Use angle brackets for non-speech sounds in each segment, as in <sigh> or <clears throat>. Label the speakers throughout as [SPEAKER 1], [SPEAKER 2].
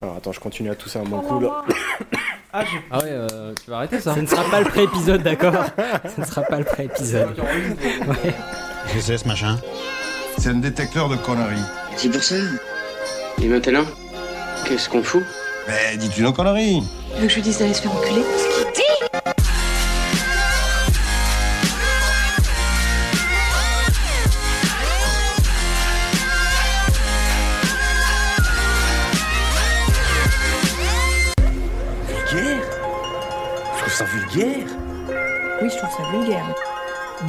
[SPEAKER 1] Alors attends, je continue à tousser un bon coup là.
[SPEAKER 2] Ah, j'ai
[SPEAKER 3] Ah ouais, euh, tu vas arrêter ça.
[SPEAKER 4] Ça ne sera pas le pré-épisode, d'accord Ça ne sera pas le pré-épisode. Ouais.
[SPEAKER 5] Qu'est-ce que c'est ce machin
[SPEAKER 6] C'est un détecteur de conneries.
[SPEAKER 7] C'est pour ça. Et maintenant, qu'est-ce qu'on fout
[SPEAKER 6] Mais dis-tu nos conneries
[SPEAKER 8] Tu veux que je lui dise d'aller se faire enculer
[SPEAKER 1] Vulgaire Je trouve ça vulgaire
[SPEAKER 8] Oui, je trouve ça vulgaire.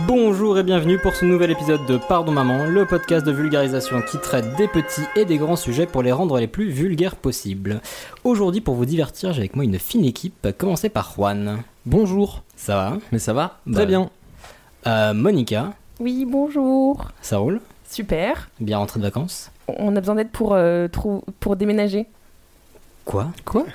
[SPEAKER 4] Bonjour et bienvenue pour ce nouvel épisode de Pardon Maman, le podcast de vulgarisation qui traite des petits et des grands sujets pour les rendre les plus vulgaires possibles. Aujourd'hui, pour vous divertir, j'ai avec moi une fine équipe, à commencer par Juan.
[SPEAKER 3] Bonjour.
[SPEAKER 4] Ça va
[SPEAKER 3] Mais ça va
[SPEAKER 4] Bah,
[SPEAKER 3] Très bien.
[SPEAKER 4] Euh, Monica,
[SPEAKER 9] Oui, bonjour.
[SPEAKER 4] ça roule
[SPEAKER 9] Super.
[SPEAKER 4] Bien rentrée de vacances
[SPEAKER 9] On a besoin d'aide pour, euh, trou- pour déménager.
[SPEAKER 4] Quoi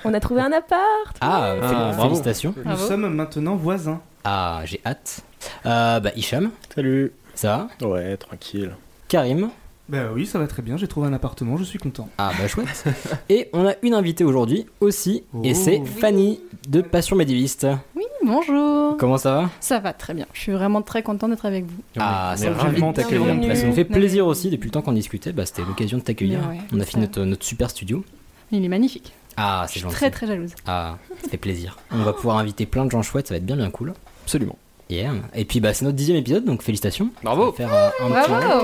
[SPEAKER 9] On a trouvé un appart.
[SPEAKER 4] Ah,
[SPEAKER 3] Ah,
[SPEAKER 4] fé-
[SPEAKER 3] bravo.
[SPEAKER 4] félicitations.
[SPEAKER 2] Nous
[SPEAKER 9] Bravo.
[SPEAKER 2] sommes maintenant voisins.
[SPEAKER 4] Ah, j'ai hâte. Euh, bah, Hicham,
[SPEAKER 1] Salut
[SPEAKER 4] ça va
[SPEAKER 1] Ouais, tranquille.
[SPEAKER 4] Karim
[SPEAKER 2] Bah oui, ça va très bien, j'ai trouvé un appartement, je suis content.
[SPEAKER 4] Ah bah chouette. Et on a une invitée aujourd'hui aussi, et c'est
[SPEAKER 2] Oh.
[SPEAKER 4] Fanny de Passion Médiviste.
[SPEAKER 10] Bonjour,
[SPEAKER 4] Comment ça va
[SPEAKER 10] ça va très bien. Je suis vraiment très contente d'être avec vous.
[SPEAKER 4] Ah, ça
[SPEAKER 2] on
[SPEAKER 4] me
[SPEAKER 2] est
[SPEAKER 4] fait envie
[SPEAKER 2] ravis de
[SPEAKER 4] de t'accueillir.
[SPEAKER 10] t'accueillir.
[SPEAKER 4] Bah, ça nous fait
[SPEAKER 10] Bienvenue.
[SPEAKER 4] plaisir aussi, depuis le temps qu'on discutait, bah, c'était l'occasion de t'accueillir.
[SPEAKER 10] Mais ouais,
[SPEAKER 4] on a
[SPEAKER 10] ça.
[SPEAKER 4] fini notre, notre super studio.
[SPEAKER 10] Il est magnifique.
[SPEAKER 4] Ah,
[SPEAKER 10] Je
[SPEAKER 4] c'est
[SPEAKER 10] suis
[SPEAKER 4] gentil.
[SPEAKER 10] très très jalouse.
[SPEAKER 4] Ah, ça fait plaisir. On va pouvoir inviter plein de gens chouettes, ça va être bien bien cool.
[SPEAKER 3] Absolument.
[SPEAKER 4] Yeah. Et puis bah, c'est notre dixième épisode, donc félicitations. On va
[SPEAKER 3] Bravo.
[SPEAKER 4] faire euh, un petit round.
[SPEAKER 10] Bravo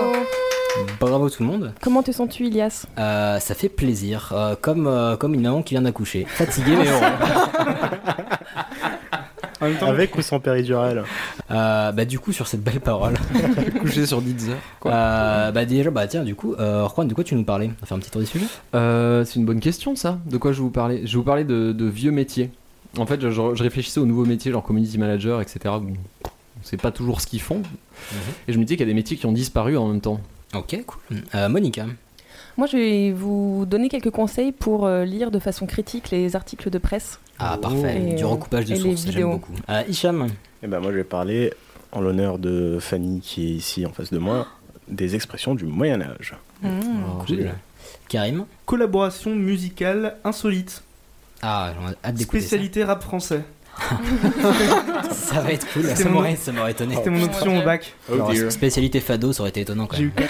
[SPEAKER 4] Bravo tout le monde.
[SPEAKER 9] Comment te sens-tu, Ilias
[SPEAKER 4] Euh, ça fait plaisir, euh, comme, euh, comme une maman qui vient d'accoucher. Fatiguée
[SPEAKER 2] <laughs>
[SPEAKER 4] mais heureuse.
[SPEAKER 2] En même temps,
[SPEAKER 1] Avec ou sans péridurale
[SPEAKER 4] Euh, bah, du coup, sur cette belle parole.
[SPEAKER 3] Couché sur Deezer.
[SPEAKER 4] Euh, bah déjà, bah tiens, du coup, euh, Juan, de quoi tu nous parlais On va faire un petit tour des sujets
[SPEAKER 3] Euh, c'est une bonne question ça. De quoi je vous parlais Je vous parlais de, de vieux métiers. En fait, je, je- je réfléchissais aux nouveaux métiers, genre community manager, etc. où On sait pas toujours ce qu'ils font. Et je me disais qu'il y a des métiers qui ont disparu en même temps.
[SPEAKER 4] Ok, cool. Euh, Monica,
[SPEAKER 9] Moi, je vais vous donner quelques conseils pour euh, lire de façon critique les articles de presse.
[SPEAKER 4] ah
[SPEAKER 1] Oh.
[SPEAKER 4] parfait,
[SPEAKER 9] Et,
[SPEAKER 4] du
[SPEAKER 9] euh,
[SPEAKER 4] recoupage de
[SPEAKER 9] et les
[SPEAKER 4] sources, ça, j'aime
[SPEAKER 9] vidéos.
[SPEAKER 4] beaucoup. Euh, Hicham,
[SPEAKER 1] Et ben moi je vais parler, en l'honneur de Fanny qui est ici en face de moi, des expressions du Moyen-Âge.
[SPEAKER 3] Alors,
[SPEAKER 4] Oh, cool.
[SPEAKER 3] j'ai-
[SPEAKER 4] Karim,
[SPEAKER 2] collaboration musicale insolite.
[SPEAKER 4] ah j'en ai hâte d'écouter ça.
[SPEAKER 2] Spécialité rap français.
[SPEAKER 4] <laughs> ça va être cool,
[SPEAKER 2] C'était
[SPEAKER 4] ça
[SPEAKER 2] mon-
[SPEAKER 4] m'aurait, ça m'aurait étonné.
[SPEAKER 2] C'était mon option au bac.
[SPEAKER 4] Alors, spécialité fado, ça aurait été étonnant quand
[SPEAKER 2] J'ai eu
[SPEAKER 4] même.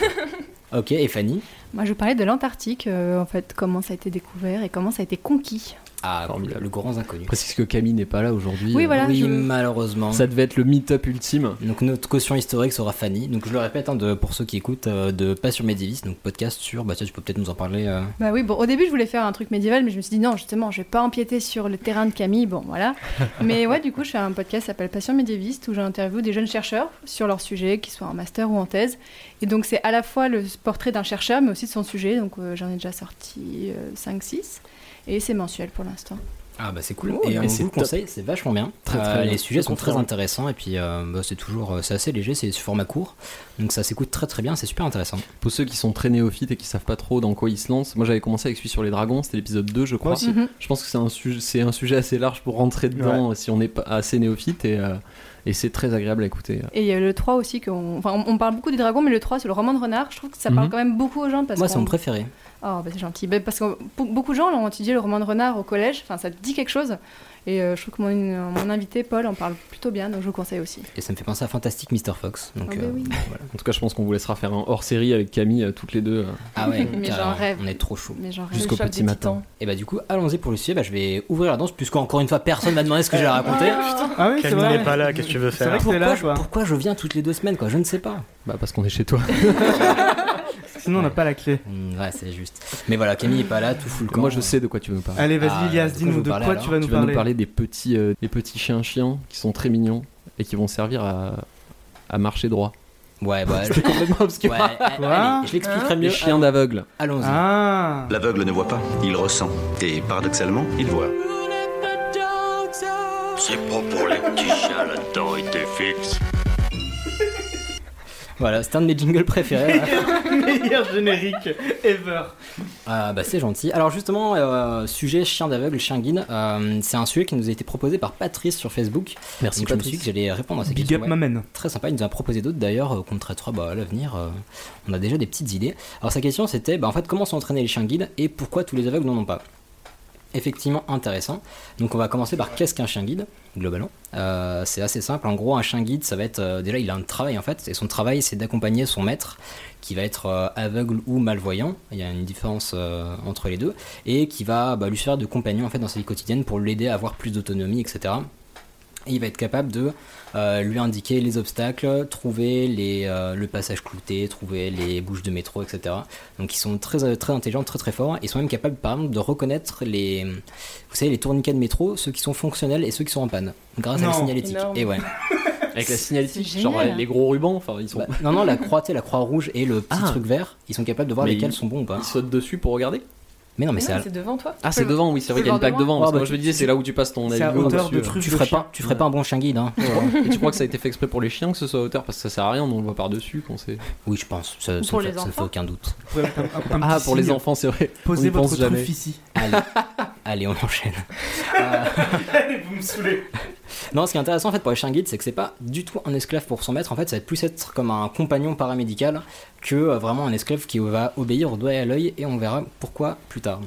[SPEAKER 4] Ok, et Fanny
[SPEAKER 10] Moi je vous parlais de l'Antarctique, euh, en fait, comment ça a été découvert et comment ça a été conquis.
[SPEAKER 4] Ah,
[SPEAKER 3] Formidable.
[SPEAKER 4] le grand inconnu.
[SPEAKER 3] Je précise que Camille n'est pas là aujourd'hui.
[SPEAKER 10] Oui,
[SPEAKER 3] Euh,
[SPEAKER 10] voilà,
[SPEAKER 4] oui,
[SPEAKER 10] je-
[SPEAKER 4] malheureusement.
[SPEAKER 3] Ça devait être le meet-up ultime.
[SPEAKER 4] Donc notre caution historique sera Fanny. Donc je le répète hein, de, pour ceux qui écoutent euh, de Passion Médiviste, donc podcast sur. Bah tiens, tu peux peut-être nous en parler. euh.
[SPEAKER 10] Bah oui, bon, au début je voulais faire un truc médiéval, mais je me suis dit non, justement, je vais pas empiéter sur le terrain de Camille, bon voilà. mais ouais, du coup, je fais un podcast qui s'appelle Passion médiéviste où j'interviewe des jeunes chercheurs sur leur sujet, qu'ils soient en master ou en thèse. Et donc c'est à la fois le portrait d'un chercheur, mais aussi de son sujet, donc euh, j'en ai déjà sorti 5-6. Et c'est mensuel pour l'instant.
[SPEAKER 4] Ah bah c'est cool.
[SPEAKER 3] Cool.
[SPEAKER 4] et
[SPEAKER 3] Mais
[SPEAKER 4] on
[SPEAKER 3] c'est
[SPEAKER 4] vous le
[SPEAKER 3] top.
[SPEAKER 4] conseille, c'est vachement bien. Euh,
[SPEAKER 3] Très, très bien.
[SPEAKER 4] Les sujets
[SPEAKER 3] Je
[SPEAKER 4] sont très
[SPEAKER 3] confirme.
[SPEAKER 4] intéressants et puis euh, bah, c'est toujours euh, c'est assez léger, c'est ce format court. Donc ça s'écoute très très bien, c'est super intéressant.
[SPEAKER 3] Pour ceux qui sont très néophytes et qui savent pas trop dans quoi ils se lancent, moi j'avais commencé avec celui sur les dragons, c'était l'épisode 2 je crois.
[SPEAKER 1] aussi.
[SPEAKER 10] Mhm.
[SPEAKER 3] Je pense que c'est un, sujet- c'est un sujet assez large pour rentrer dedans euh, si on n'est pas assez néophyte et, euh, et c'est très agréable à écouter.
[SPEAKER 10] Et il y a le 3 aussi, qu'on... Enfin, on- on parle beaucoup des dragons, mais le 3, c'est le roman de renard. Je trouve que ça parle
[SPEAKER 3] Mhm.
[SPEAKER 10] quand même beaucoup aux gens. Parce
[SPEAKER 4] Moi
[SPEAKER 10] qu'on-
[SPEAKER 4] c'est mon préféré.
[SPEAKER 10] Oh, bah, c'est gentil. Bah, parce que pour- beaucoup de gens l'ont étudié, le roman de renard au collège. Enfin, ça te dit quelque chose. Et euh, je trouve que mon, mon invité, Paul, en parle plutôt bien, donc je vous conseille aussi.
[SPEAKER 4] Et ça me fait penser à Fantastic Mr. Fox. Donc,
[SPEAKER 10] Ah bah
[SPEAKER 4] euh,
[SPEAKER 10] oui.
[SPEAKER 4] voilà.
[SPEAKER 3] En tout cas, je pense qu'on vous laissera faire un hors série avec Camille euh, toutes les deux. euh.
[SPEAKER 4] Ah
[SPEAKER 10] <laughs>
[SPEAKER 4] ouais,
[SPEAKER 10] Mais j'en
[SPEAKER 4] carrément,
[SPEAKER 10] rêve.
[SPEAKER 4] on est trop chaud.
[SPEAKER 10] Mais genre, euh,
[SPEAKER 3] Jusqu'au
[SPEAKER 9] choc
[SPEAKER 3] petit
[SPEAKER 9] des
[SPEAKER 3] matin.
[SPEAKER 4] Et bah du coup, allons-y pour le sujet. Bah, je vais ouvrir la danse puisque encore une fois personne m'a demandé ce que j'allais raconter.
[SPEAKER 2] Ah oui, c'est
[SPEAKER 1] Camille n'est
[SPEAKER 2] vrai.
[SPEAKER 1] pas là, qu'est-ce que tu veux
[SPEAKER 2] C'est vrai
[SPEAKER 1] faire
[SPEAKER 2] que t'es là,
[SPEAKER 4] Pourquoi je,
[SPEAKER 2] quoi.
[SPEAKER 4] pourquoi je viens toutes les deux semaines quoi Je ne sais pas.
[SPEAKER 3] Bah, parce qu'on est chez toi.
[SPEAKER 2] Sinon, on n'a pas la clé.
[SPEAKER 4] Mm, ouais, c'est juste. Mais voilà, Camille est pas là, tout fout le camp.
[SPEAKER 3] moi je sais de quoi tu veux nous parler.
[SPEAKER 2] Allez,
[SPEAKER 4] Ah,
[SPEAKER 2] vas-y, Ilias,
[SPEAKER 4] de quoi je
[SPEAKER 2] dis-nous
[SPEAKER 4] vous
[SPEAKER 2] de
[SPEAKER 4] parlais,
[SPEAKER 2] quoi
[SPEAKER 4] alors
[SPEAKER 2] tu vas nous
[SPEAKER 3] tu vas nous
[SPEAKER 2] parler.
[SPEAKER 3] parler des petits, euh, des petits chiens chiens qui sont très mignons et qui vont servir à, à
[SPEAKER 2] <laughs>
[SPEAKER 3] marcher droit.
[SPEAKER 4] Ouais, bah, je-
[SPEAKER 3] C'était complètement obscur.
[SPEAKER 4] ouais, allez, allez, je l'expliquerai
[SPEAKER 3] Ah. Les
[SPEAKER 4] mieux.
[SPEAKER 3] chiens d'aveugle.
[SPEAKER 11] <laughs>
[SPEAKER 4] Allons-y.
[SPEAKER 2] Ah
[SPEAKER 6] L'aveugle ne voit pas, il ressent. Et paradoxalement, il voit.
[SPEAKER 12] C'est pas pour les petits chiens là-dedans, il était fixe.
[SPEAKER 4] Voilà, c'est un de mes jingles préférés.
[SPEAKER 2] Meilleur générique ever.
[SPEAKER 4] Ah bah c'est gentil. Alors justement, euh, sujet chien d'aveugle, chien guide, euh, c'est un sujet qui nous a été proposé par Patrice sur Facebook.
[SPEAKER 3] Merci
[SPEAKER 4] Donc je me suis dit que j'allais répondre à ces
[SPEAKER 2] Big
[SPEAKER 4] questions.
[SPEAKER 2] up,
[SPEAKER 4] ouais.
[SPEAKER 2] ma man.
[SPEAKER 4] euh, bah, bah, effectivement intéressant. Donc on va commencer par qu'est-ce qu'un chien guide, globalement. Euh, c'est assez simple. En gros, un chien guide, ça va être euh, déjà il a un travail en fait, et son travail c'est d'accompagner son maître qui va être euh, aveugle ou malvoyant. Il y a une différence euh, entre les deux et qui va bah, lui servir de compagnon en fait dans sa vie quotidienne pour l'aider à avoir plus d'autonomie, etc. Et il va être capable de euh, lui indiquer les obstacles, trouver les, euh, le passage clouté, trouver les bouches de métro, etc. Donc ils sont très, euh, très intelligents, très très forts. Ils sont même capables, par exemple, de reconnaître les, vous savez, les tourniquets de métro, ceux qui sont fonctionnels et ceux qui sont en panne, grâce à
[SPEAKER 2] Non.
[SPEAKER 4] la signalétique.
[SPEAKER 9] Énorme.
[SPEAKER 4] Et ouais.
[SPEAKER 3] Avec la signalétique,
[SPEAKER 10] C'est
[SPEAKER 3] genre
[SPEAKER 10] génial.
[SPEAKER 3] les gros rubans, enfin ils sont.
[SPEAKER 4] Bah, non, non, la croix, tu sais, la croix rouge et le petit
[SPEAKER 3] Ah.
[SPEAKER 4] truc vert, ils sont capables de voir
[SPEAKER 3] Mais
[SPEAKER 4] lesquels
[SPEAKER 3] ils-
[SPEAKER 4] sont bons ou pas.
[SPEAKER 3] Ils sautent dessus pour regarder.
[SPEAKER 4] Mais non, mais
[SPEAKER 9] Mais
[SPEAKER 4] c'est
[SPEAKER 9] non,
[SPEAKER 4] à-
[SPEAKER 9] c'est devant toi.
[SPEAKER 3] Ah, c'est
[SPEAKER 10] Tu peux
[SPEAKER 3] devant, oui, c'est vrai
[SPEAKER 10] le
[SPEAKER 3] qu'il y a une
[SPEAKER 10] voir
[SPEAKER 3] plaque
[SPEAKER 10] de
[SPEAKER 3] devant.
[SPEAKER 4] loin.
[SPEAKER 3] parce que
[SPEAKER 4] Ah,
[SPEAKER 3] moi
[SPEAKER 4] bah,
[SPEAKER 3] je me disais, c'est là où tu passes ton
[SPEAKER 2] C'est à
[SPEAKER 3] avion
[SPEAKER 2] hauteur de <laughs>
[SPEAKER 3] dessus.
[SPEAKER 2] trucs
[SPEAKER 4] tu
[SPEAKER 2] de
[SPEAKER 4] ferais,
[SPEAKER 2] chien.
[SPEAKER 4] pas, tu ferais pas un bon chien guide, hein.
[SPEAKER 3] Ouais. Et tu crois que ça a été fait exprès pour les chiens que ce soit à hauteur parce que ça sert à rien, on le voit par-dessus quand c'est.
[SPEAKER 4] Oui, je pense, ça,
[SPEAKER 10] Ou
[SPEAKER 4] ça,
[SPEAKER 10] pour
[SPEAKER 4] me fait-
[SPEAKER 10] les
[SPEAKER 4] ça me fait
[SPEAKER 10] enfants.
[SPEAKER 4] aucun doute.
[SPEAKER 2] Vous pouvez mettre un- un
[SPEAKER 3] Ah,
[SPEAKER 2] petit
[SPEAKER 3] pour les
[SPEAKER 2] signe.
[SPEAKER 3] enfants, c'est vrai. on
[SPEAKER 2] Posez
[SPEAKER 3] y pense
[SPEAKER 2] votre
[SPEAKER 3] jamais.
[SPEAKER 2] truffe ici.
[SPEAKER 4] Allez, Allez on <laughs> enchaîne.
[SPEAKER 2] Vous me saoulez.
[SPEAKER 4] Non, ce qui est intéressant en fait pour les chiens guides, c'est que c'est pas du tout un esclave pour son maître. En fait, ça va plus être comme un compagnon paramédical que euh, vraiment un esclave qui va obéir au doigt et à l'œil, et on verra pourquoi plus tard.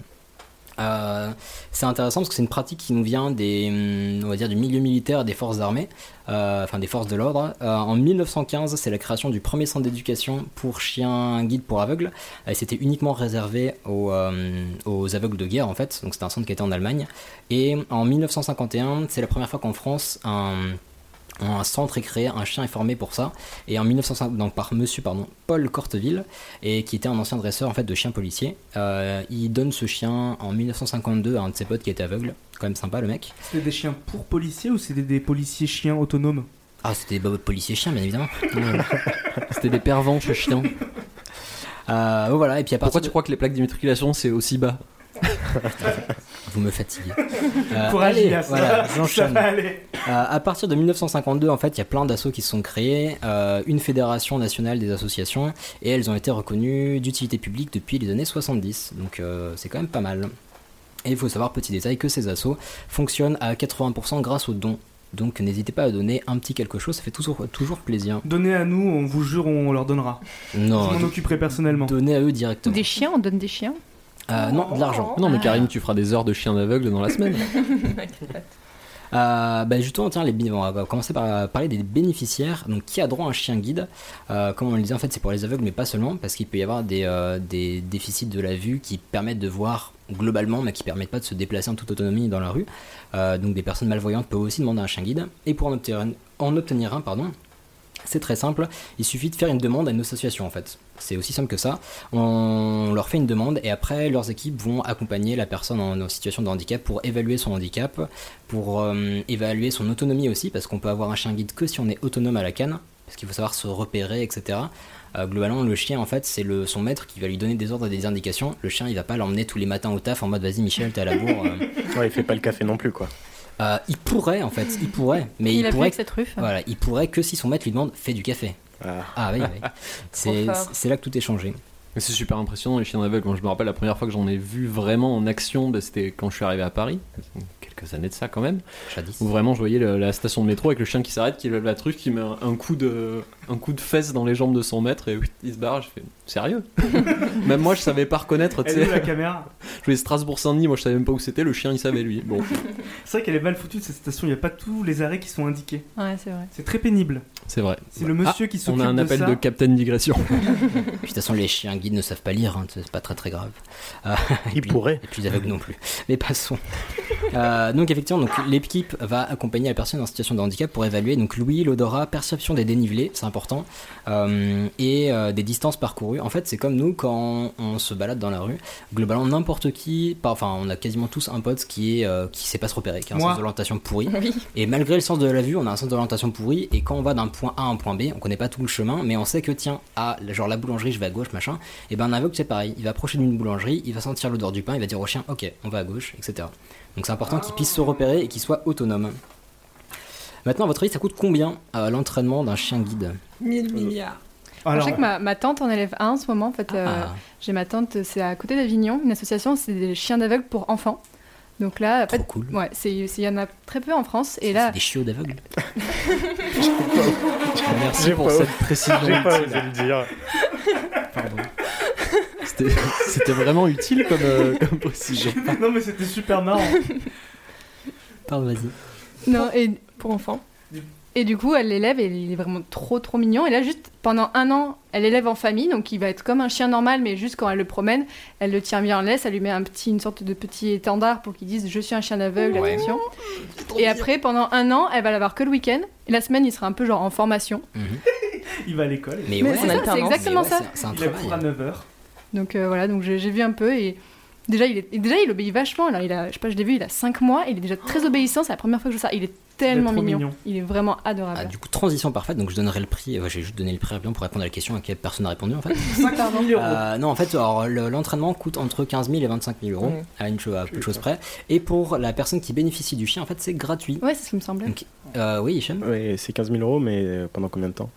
[SPEAKER 4] Euh, c'est intéressant parce que c'est une pratique qui nous vient des, hum, on va dire, du milieu militaire des forces armées, euh, enfin des forces de l'ordre. Euh, en 1915, c'est la création du premier centre d'éducation pour chiens guides pour aveugles. Euh, c'était uniquement réservé aux, euh, aux aveugles de guerre en fait, donc c'était un centre qui était en Allemagne. Et en 1951, c'est la première fois qu'en France, un, un centre est créé, un chien est formé pour ça. Et en 1950, donc par monsieur pardon, Paul Corteville, et qui était un ancien dresseur en fait de chiens policiers. Euh, il donne ce chien en 1952 à un de ses potes qui était aveugle. Quand même sympa le mec.
[SPEAKER 2] C'était des chiens pour policiers ou c'était des policiers chiens autonomes
[SPEAKER 4] Ah, c'était des babots de policiers chiens, bien évidemment.
[SPEAKER 3] C'était des pervenches chiens.
[SPEAKER 4] <laughs> Euh, oh, voilà, et puis à
[SPEAKER 3] Pourquoi
[SPEAKER 4] partir
[SPEAKER 3] tu crois que les plaques d'immatriculation c'est aussi bas
[SPEAKER 4] de- Vous me fatiguez. Euh,
[SPEAKER 2] Courage,
[SPEAKER 4] allez,
[SPEAKER 2] Ilias. <laughs>
[SPEAKER 4] voilà,
[SPEAKER 2] Ça
[SPEAKER 4] j'enchaîne.
[SPEAKER 2] va aller.
[SPEAKER 4] Euh, à partir de 1952, en fait, il y a plein d'assauts qui se sont créés, euh, une fédération nationale des associations, et elles ont été reconnues d'utilité publique depuis les années 70. Donc euh, c'est quand même pas mal. Et il faut savoir, petit détail, que ces assauts fonctionnent à 80% grâce aux dons. Donc n'hésitez pas à donner un petit quelque chose, ça fait toujours, toujours plaisir.
[SPEAKER 2] Donnez à nous, on vous jure, on leur donnera.
[SPEAKER 4] Non, euh,
[SPEAKER 2] Je m'en occuperai personnellement.
[SPEAKER 4] donnez à eux
[SPEAKER 10] Ou
[SPEAKER 4] directement.
[SPEAKER 10] des chiens, on donne des chiens.
[SPEAKER 4] Euh, non, de l'argent.
[SPEAKER 3] Ah Non, mais Karim, tu feras des heures de chien aveugle dans la semaine. <laughs>
[SPEAKER 4] Euh, bah justement, tiens, les, bé- on va commencer par parler des bénéficiaires. Donc, qui a droit à un chien guide Euh, Comme on le disait, en fait, c'est pour les aveugles, mais pas seulement, parce qu'il peut y avoir des, euh, des déficits de la vue qui permettent de voir globalement, mais qui permettent pas de se déplacer en toute autonomie dans la rue. Euh, donc, des personnes malvoyantes peuvent aussi demander un chien guide. Et pour en obtenir un, en obtenir un pardon, c'est très simple, il suffit de faire une demande à une association en fait. C'est aussi simple que ça. On leur fait une demande et après leurs équipes vont accompagner la personne en, en situation de handicap pour évaluer son handicap, pour euh, évaluer son autonomie aussi, parce qu'on peut avoir un chien guide que si on est autonome à la canne, parce qu'il faut savoir se repérer, etc. Euh, globalement, le chien, en fait, c'est le, son maître qui va lui donner des ordres et des indications. Le chien, il va pas l'emmener tous les matins au taf en mode vas-y Michel, t'es à la bourre. Euh,
[SPEAKER 1] Ouais, il fait pas le café non plus, quoi.
[SPEAKER 4] euh, il pourrait, en fait, il pourrait, mais il,
[SPEAKER 10] il a
[SPEAKER 4] pourrait.
[SPEAKER 10] plus que cette truffe.
[SPEAKER 4] Voilà, il pourrait que si son maître lui demande fais du café.
[SPEAKER 1] Ah.
[SPEAKER 4] Ah oui, oui. C'est
[SPEAKER 9] Trop fort.
[SPEAKER 4] c'est là que tout est changé.
[SPEAKER 3] Mais c'est super impressionnant les chiens aveugles. Moi je me rappelle la première fois que j'en ai vu vraiment en action, bah, c'était quand je suis arrivé à Paris, quelques années de ça quand même,
[SPEAKER 4] Chadis.
[SPEAKER 3] où vraiment je voyais le- la station de métro avec le chien qui s'arrête, qui lève la truffe, qui met un, un coup de un coup de fesse dans les jambes de son maître et <laughs> oui, il se barre. Je fais sérieux <laughs> Même moi je savais pas reconnaître. Tu
[SPEAKER 2] Elle est où la
[SPEAKER 3] sais,
[SPEAKER 2] caméra
[SPEAKER 3] je voulais Strasbourg Saint-Denis, moi je savais même pas où c'était. Le chien il savait lui. Bon,
[SPEAKER 2] C'est vrai qu'elle est mal foutue cette station, il n'y a pas tous les arrêts qui sont indiqués.
[SPEAKER 10] Ouais, c'est vrai.
[SPEAKER 2] C'est très pénible.
[SPEAKER 3] c'est vrai.
[SPEAKER 2] C'est le monsieur qui s'occupe
[SPEAKER 3] On
[SPEAKER 2] de
[SPEAKER 3] a un appel
[SPEAKER 2] ça.
[SPEAKER 3] de, Captain Digression.
[SPEAKER 4] Puis, de toute façon, les chiens guides ne savent pas lire, hein, c'est pas très très grave. Euh, <laughs> et
[SPEAKER 1] Il
[SPEAKER 4] puis-
[SPEAKER 1] pourrait.
[SPEAKER 4] Et puis aveugles non plus. Mais passons. Euh, donc effectivement, donc l'équipe va accompagner la personne en situation de handicap pour évaluer donc l'ouïe, l'odorat, perception des dénivelés, c'est important, euh, et euh, des distances parcourues. En fait, c'est comme nous quand on se balade dans la rue. Globalement, n'importe qui, par- enfin, on a quasiment tous un pote qui est euh, qui sait pas se repérer, qui a un
[SPEAKER 2] Moi.
[SPEAKER 4] sens de l'orientation pourri.
[SPEAKER 9] Oui.
[SPEAKER 4] Et malgré le sens de la vue, on a un sens d'orientation pourri. Et quand on va d'un point A à un point B, on connaît pas tout le chemin, mais on sait que tiens, à genre la boulangerie, je vais à gauche, machin. Et ben un aveugle, c'est pareil. Il va approcher d'une boulangerie, il va sentir l'odeur du pain, il va dire au chien, ok, on va à gauche, etc. Donc c'est important qu'il puisse se repérer et qu'il soit autonome. Maintenant, à votre avis, ça coûte combien euh, l'entraînement d'un chien guide
[SPEAKER 2] Alors,
[SPEAKER 10] Je <laughs> sais que ma, ma tante en élève un en ce moment. En fait, euh,
[SPEAKER 4] Ah,
[SPEAKER 10] j'ai ma tante, c'est à côté d'Avignon, une association, c'est des chiens d'aveugles pour enfants. Donc là, en
[SPEAKER 4] trop
[SPEAKER 10] fait,
[SPEAKER 4] cool.
[SPEAKER 10] ouais, c'est- c'est- il y en a très peu en France. Et
[SPEAKER 4] C'est-
[SPEAKER 10] là,
[SPEAKER 4] c'est des chiots d'aveugle.
[SPEAKER 3] Merci
[SPEAKER 1] J'ai
[SPEAKER 3] pour
[SPEAKER 1] pas-
[SPEAKER 3] cette précision.
[SPEAKER 1] J'ai pas osé le dire.
[SPEAKER 3] C'était c'était vraiment utile comme, euh, comme précision.
[SPEAKER 2] non, mais c'était super marrant.
[SPEAKER 4] Pardon, vas-y.
[SPEAKER 10] Non, et,
[SPEAKER 9] pour enfants.
[SPEAKER 10] et du coup, elle l'élève et il est vraiment trop, trop mignon. Et là, juste pendant un an, elle l'élève en famille, donc il va être comme un chien normal, mais juste quand elle le promène, elle le tient bien en laisse, elle lui met un petit, une sorte de petit étendard pour qu'il dise Je suis un chien aveugle,
[SPEAKER 4] Ouais.
[SPEAKER 10] attention. Et après, pendant un an, elle va l'avoir que le week-end. Et la semaine, il sera un peu genre en formation.
[SPEAKER 2] Il va à l'école.
[SPEAKER 4] Mais,
[SPEAKER 10] Mais
[SPEAKER 4] ouais,
[SPEAKER 10] c'est ça, c'est exactement
[SPEAKER 4] Mais ouais,
[SPEAKER 10] ça.
[SPEAKER 4] c'est- C'est un
[SPEAKER 2] Il a cours à
[SPEAKER 4] travail.
[SPEAKER 2] 9h.
[SPEAKER 10] <laughs> Donc euh, voilà, donc j'ai j'ai vu un peu et déjà il, est, et déjà, il obéit vachement. Alors, il a, je sais pas, je l'ai vu, il a 5 mois, il est déjà très obéissant, c'est la première fois que je vois ça. Il est tellement
[SPEAKER 2] trop
[SPEAKER 10] mignon.
[SPEAKER 2] mignon.
[SPEAKER 10] Il est vraiment adorable.
[SPEAKER 4] Ah, du coup, transition parfaite, donc je donnerai le prix. Ouais, j'ai juste donné le prix à Blanc pour répondre à la question à laquelle personne n'a répondu en fait.
[SPEAKER 2] 5000 euros.
[SPEAKER 4] Euh, non, en fait, alors, le- l'entraînement coûte entre 15 000 et 25 000 euros,
[SPEAKER 10] Mm.
[SPEAKER 9] Ouais.
[SPEAKER 4] à une chose, à peu de choses près. Et pour la personne qui bénéficie du chien, en fait, c'est gratuit.
[SPEAKER 10] Ouais, c'est ce qui me semblait.
[SPEAKER 4] Ok. Euh, oui, Hichem
[SPEAKER 1] Oui, c'est 15 000 euros, mais euh, pendant combien de temps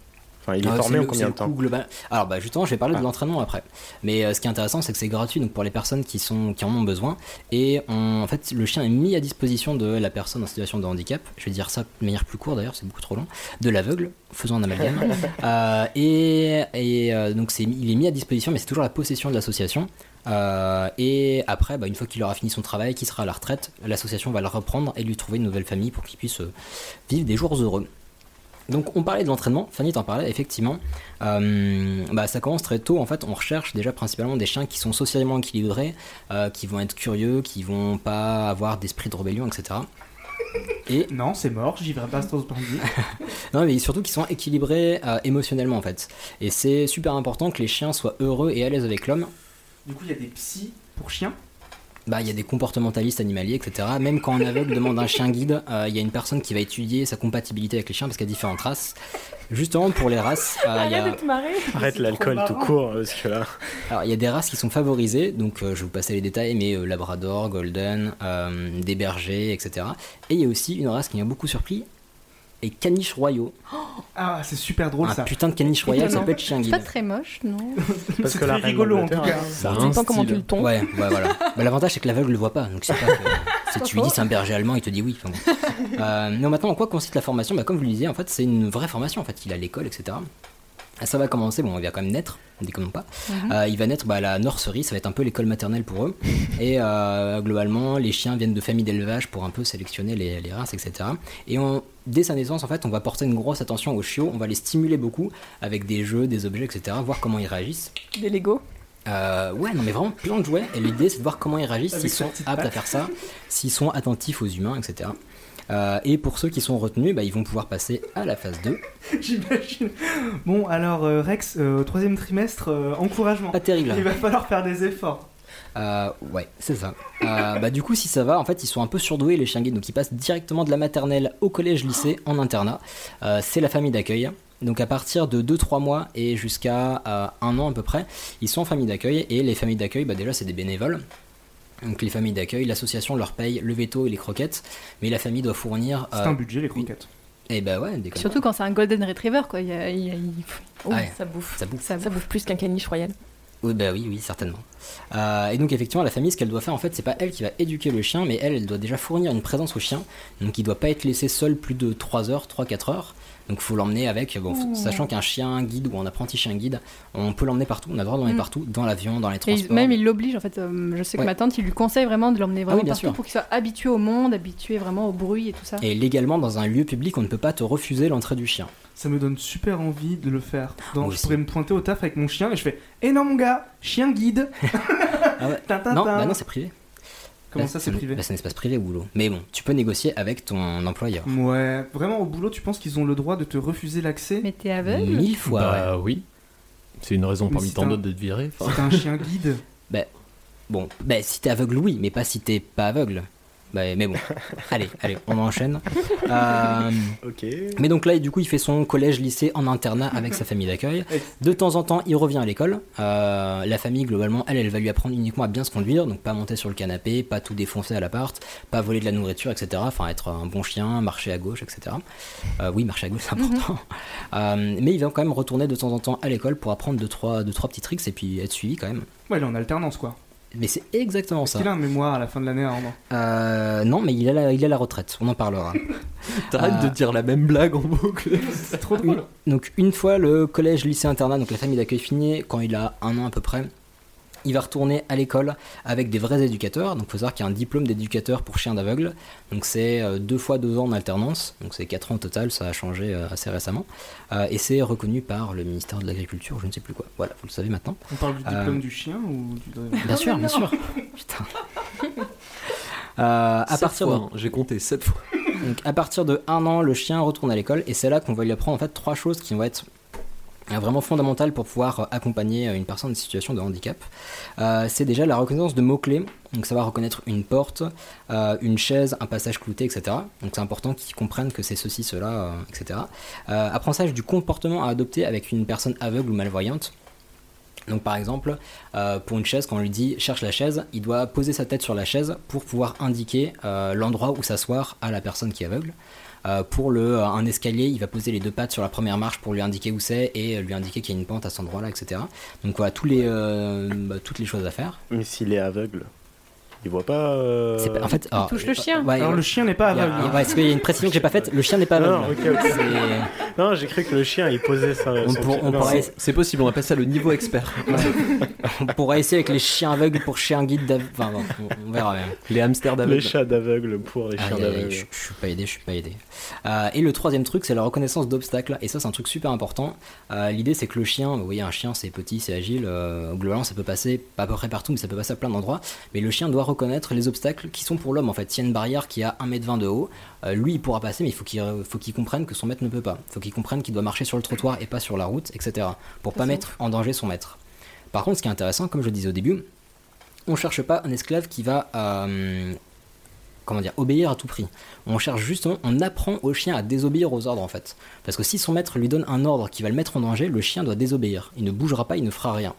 [SPEAKER 1] Enfin, il est
[SPEAKER 4] Ah, c'est
[SPEAKER 1] formé en
[SPEAKER 4] le- c'est
[SPEAKER 1] combien
[SPEAKER 4] le
[SPEAKER 1] de temps
[SPEAKER 4] coût global. Alors bah justement, je vais parler
[SPEAKER 1] Ah.
[SPEAKER 4] de l'entraînement après. Mais euh, ce qui est intéressant, c'est que c'est gratuit donc pour les personnes qui sont qui en ont besoin et on- en fait le chien est mis à disposition de la personne en situation de handicap. Je vais dire ça de manière plus courte d'ailleurs, c'est beaucoup trop long. De l'aveugle, faisant un amalgame.
[SPEAKER 1] <laughs>
[SPEAKER 4] Euh, et et, euh, donc c'est il est mis à disposition, mais c'est toujours la possession de l'association. Euh, et après, bah, une fois qu'il aura fini son travail, qu'il sera à la retraite, l'association va le reprendre et lui trouver une nouvelle famille pour qu'il puisse euh, vivre des jours heureux. Donc on parlait de l'entraînement, Fanny t'en parlait effectivement. Euh, bah, ça commence très tôt en fait, on recherche déjà principalement des chiens qui sont socialement équilibrés, euh, qui vont être curieux, qui vont pas avoir d'esprit de rébellion, etc. Et
[SPEAKER 2] Non, c'est mort, j'y vais pas, c'est trop bandit.
[SPEAKER 4] non, mais surtout qu'ils sont équilibrés euh, émotionnellement en fait. Et c'est super important que les chiens soient heureux et à l'aise avec l'homme.
[SPEAKER 2] Du coup, il y a des psys pour chiens.
[SPEAKER 4] Bah, il y a des comportementalistes animaliers, etc. Même quand un aveugle demande un chien guide, euh, il y a une personne qui va étudier sa compatibilité avec les chiens parce qu'il y a différentes races. Justement pour les races, euh,
[SPEAKER 10] Ah,
[SPEAKER 4] il y a...
[SPEAKER 9] Arrête de te marrer.
[SPEAKER 1] Arrête l'alcool tout court, parce que là.
[SPEAKER 4] Alors, il y a des races qui sont favorisées, donc euh, je vais vous passer les détails, mais euh, Labrador, Golden, euh, des bergers, etc. Et il y a aussi une race qui m'a beaucoup surpris, et caniche royaux.
[SPEAKER 2] Ah, c'est super drôle
[SPEAKER 4] Un
[SPEAKER 2] ça.
[SPEAKER 4] putain de caniche royal, ça
[SPEAKER 9] Étonnant.
[SPEAKER 4] peut être chien
[SPEAKER 10] C'est
[SPEAKER 4] guide.
[SPEAKER 10] pas très moche, non
[SPEAKER 1] Parce
[SPEAKER 2] C'est
[SPEAKER 1] que la
[SPEAKER 2] très
[SPEAKER 1] reine
[SPEAKER 2] rigolo en tout
[SPEAKER 1] d'Angleterre,
[SPEAKER 2] cas.
[SPEAKER 3] Ça
[SPEAKER 9] Ça dépend comment tu le tombes.
[SPEAKER 4] Ouais, ouais, voilà. Bah, L'avantage, c'est que l'aveugle le voit pas. Donc, c'est pas que- si tu lui dis c'est un berger allemand, il te dit oui. Enfin, bon. Euh, non, maintenant, en quoi consiste la formation bah, Comme je le disais, en fait, c'est une vraie formation. En fait, il est à l'école, etc. Ça va commencer, bon, il va quand même naître, ne déconnons pas. Euh, il va naître bah, à la nurserie, ça va être un peu l'école maternelle pour eux. Et euh, globalement, les chiens viennent de familles d'élevage pour un peu sélectionner les, les races, etc. Et on, dès sa naissance, en fait, on va porter une grosse attention aux chiots, on va les stimuler beaucoup avec des jeux, des objets, etc., voir comment ils réagissent.
[SPEAKER 9] Des Lego.
[SPEAKER 4] Euh, ouais, non, mais vraiment plein de jouets. Et l'idée, c'est de voir comment ils réagissent, s'ils
[SPEAKER 2] Avec leur
[SPEAKER 4] sont
[SPEAKER 2] Ah, petite
[SPEAKER 4] aptes à
[SPEAKER 2] patte.
[SPEAKER 4] faire ça, s'ils sont attentifs aux humains, etc. Euh, et pour ceux qui sont retenus, bah, ils vont pouvoir passer à la phase 2.
[SPEAKER 2] <laughs> J'imagine. Bon, alors euh, Rex, euh, troisième trimestre, euh, encouragement.
[SPEAKER 4] Pas terrible.
[SPEAKER 2] Il va falloir faire des efforts.
[SPEAKER 4] Euh, ouais, c'est ça. Euh, bah, du coup, si ça va, en fait, ils sont un peu surdoués, les chiens guides. Donc, ils passent directement de la maternelle au collège-lycée en internat. Euh, c'est la famille d'accueil. Donc, à partir de 2-3 mois et jusqu'à euh, un an à peu près, ils sont en famille d'accueil. Et les familles d'accueil, bah, déjà, c'est des bénévoles. Donc, les familles d'accueil, l'association leur paye le veto et les croquettes. Mais la famille doit fournir.
[SPEAKER 2] C'est un budget, les croquettes.
[SPEAKER 4] Et bah ouais, des
[SPEAKER 10] Surtout quand c'est un golden retriever, quoi. Il y a- il y a- il-
[SPEAKER 9] Oh,
[SPEAKER 4] Ouais.
[SPEAKER 9] ça bouffe.
[SPEAKER 4] Ça bouffe.
[SPEAKER 9] Ça, bouffe plus qu'un caniche royal.
[SPEAKER 4] Oui, bah oui, oui, certainement. Euh, et donc effectivement, la famille, ce qu'elle doit faire, en fait, c'est pas elle qui va éduquer le chien, mais elle, elle doit déjà fournir une présence au chien. Donc il doit pas être laissé seul plus de 3 heures, 3-4 heures. Donc faut l'emmener avec, bon,
[SPEAKER 10] Oh.
[SPEAKER 4] f- sachant qu'un chien guide ou un apprenti chien guide, on peut l'emmener partout, on a le droit de l'emmener
[SPEAKER 10] Mm.
[SPEAKER 4] partout, dans l'avion, dans les
[SPEAKER 10] Et il-
[SPEAKER 4] transports.
[SPEAKER 10] même il l'oblige, en fait. euh, je sais que
[SPEAKER 4] Ouais. Ah
[SPEAKER 10] ma tante, il lui conseille vraiment de l'emmener vraiment
[SPEAKER 4] bien
[SPEAKER 10] partout
[SPEAKER 4] sûr.
[SPEAKER 10] pour qu'il soit habitué au monde, habitué vraiment au bruit et tout ça.
[SPEAKER 4] Et légalement, dans un lieu public, on ne peut pas te refuser l'entrée du chien.
[SPEAKER 2] Ça me donne super envie de le faire. Dans-
[SPEAKER 4] Ah, Moi
[SPEAKER 2] je
[SPEAKER 4] aussi.
[SPEAKER 2] pourrais me pointer au taf avec mon chien et je fais Eh non, mon gars, chien guide
[SPEAKER 4] <laughs> Ah
[SPEAKER 2] <laughs>
[SPEAKER 4] ouais.
[SPEAKER 2] Tintin,
[SPEAKER 4] Non,
[SPEAKER 2] tintin.
[SPEAKER 4] bah non, c'est privé.
[SPEAKER 2] Comment
[SPEAKER 4] Là,
[SPEAKER 2] ça, c'est privé
[SPEAKER 4] Là, c'est bah, un espace privé au boulot. Mais bon, tu peux négocier avec ton employeur.
[SPEAKER 2] Ouais, vraiment, au boulot, tu penses qu'ils ont le droit de te refuser l'accès
[SPEAKER 10] Mais t'es aveugle
[SPEAKER 4] Mille fois, ouais.
[SPEAKER 3] Bah oui. C'est une raison
[SPEAKER 2] Mais
[SPEAKER 3] parmi
[SPEAKER 2] c'est
[SPEAKER 3] tant
[SPEAKER 2] un-
[SPEAKER 3] d'autres d'être viré. enfin.
[SPEAKER 2] C'est un chien guide.
[SPEAKER 4] Bon, bah si t'es aveugle, oui, mais pas si t'es pas aveugle. Bah, mais bon, allez, allez, on enchaîne. Euh,
[SPEAKER 1] Ok.
[SPEAKER 4] mais donc là, du coup, il fait son collège-lycée en internat avec sa famille d'accueil.
[SPEAKER 2] Et-
[SPEAKER 4] De temps en temps, il revient à l'école. Euh, la famille, globalement, elle, elle va lui apprendre uniquement à bien se conduire, donc pas monter sur le canapé, pas tout défoncer à l'appart, pas voler de la nourriture, etc. Enfin, être un bon chien, marcher à gauche, etc. Euh, oui, marcher à gauche, c'est important. Euh, mais il va quand même retourner de temps en temps à l'école pour apprendre deux trois, deux, trois petits tricks et puis être suivi quand même.
[SPEAKER 2] Ouais, il est en alternance, quoi.
[SPEAKER 4] Mais c'est exactement ça.
[SPEAKER 2] Il a un mémoire à la fin de l'année à rendre.
[SPEAKER 4] Euh, non, mais il a, la, il a la retraite, on en parlera.
[SPEAKER 3] T'arrêtes
[SPEAKER 4] Euh,
[SPEAKER 3] de dire la même blague en boucle.
[SPEAKER 2] C'est trop drôle.
[SPEAKER 4] Donc, une fois le collège, lycée, internat, donc la famille d'accueil finie, quand il a un an à peu près, il va retourner à l'école avec des vrais éducateurs. Donc, il faut savoir qu'il y a un diplôme d'éducateur pour chien d'aveugle. Donc, c'est euh, deux fois deux ans en alternance. Donc, c'est quatre ans au total. Ça a changé euh, assez récemment. Euh, et c'est reconnu par le ministère de l'Agriculture, je ne sais plus quoi. Voilà, vous le savez maintenant.
[SPEAKER 2] On parle du
[SPEAKER 4] Euh,
[SPEAKER 2] diplôme du chien ou du.
[SPEAKER 4] <laughs>
[SPEAKER 3] <laughs> Oh
[SPEAKER 4] Bien sûr, bien sûr. Putain. Euh, à
[SPEAKER 3] Sept
[SPEAKER 4] partir
[SPEAKER 3] fois,
[SPEAKER 4] de
[SPEAKER 3] hein, j'ai compté 7 fois.
[SPEAKER 4] donc à partir de un an, le chien retourne à l'école et c'est là qu'on va lui apprendre en fait trois choses qui vont être euh, vraiment fondamentales pour pouvoir euh, accompagner euh, une personne en situation de handicap. Euh, c'est déjà la reconnaissance de mots-clés, donc ça va reconnaître une porte, euh, une chaise, un passage clouté, etc. Donc c'est important qu'ils comprennent que c'est ceci, cela, euh, etc. Euh, apprentissage du comportement à adopter avec une personne aveugle ou malvoyante. Donc par exemple, euh, pour une chaise, quand on lui dit cherche la chaise, il doit poser sa tête sur la chaise pour pouvoir indiquer euh, l'endroit où s'asseoir à la personne qui est aveugle. Euh, pour le, euh, un escalier, il va poser les deux pattes sur la première marche pour lui indiquer où c'est et euh, lui indiquer qu'il y a une pente à cet endroit-là, etc. Donc voilà, tous les, euh, bah, toutes les choses à faire.
[SPEAKER 1] Mais s'il est aveugle, il voit pas. euh,
[SPEAKER 4] C'est pas- en fait, alors,
[SPEAKER 10] touche le chien.
[SPEAKER 4] ouais,
[SPEAKER 2] Alors
[SPEAKER 4] ouais.
[SPEAKER 2] le chien n'est pas
[SPEAKER 4] Ah, Il y a-
[SPEAKER 2] aveugle. hein.
[SPEAKER 4] ouais, parce qu'il y a une précision que j'ai pas faite, le chien n'est pas
[SPEAKER 1] Non,
[SPEAKER 4] aveugle.
[SPEAKER 1] ok, ok.
[SPEAKER 4] C'est-
[SPEAKER 1] Non, j'ai cru que le chien il posait sa.
[SPEAKER 4] On
[SPEAKER 1] son
[SPEAKER 4] pour-
[SPEAKER 1] pied-
[SPEAKER 4] on
[SPEAKER 1] non,
[SPEAKER 4] pourrait-
[SPEAKER 1] c'est-
[SPEAKER 3] Ah, C'est possible, on appelle ça le niveau expert.
[SPEAKER 4] on pourra essayer avec les chiens aveugles pour chiens guides d'aveugle. Enfin, bon, on- on verra. ouais.
[SPEAKER 3] Les hamsters
[SPEAKER 1] les
[SPEAKER 3] d'aveugle.
[SPEAKER 1] chats d'aveugle pour les
[SPEAKER 4] Aïe,
[SPEAKER 1] chiens
[SPEAKER 4] aïe, aïe,
[SPEAKER 1] d'aveugle.
[SPEAKER 4] Ah, Je je suis pas aidé, je suis pas aidé. Euh, et le troisième truc, c'est la reconnaissance d'obstacles. Et ça, c'est un truc super important. Euh, L'idée, c'est que le chien, vous voyez, un chien, c'est petit, c'est agile. euh, globalement, ça peut passer pas à peu près partout, mais ça peut passer à plein d'endroits. Mais le chien doit reconnaître les obstacles qui sont pour l'homme. En fait, s'il y a une barrière qui a 1m20 de haut, euh, lui, il pourra passer, mais il faut qu'il euh, faut qu'il comprenne que son maître ne peut pas. Il faut qu'il comprenne qu'il doit marcher sur le trottoir et pas sur la route, etc. Pour pas mettre en danger son maître. Par contre, ce qui est intéressant, comme je le disais au début, on cherche pas un esclave qui va euh, comment dire, obéir à tout prix. On cherche justement, on apprend au chien à désobéir aux ordres en fait. Parce que si son maître lui donne un ordre qui va le mettre en danger, le chien doit désobéir. Il ne bougera pas, il ne fera rien.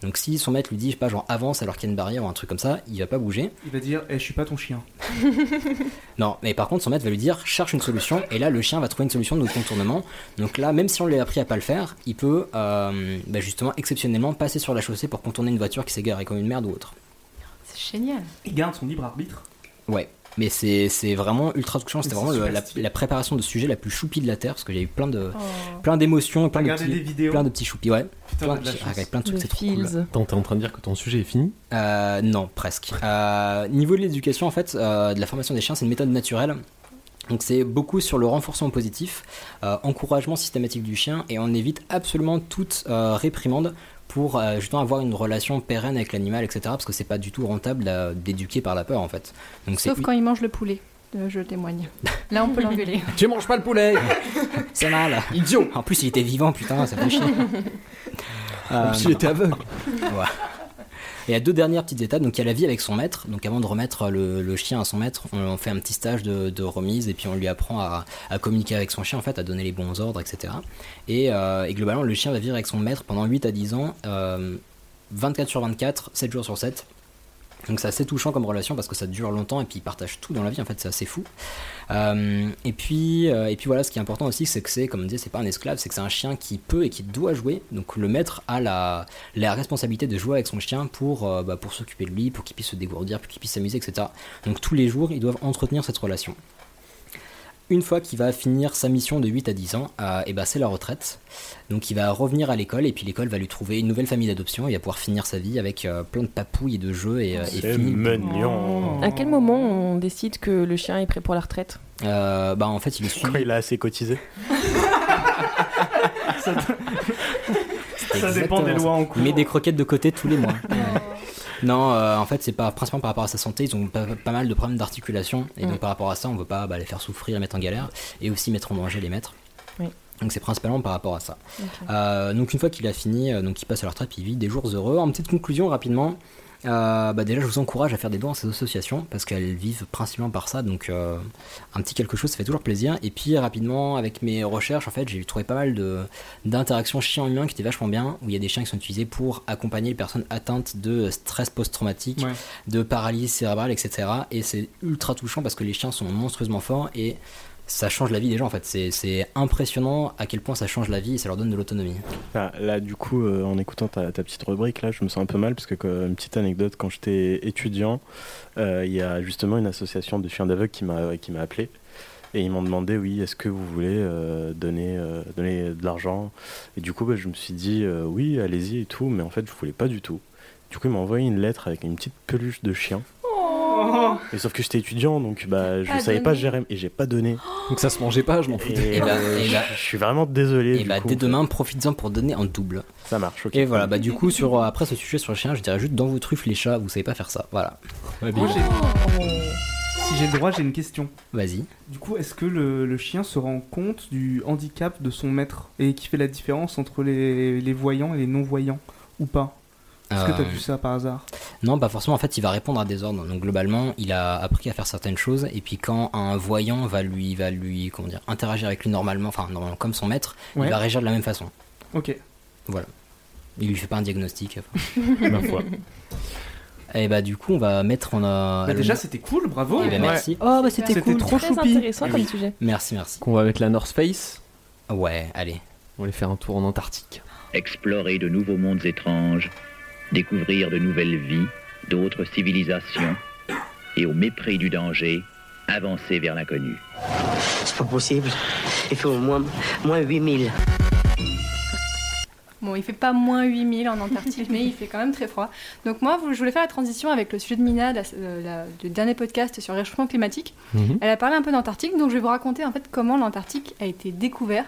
[SPEAKER 4] Donc si son maître lui dit, je sais pas, genre avance alors qu'il y a une barrière ou un truc comme ça, il va pas bouger.
[SPEAKER 2] Il va dire, eh, je suis pas ton chien.
[SPEAKER 4] Non, mais par contre, son maître va lui dire cherche une solution, et là, le chien va trouver une solution de contournement. Donc là, même si on lui a appris à pas le faire, il peut euh, bah, justement exceptionnellement passer sur la chaussée pour contourner une voiture qui s'est garée comme une merde ou autre.
[SPEAKER 10] C'est génial.
[SPEAKER 2] Il garde son libre arbitre.
[SPEAKER 4] Ouais. Mais c'est c'est vraiment ultra touchant. C'était
[SPEAKER 2] Mais c'est
[SPEAKER 4] vraiment le-
[SPEAKER 2] super
[SPEAKER 4] la,
[SPEAKER 2] stylé.
[SPEAKER 4] la préparation de ce sujet la plus choupie de la Terre, parce que j'ai eu plein de
[SPEAKER 10] Oh.
[SPEAKER 4] plein d'émotions, plein, de
[SPEAKER 2] Regardez des
[SPEAKER 4] petits-
[SPEAKER 2] vidéos.
[SPEAKER 4] plein de petits choupis. Ouais,
[SPEAKER 2] Putain,
[SPEAKER 4] plein
[SPEAKER 2] t'as de la
[SPEAKER 4] petits- ah,
[SPEAKER 2] chance.
[SPEAKER 4] avec plein de trucs,
[SPEAKER 9] Le
[SPEAKER 4] c'est trop cool.
[SPEAKER 9] feels.
[SPEAKER 3] Attends, t'es en train de dire que ton sujet est fini
[SPEAKER 4] Euh, non, presque. Euh, niveau de l'éducation, en fait, euh, de la formation des chiens, c'est une méthode naturelle. Donc c'est beaucoup sur le renforcement positif, euh, encouragement systématique du chien, et on évite absolument toute euh, réprimande pour euh, justement avoir une relation pérenne avec l'animal, etc. Parce que c'est pas du tout rentable euh, d'éduquer par la peur, en fait. Donc c'est
[SPEAKER 10] Sauf quand il mange le poulet. Euh, je témoigne. Là, on peut l'engueuler.
[SPEAKER 3] Tu manges pas le poulet
[SPEAKER 4] c'est mal.
[SPEAKER 3] Idiot
[SPEAKER 4] En plus, il était vivant, putain, ça fait chier. Euh,
[SPEAKER 3] S'il était aveugle.
[SPEAKER 4] Et il y a deux dernières petites étapes. Donc il y a la vie avec son maître. Donc avant de remettre le, le chien à son maître, on, on fait un petit stage de, de remise et puis on lui apprend à, à communiquer avec son chien, en fait, à donner les bons ordres, etc. Et, euh, et globalement, le chien va vivre avec son maître pendant 8 à 10 ans, euh, 24 sur 24, 7 jours sur 7. Donc c'est assez touchant comme relation parce que ça dure longtemps et puis ils partagent tout dans la vie en fait c'est assez fou. Euh, et puis euh, et puis voilà ce qui est important aussi c'est que c'est comme on disait c'est pas un esclave c'est que c'est un chien qui peut et qui doit jouer donc le maître a la, la responsabilité de jouer avec son chien pour, euh, bah, pour s'occuper de lui, pour qu'il puisse se dégourdir, pour qu'il puisse s'amuser, etc. Donc tous les jours, ils doivent entretenir cette relation. Une fois qu'il va finir sa mission de 8 à 10 ans, et ben c'est la retraite. Donc il va revenir à l'école et puis l'école va lui trouver une nouvelle famille d'adoption. Il va pouvoir finir sa vie avec euh, plein de papouilles et de jeux et, euh, et
[SPEAKER 1] C'est
[SPEAKER 4] fini.
[SPEAKER 2] Oh.
[SPEAKER 1] mignon.
[SPEAKER 9] À quel moment on décide que le chien est prêt pour la retraite
[SPEAKER 4] Euh, bah en fait il est suivi.
[SPEAKER 1] Quand il a assez cotisé.
[SPEAKER 2] Ça dépend des
[SPEAKER 4] Exactement
[SPEAKER 2] lois en cours.
[SPEAKER 4] Il met des croquettes de côté tous les
[SPEAKER 9] <laughs>
[SPEAKER 4] mois. non, euh, en fait, c'est pas principalement par rapport à sa santé. Ils ont pas, pas mal de problèmes d'articulation. Et
[SPEAKER 9] Mm.
[SPEAKER 4] donc, par rapport à ça, on veut pas bah, les faire souffrir, les mettre en galère. Et aussi mettre en danger les maîtres.
[SPEAKER 9] Oui.
[SPEAKER 4] Donc, c'est principalement par rapport à ça.
[SPEAKER 9] Ok.
[SPEAKER 4] Euh, donc, une fois qu'il a fini, euh, donc il passe à la retraite, puis il vit des jours heureux. En petite conclusion, rapidement. euh, bah, déjà, je vous encourage à faire des dons à ces associations parce qu'elles vivent principalement par ça. Donc, euh, un petit quelque chose, ça fait toujours plaisir. Et puis, rapidement, avec mes recherches, en fait, j'ai trouvé pas mal de, d'interaction chien-humain qui était vachement bien, où il y a des chiens qui sont utilisés pour accompagner les personnes atteintes de stress post-traumatique,
[SPEAKER 2] Ouais.
[SPEAKER 4] de paralysie cérébrale, etc. Et c'est ultra touchant parce que les chiens sont monstrueusement forts et ça change la vie des gens en fait. C'est- C'est impressionnant à quel point ça change la vie et ça leur donne de l'autonomie.
[SPEAKER 1] Ah, là, du coup, euh, en écoutant ta, ta petite rubrique, là, je me sens un peu mal parce que, quoi, une petite anecdote, quand j'étais étudiant, euh, il y a justement une association de chiens d'aveugles qui m'a qui m'a appelé et ils m'ont demandé, oui, est-ce que vous voulez euh, donner euh, donner de l'argent Et du coup, bah, je me suis dit, euh, oui, allez-y et tout, mais en fait, je voulais pas du tout. Du coup, il m'a envoyé une lettre avec une petite peluche de chien.
[SPEAKER 10] Oh.
[SPEAKER 1] Et sauf que j'étais étudiant, donc bah, je
[SPEAKER 10] Pas
[SPEAKER 1] savais
[SPEAKER 10] donné.
[SPEAKER 1] pas gérer et j'ai pas donné.
[SPEAKER 4] Oh,
[SPEAKER 3] Donc ça se mangeait pas, je m'en
[SPEAKER 1] foutais.
[SPEAKER 4] Et bah, et
[SPEAKER 1] je,
[SPEAKER 4] bah-
[SPEAKER 1] je suis vraiment désolé.
[SPEAKER 4] Et
[SPEAKER 1] du
[SPEAKER 4] bah
[SPEAKER 1] coup,
[SPEAKER 4] dès
[SPEAKER 1] en fait.
[SPEAKER 4] demain, profites-en pour donner en double.
[SPEAKER 1] Ça marche, ok.
[SPEAKER 4] Et voilà, bah du coup, sur, euh, après ce sujet sur le chien, je dirais juste dans vos truffes, les chats, vous savez pas faire ça. Voilà.
[SPEAKER 2] Si j'ai le droit, j'ai une question.
[SPEAKER 4] Vas-y.
[SPEAKER 2] Du coup, est-ce que le, le chien se rend compte du handicap de son maître et qui fait la différence entre les, les voyants et les non-voyants ou pas Est-ce que
[SPEAKER 4] Euh,
[SPEAKER 2] t'as vu ça par hasard
[SPEAKER 4] Non, bah forcément, en fait, il va répondre à des ordres. Donc globalement, il a appris à faire certaines choses. Et puis quand un voyant va lui, va lui, comment dire, interagir avec lui normalement, enfin normalement comme son maître,
[SPEAKER 2] Ouais.
[SPEAKER 4] il va réagir de la même façon.
[SPEAKER 2] Ok.
[SPEAKER 4] Voilà. Il lui fait pas un diagnostic.
[SPEAKER 1] Ma foi.
[SPEAKER 4] Et bah du coup, on va mettre en. euh,
[SPEAKER 2] Bah, déjà,
[SPEAKER 4] le-
[SPEAKER 2] c'était cool, bravo.
[SPEAKER 4] Eh ben, merci. Oh, bah, c'était
[SPEAKER 2] C'était
[SPEAKER 4] cool.
[SPEAKER 2] trop
[SPEAKER 9] Très
[SPEAKER 2] choupi.
[SPEAKER 9] intéressant comme sujet.
[SPEAKER 4] Merci, merci.
[SPEAKER 3] Qu'on va mettre la North Face.
[SPEAKER 4] Ouais, allez.
[SPEAKER 3] On va aller faire un tour en Antarctique.
[SPEAKER 12] Explorer de nouveaux mondes étranges, découvrir de nouvelles vies, d'autres civilisations, et au mépris du danger, avancer vers l'inconnu.
[SPEAKER 5] C'est pas possible. Il fait au moins, moins 8000.
[SPEAKER 10] Bon, il fait pas moins 8000 en Antarctique, mais il fait quand même très froid. Donc moi, vous- je voulais faire la transition avec le sujet de Mina, la- euh, la- le dernier podcast sur le réchauffement climatique.
[SPEAKER 3] Mhm.
[SPEAKER 10] Elle a parlé un peu d'Antarctique, donc je vais vous raconter en fait comment l'Antarctique a été découvert,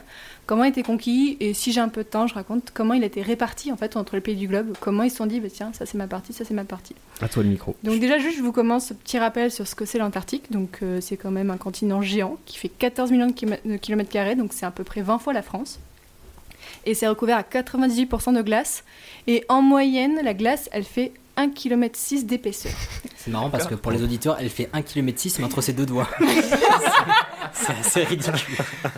[SPEAKER 10] comment il a été conquis, et si j'ai un peu de temps, je raconte comment il a été réparti en fait entre les pays du globe, comment ils se sont dit, bah, tiens, ça c'est ma partie, ça c'est ma partie.
[SPEAKER 3] À toi le micro.
[SPEAKER 10] Donc déjà juste je vous commence ce petit rappel sur ce que c'est l'Antarctique. Donc euh, c'est quand même un continent géant qui fait 14 millions de kilom- de kilomètres carrés, donc c'est à peu près 20 fois la France. Et c'est recouvert à 98% de glace. Et en moyenne, la glace, elle fait 1,6 km d'épaisseur.
[SPEAKER 4] C'est marrant parce que pour les auditeurs, elle fait 1 km 6 entre ses deux
[SPEAKER 2] <laughs>
[SPEAKER 4] doigts. c'est assez ridicule.
[SPEAKER 2] Ah,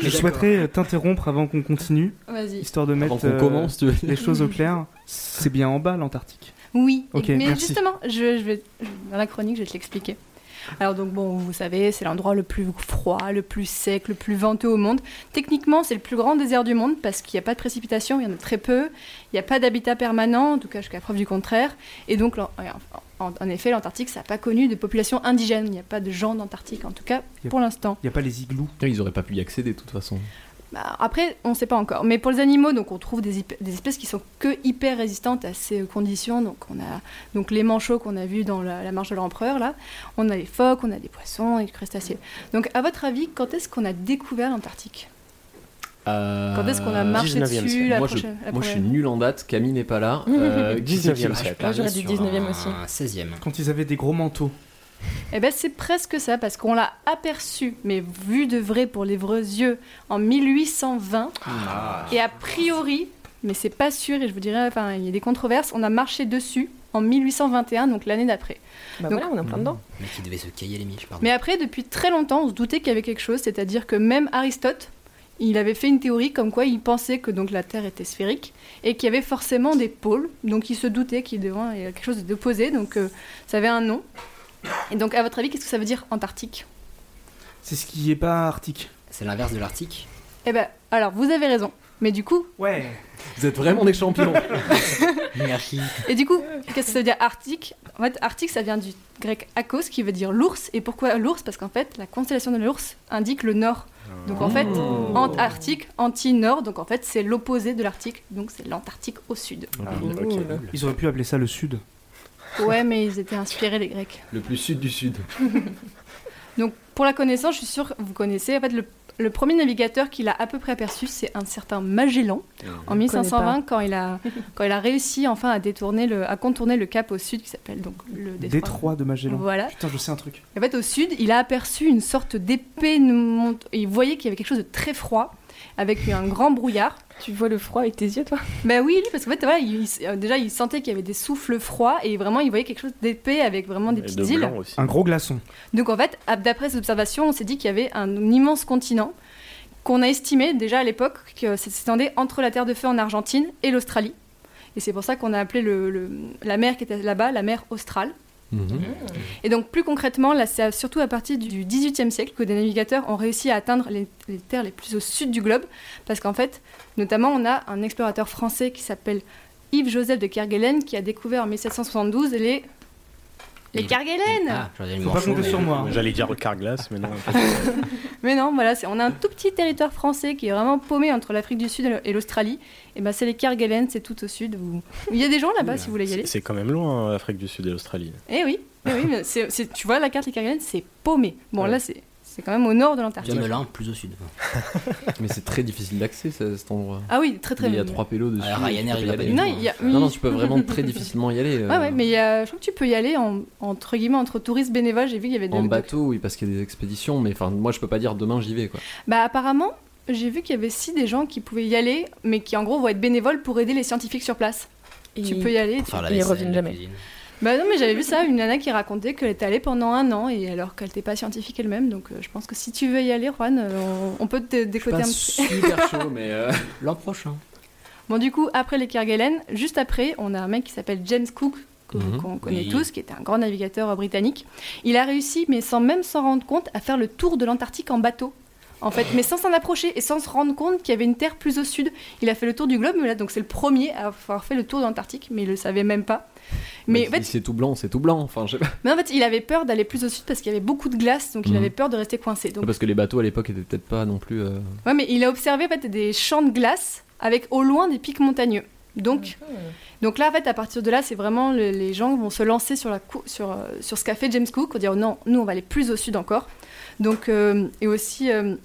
[SPEAKER 2] Je souhaiterais euh, t'interrompre avant qu'on continue,
[SPEAKER 10] Vas-y.
[SPEAKER 2] histoire de mettre euh,
[SPEAKER 3] qu'on
[SPEAKER 10] euh,
[SPEAKER 3] commence, tu veux dire.
[SPEAKER 2] les choses au clair. C'est bien en bas l'Antarctique.
[SPEAKER 10] Oui,
[SPEAKER 2] Ok,
[SPEAKER 10] mais
[SPEAKER 2] merci.
[SPEAKER 10] justement, je, je vais, dans la chronique, je vais te l'expliquer. Alors donc bon, vous savez, c'est l'endroit le plus froid, le plus sec, le plus venteux au monde. Techniquement, c'est le plus grand désert du monde parce qu'il n'y a pas de précipitations, il y en a très peu, il n'y a pas d'habitat permanent, en tout cas jusqu'à preuve du contraire. Et donc, l'an- en, en- en effet, l'Antarctique, ça n'a pas connu de population indigène, il n'y a pas de gens d'Antarctique, en tout cas
[SPEAKER 2] Y a-
[SPEAKER 10] pour l'instant.
[SPEAKER 2] Il n'y a pas les igloos.
[SPEAKER 3] Ils auraient pas pu y accéder de toute façon.
[SPEAKER 10] Bah, après, on ne sait pas encore. Mais pour les animaux, donc on trouve des, hyp- des espèces qui sont que hyper résistantes à ces euh, conditions. Donc on a donc les manchots qu'on a vus dans la, la marche de l'empereur là. On a les phoques, on a les poissons et les crustacés. Donc à votre avis, quand est-ce qu'on a découvert l'Antarctique Quand est-ce qu'on a marché
[SPEAKER 1] 19e
[SPEAKER 10] dessus
[SPEAKER 1] siècle.
[SPEAKER 10] la
[SPEAKER 3] Euh, moi, je,
[SPEAKER 10] prochaine- la
[SPEAKER 3] moi, je suis
[SPEAKER 10] première-
[SPEAKER 3] nul en date, Camille n'est pas là.
[SPEAKER 10] <laughs>
[SPEAKER 3] Euh, qui c'est qui
[SPEAKER 1] 19e
[SPEAKER 3] va-
[SPEAKER 4] Ah,
[SPEAKER 1] siècle.
[SPEAKER 9] Moi, j'aurais dit 19e aussi.
[SPEAKER 4] 16 e
[SPEAKER 2] Quand ils avaient des gros manteaux.
[SPEAKER 10] Eh ben c'est presque ça parce qu'on l'a aperçu, mais vu de vrai pour les vrais yeux en 1820. Et a priori, mais c'est pas sûr et je vous dirais, enfin il y a des controverses. On a marché dessus en 1821, donc l'année d'après.
[SPEAKER 9] Bah
[SPEAKER 10] Donc-
[SPEAKER 9] voilà, on est en plein dedans.
[SPEAKER 4] Mais qui devait se cailler les miches, pardon.
[SPEAKER 10] Mais après, depuis très longtemps, on se doutait qu'il y avait quelque chose, c'est-à-dire que même Aristote, il avait fait une théorie comme quoi il pensait que donc la Terre était sphérique et qu'il y avait forcément des pôles, donc il se doutait qu'il devait il y avait quelque chose d'opposé, donc euh, ça avait un nom. Et donc, à votre avis, qu'est-ce que ça veut dire Antarctique
[SPEAKER 2] C'est ce qui est pas arctique.
[SPEAKER 4] C'est l'inverse de l'Arctique.
[SPEAKER 10] Eh ben, alors vous avez raison. Mais du coup,
[SPEAKER 2] Ouais.
[SPEAKER 3] Vous êtes vraiment des champions.
[SPEAKER 4] Merci.
[SPEAKER 10] et du coup, qu'est-ce que ça veut dire Arctique En fait, Arctique, ça vient du grec akos, qui veut dire l'ours. Et pourquoi l'ours Parce qu'en fait, la constellation de l'ours indique le nord. Donc en fait,
[SPEAKER 2] Oh.
[SPEAKER 10] Antarctique, anti-nord. Donc en fait, c'est l'opposé de l'Arctique. Donc c'est l'Antarctique au sud.
[SPEAKER 3] Ah,
[SPEAKER 1] Ah,
[SPEAKER 2] Ils auraient pu appeler ça le sud.
[SPEAKER 10] Ouais, mais ils étaient inspirés les Grecs.
[SPEAKER 3] <laughs> le plus sud du sud.
[SPEAKER 10] Donc pour la connaissance, je suis sûre que vous connaissez. En fait, le, le premier navigateur qu'il a à peu près aperçu, c'est un certain Magellan
[SPEAKER 2] Oh.
[SPEAKER 10] en 1520 quand il a quand il a réussi enfin à détourner le à contourner le cap au sud qui s'appelle donc le détroit.
[SPEAKER 2] Détroit de Magellan.
[SPEAKER 10] Voilà.
[SPEAKER 2] Putain, je sais un truc.
[SPEAKER 10] En fait, au sud, il a aperçu une sorte d'épée. nous mont- Il voyait qu'il y avait quelque chose de très froid, avec un grand brouillard.
[SPEAKER 9] Tu vois le froid avec tes yeux, toi
[SPEAKER 10] Ben oui, lui, parce qu'en fait, voilà, il- il- euh, déjà, il sentait qu'il y avait des souffles froids et vraiment, il voyait quelque chose d'épais avec vraiment des
[SPEAKER 1] Et
[SPEAKER 10] petites
[SPEAKER 1] de
[SPEAKER 10] îles.
[SPEAKER 1] blanc aussi.
[SPEAKER 2] Un gros glaçon.
[SPEAKER 10] Donc en fait, à- d'après ces observations, on s'est dit qu'il y avait un immense continent qu'on a estimé déjà à l'époque que ça s'étendait entre la Terre de Feu en Argentine et l'Australie. Et c'est pour ça qu'on a appelé le- le- la mer qui était là-bas la mer australe.
[SPEAKER 3] Mhm.
[SPEAKER 10] Et donc plus concrètement, là, c'est surtout à partir du XVIIIe siècle que des navigateurs ont réussi à atteindre les, les terres les plus au sud du globe, parce qu'en fait, notamment, on a un explorateur français qui s'appelle Yves-Joseph de Kerguelen qui a découvert en 1772 les Les carguélènes
[SPEAKER 4] Ah, j'aurais dit
[SPEAKER 2] Faut pas
[SPEAKER 4] manchot,
[SPEAKER 2] compter
[SPEAKER 4] mais-
[SPEAKER 2] sur
[SPEAKER 10] Ah.
[SPEAKER 2] moi.
[SPEAKER 1] J'allais dire Carglass, mais non.
[SPEAKER 10] Mais non, voilà, c'est- on a un tout petit territoire français qui est vraiment paumé entre l'Afrique du Sud et le- et l'Australie. Et ben c'est les Kerguelen, c'est tout au sud. Où... où Il y a des gens là-bas si vous voulez y aller.
[SPEAKER 1] C'est quand même loin, hein, Afrique du Sud et l'Australie.
[SPEAKER 10] Eh oui, eh oui mais c'est- c'est- tu vois la carte des Kerguelen, c'est paumé. Bon là c'est c'est quand même au nord de l'Antarctique.
[SPEAKER 4] Diamelin, plus au sud.
[SPEAKER 3] Mais c'est très difficile d'accès ça, cet endroit.
[SPEAKER 10] Ah oui, très très
[SPEAKER 3] Il y a
[SPEAKER 10] bien.
[SPEAKER 3] trois pélos dessus.
[SPEAKER 4] Ah, Ryanair,
[SPEAKER 3] tu
[SPEAKER 4] il
[SPEAKER 3] peux
[SPEAKER 4] va pas
[SPEAKER 3] y
[SPEAKER 4] du
[SPEAKER 3] aller.
[SPEAKER 10] tout, Non, hein. il y a-
[SPEAKER 3] Non, non, tu peux
[SPEAKER 10] <laughs>
[SPEAKER 3] vraiment très difficilement y aller. euh,
[SPEAKER 10] Ouais, ouais, mais il y a- je crois que tu peux y aller en, entre guillemets entre touristes bénévoles. J'ai vu qu'il y avait des.
[SPEAKER 3] En
[SPEAKER 10] des-
[SPEAKER 3] bateau, oui, parce qu'il y a des expéditions, mais enfin, moi je peux pas dire demain j'y vais quoi.
[SPEAKER 10] Bah apparemment, j'ai vu qu'il y avait si des gens qui pouvaient y aller, mais qui en gros vont être bénévoles pour aider les scientifiques sur place. Tu peux y aller. tu-
[SPEAKER 4] Faire la
[SPEAKER 9] Ils
[SPEAKER 4] vaisselle,
[SPEAKER 9] reviennent
[SPEAKER 4] la
[SPEAKER 9] jamais.
[SPEAKER 4] cuisine.
[SPEAKER 10] Bah non, mais j'avais vu ça, une nana qui racontait qu'elle était allée pendant un an, et alors qu'elle n'était pas scientifique elle-même, donc euh, je pense que si tu veux y aller, Juan, euh, on, on peut te décoter un
[SPEAKER 3] Pas
[SPEAKER 10] petit...
[SPEAKER 3] super chaud, mais. euh,
[SPEAKER 4] <laughs> L'an prochain.
[SPEAKER 10] Bon, du coup, après les Kerguelen, juste après, on a un mec qui s'appelle James Cook, que-
[SPEAKER 3] Mhm.
[SPEAKER 10] qu'on connaît
[SPEAKER 4] Oui.
[SPEAKER 10] tous, qui était un grand navigateur euh, britannique. Il a réussi, mais sans même s'en rendre compte, à faire le tour de l'Antarctique en bateau. En fait, mais sans s'en approcher et sans se rendre compte qu'il y avait une terre plus au sud. Il a fait le tour du globe, mais là, donc c'est le premier à avoir fait le tour de l'Antarctique, mais il le savait même pas. Mais en
[SPEAKER 3] si
[SPEAKER 10] fait,
[SPEAKER 3] c'est tout blanc, c'est tout blanc. Enfin, je
[SPEAKER 10] <laughs>
[SPEAKER 3] sais pas.
[SPEAKER 10] Mais en fait, il avait peur d'aller plus au sud parce qu'il y avait beaucoup de glace, donc il
[SPEAKER 3] Mhm. Ah
[SPEAKER 10] avait peur de rester coincé. Donc,
[SPEAKER 3] Parce que les bateaux à l'époque étaient peut-être pas non plus. euh,
[SPEAKER 10] ouais, mais il a observé en fait, des champs de glace avec au loin des pics montagneux. Donc, donc là, en fait, à partir de là, c'est vraiment le- les gens vont se lancer sur, la cou- sur, euh, sur ce qu'a fait James Cook, pour dire non, nous, on va aller plus au sud encore. Donc, euh, et aussi, euh,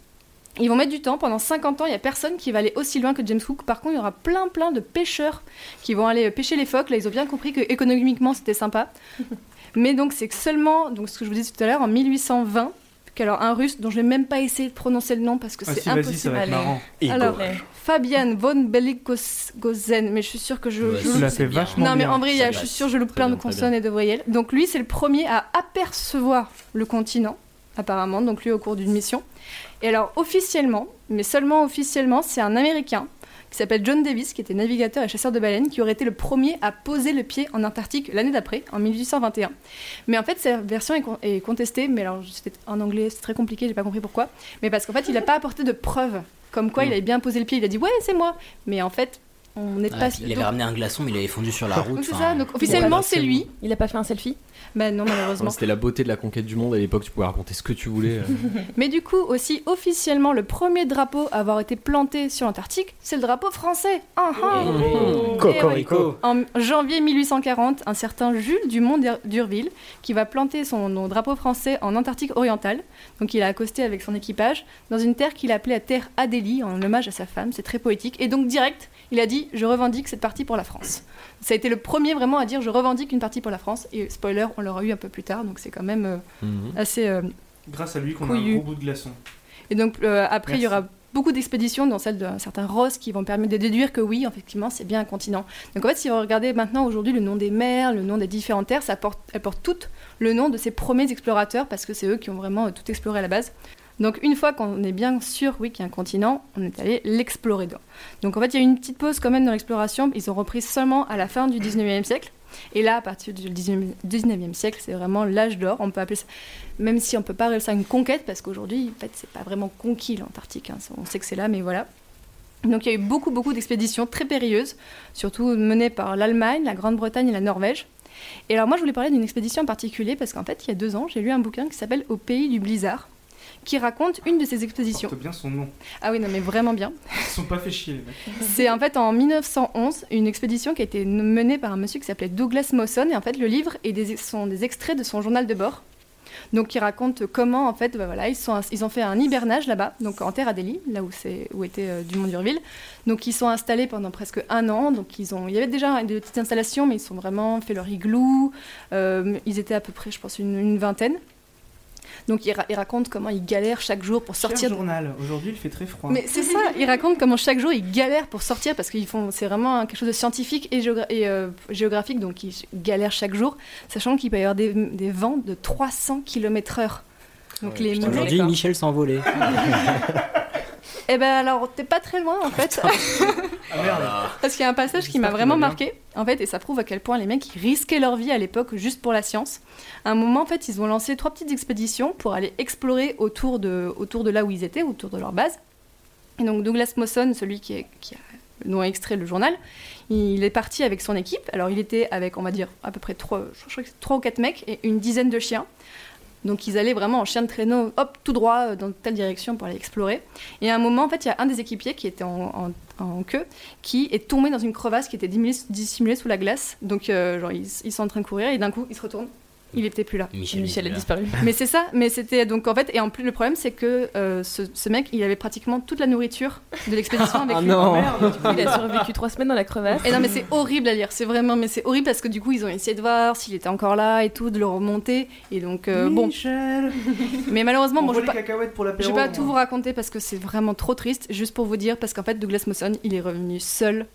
[SPEAKER 10] ils vont mettre du temps. Pendant 50 ans, il n'y a personne qui va aller aussi loin que James Cook. Par contre, il y aura plein, plein de pêcheurs qui vont aller pêcher les phoques. Là, ils ont bien compris que économiquement, c'était sympa. Mais donc, c'est que seulement, donc, ce que je vous disais tout à l'heure, en 1820, qu'alors un russe dont je vais même pas essayer de prononcer le nom parce que
[SPEAKER 2] Ah
[SPEAKER 10] c'est
[SPEAKER 2] si, vas-y, ça
[SPEAKER 10] impossible.
[SPEAKER 2] va être
[SPEAKER 9] Allez.
[SPEAKER 2] marrant.
[SPEAKER 10] Alors, Fabian von Belikosen, mais je suis sûre que je,
[SPEAKER 4] Ouais,
[SPEAKER 10] je
[SPEAKER 2] Tu l'as
[SPEAKER 10] loupe-
[SPEAKER 2] fait vachement
[SPEAKER 10] Non, mais
[SPEAKER 2] bien.
[SPEAKER 10] en vrai, il y a-
[SPEAKER 4] Ça
[SPEAKER 10] je suis
[SPEAKER 4] passe.
[SPEAKER 10] sûre que je loupe
[SPEAKER 1] Très
[SPEAKER 10] plein
[SPEAKER 1] bien,
[SPEAKER 10] de
[SPEAKER 1] très
[SPEAKER 10] consonnes et de voyelles. Donc lui, c'est le premier à apercevoir le continent, apparemment, donc lui au cours d'une mission. Et alors, officiellement, mais seulement officiellement, c'est un Américain qui s'appelle John Davis, qui était navigateur et chasseur de baleines, qui aurait été le premier à poser le pied en Antarctique l'année d'après, en 1821. Mais en fait, cette version est, con- est contestée, mais alors c'était en anglais, c'est très compliqué, j'ai pas compris pourquoi. Mais parce qu'en fait, il n'a pas apporté de preuves. Comme quoi, il avait bien posé le pied, il a dit ouais, c'est moi. Mais en fait, on n'est
[SPEAKER 4] Ah,
[SPEAKER 10] pas.
[SPEAKER 4] puis il avait
[SPEAKER 10] donc-
[SPEAKER 4] ramené un glaçon, mais il avait fondu sur la route.
[SPEAKER 10] donc c'est
[SPEAKER 4] enfin,
[SPEAKER 10] ça, donc officiellement
[SPEAKER 4] ouais,
[SPEAKER 10] c'est lui.
[SPEAKER 9] Il a pas fait un selfie
[SPEAKER 10] Ben non, malheureusement.
[SPEAKER 3] C'était la beauté de la conquête du monde à l'époque, tu pouvais raconter ce que tu voulais. euh.
[SPEAKER 10] <laughs> Mais du coup, aussi officiellement, le premier drapeau à avoir été planté sur l'Antarctique, c'est le drapeau français. Ah, ah.
[SPEAKER 4] Oh.
[SPEAKER 10] eh
[SPEAKER 1] Cocorico.
[SPEAKER 10] En janvier 1840, un certain Jules Dumont d'Ur- d'Urville, qui va planter son son drapeau français en Antarctique orientale, donc il a accosté avec son équipage, dans une terre qu'il appelait la Terre Adélie, en hommage à sa femme, c'est très poétique, et donc direct, il a dit « je revendique cette partie pour la France ». Ça a été le premier vraiment à dire « je revendique une partie pour la France », et spoiler, on l'aura eu un peu plus tard, donc c'est quand même euh,
[SPEAKER 3] Mhm.
[SPEAKER 10] assez... euh,
[SPEAKER 2] Grâce à lui qu'on a un
[SPEAKER 10] Couillu.
[SPEAKER 2] gros bout de glaçon.
[SPEAKER 10] Et donc euh, après, il y
[SPEAKER 2] Merci.
[SPEAKER 10] aura beaucoup d'expéditions, dont celle d'un certain Ross, qui vont permettre de déduire que oui, effectivement, c'est bien un continent. Donc en fait, si vous regardez maintenant aujourd'hui le nom des mers, le nom des différentes terres, ça porte, elles portent toutes le nom de ces premiers explorateurs, parce que c'est eux qui ont vraiment euh, tout exploré à la base. Donc une fois qu'on est bien sûr, oui, qu'il y a un continent, on est allé l'explorer. dedans. Donc en fait, il y a eu une petite pause quand même dans l'exploration. Ils ont repris seulement à la fin du 19e siècle. Et là, à partir du 19e 19e siècle, c'est vraiment l'âge d'or. On peut appeler ça même si on peut pas appeler ça une conquête, parce qu'aujourd'hui, en fait, c'est pas vraiment conquis l'Antarctique. hein. On sait que c'est là, mais voilà. Donc il y a eu beaucoup, beaucoup d'expéditions très périlleuses, surtout menées par l'Allemagne, la Grande-Bretagne et la Norvège. Et alors moi, je voulais parler d'une expédition en particulier, parce qu'en fait, il y a deux ans, j'ai lu un bouquin qui s'appelle Au pays du blizzard, qui raconte une de ces expéditions.
[SPEAKER 2] Porte bien son nom.
[SPEAKER 10] Ah oui, non, mais vraiment bien.
[SPEAKER 2] Ils se sont pas fait chier, les mecs.
[SPEAKER 10] C'est en fait en 1911 une expédition qui a été menée par un monsieur qui s'appelait Douglas Mawson et en fait le livre est des, sont des extraits de son journal de bord. Donc il raconte comment en fait bah, voilà, ils, sont, ils ont fait un hibernage là-bas, donc en Terre Adélie, là où, c'est- où était euh, Dumont d'Urville. Donc ils sont installés pendant presque un an, donc ils ont, il y avait déjà des petites installations mais ils ont vraiment fait leur igloo, Euh, ils étaient à peu près je pense une, une vingtaine. Donc il, ra- il raconte comment ils galèrent chaque jour pour sortir
[SPEAKER 2] Cher
[SPEAKER 10] de-
[SPEAKER 2] journal. Aujourd'hui, il fait très froid.
[SPEAKER 10] mais c'est ça, ils racontent comment chaque jour ils galèrent pour sortir parce qu'ils font, c'est vraiment quelque chose de scientifique et, géogra- et, euh, géographique, donc ils galèrent chaque jour, sachant qu'il peut y avoir des, des vents de 300 km/h. Donc les mecs,
[SPEAKER 4] Aujourd'hui, Michel s'envolait.
[SPEAKER 10] Eh ben alors t'es pas très loin en fait,
[SPEAKER 2] Ah merde.
[SPEAKER 10] parce qu'il y a un passage qui m'a
[SPEAKER 2] J'espère qu'il
[SPEAKER 10] vraiment
[SPEAKER 2] va bien.
[SPEAKER 10] marqué, en fait, et ça prouve à quel point les mecs ils risquaient leur vie à l'époque juste pour la science. À un moment en fait, ils ont lancé trois petites expéditions pour aller explorer autour de, autour de là où ils étaient, autour de leur base. Et donc Douglas Mawson, celui qui, est- qui a dont est extrait le journal. Il est parti avec son équipe. Alors, il était avec, on va dire, à peu près trois, je crois que c'est trois ou quatre mecs et une dizaine de chiens. Donc ils allaient vraiment en chien de traîneau, hop, tout droit dans telle direction pour aller explorer. Et à un moment, en fait, il y a un des équipiers qui était en, en, en queue, qui est tombé dans une crevasse qui était dissimulée, dissimulée sous la glace. Donc euh, genre, ils, ils sont en train de courir et d'un coup, ils se retournent. Il n'était
[SPEAKER 9] <laughs>
[SPEAKER 10] plus là.
[SPEAKER 9] Michel, Michel a disparu.
[SPEAKER 10] Mais c'est ça, mais c'était donc en fait, et en plus le problème c'est que euh, ce, ce, mec il avait pratiquement toute la nourriture de l'expédition
[SPEAKER 9] <laughs>
[SPEAKER 10] avec
[SPEAKER 9] ah
[SPEAKER 10] lui.
[SPEAKER 9] Non. Merde, du coup, il a survécu trois semaines dans la crevasse.
[SPEAKER 10] Et non, mais c'est horrible à lire, c'est vraiment, mais c'est horrible parce que du coup ils ont essayé de voir s'il était encore là et tout, de le remonter, et donc euh, bon.
[SPEAKER 2] Michel
[SPEAKER 10] mais malheureusement,
[SPEAKER 2] On
[SPEAKER 10] bon, je vais
[SPEAKER 2] les
[SPEAKER 10] pas,
[SPEAKER 2] cacahuètes pour l'apéro,
[SPEAKER 10] je vais pas
[SPEAKER 2] moi.
[SPEAKER 10] tout vous raconter parce que c'est vraiment trop triste, juste pour vous dire, parce qu'en fait Douglas Mawson il est revenu seul.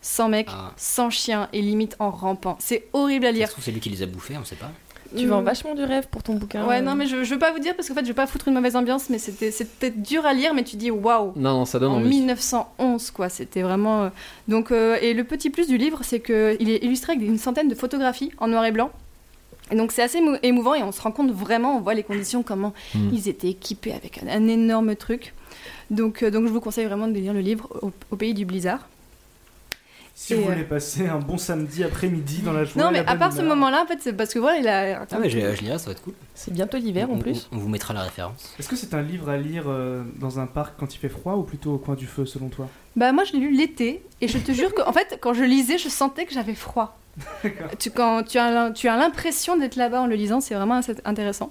[SPEAKER 10] Sans mec, sans chien et limite en rampant. C'est horrible à
[SPEAKER 13] Ça
[SPEAKER 10] lire.
[SPEAKER 13] se trouve, c'est lui qui les a bouffés, on sait pas.
[SPEAKER 10] Ah
[SPEAKER 9] Tu vends vachement du rêve pour ton bouquin.
[SPEAKER 10] Ouais, non, mais je, je veux pas vous dire parce qu'en fait, je veux pas foutre une mauvaise ambiance, mais c'était c'était dur à lire, mais tu dis waouh.
[SPEAKER 3] Non, non, ça donne
[SPEAKER 10] En
[SPEAKER 3] envie.
[SPEAKER 10] 1911, quoi, c'était vraiment. euh, Donc, euh, et le petit plus du livre, c'est que il est illustré avec une centaine de photographies en noir et blanc. Et donc c'est assez émou- émouvant et on se rend compte vraiment, on voit les conditions, comment
[SPEAKER 9] Mm.
[SPEAKER 10] ils étaient équipés avec un, un énorme truc. Donc, euh, donc je vous conseille vraiment de lire le livre au, au pays du blizzard.
[SPEAKER 2] Si
[SPEAKER 10] Et,
[SPEAKER 2] vous
[SPEAKER 10] euh,
[SPEAKER 2] voulez passer un bon samedi après-midi dans la journée.
[SPEAKER 10] non mais
[SPEAKER 2] la
[SPEAKER 10] à
[SPEAKER 2] bonne
[SPEAKER 10] part ce
[SPEAKER 2] humeur.
[SPEAKER 10] moment-là, en fait, c'est parce que voilà, il a...
[SPEAKER 13] Ah, mais je, je lirai, ça va être cool.
[SPEAKER 9] C'est bientôt l'hiver
[SPEAKER 4] Mm,
[SPEAKER 13] On- On, on vous mettra la référence.
[SPEAKER 2] Est-ce que c'est un livre à lire euh, dans un parc quand il fait froid ou plutôt au coin du feu selon toi
[SPEAKER 10] Bah moi je l'ai lu l'été et je te jure qu'en fait quand je lisais je sentais que j'avais froid. tu, quand tu as, l'im- tu as l'impression d'être là-bas en le lisant, c'est vraiment assez intéressant.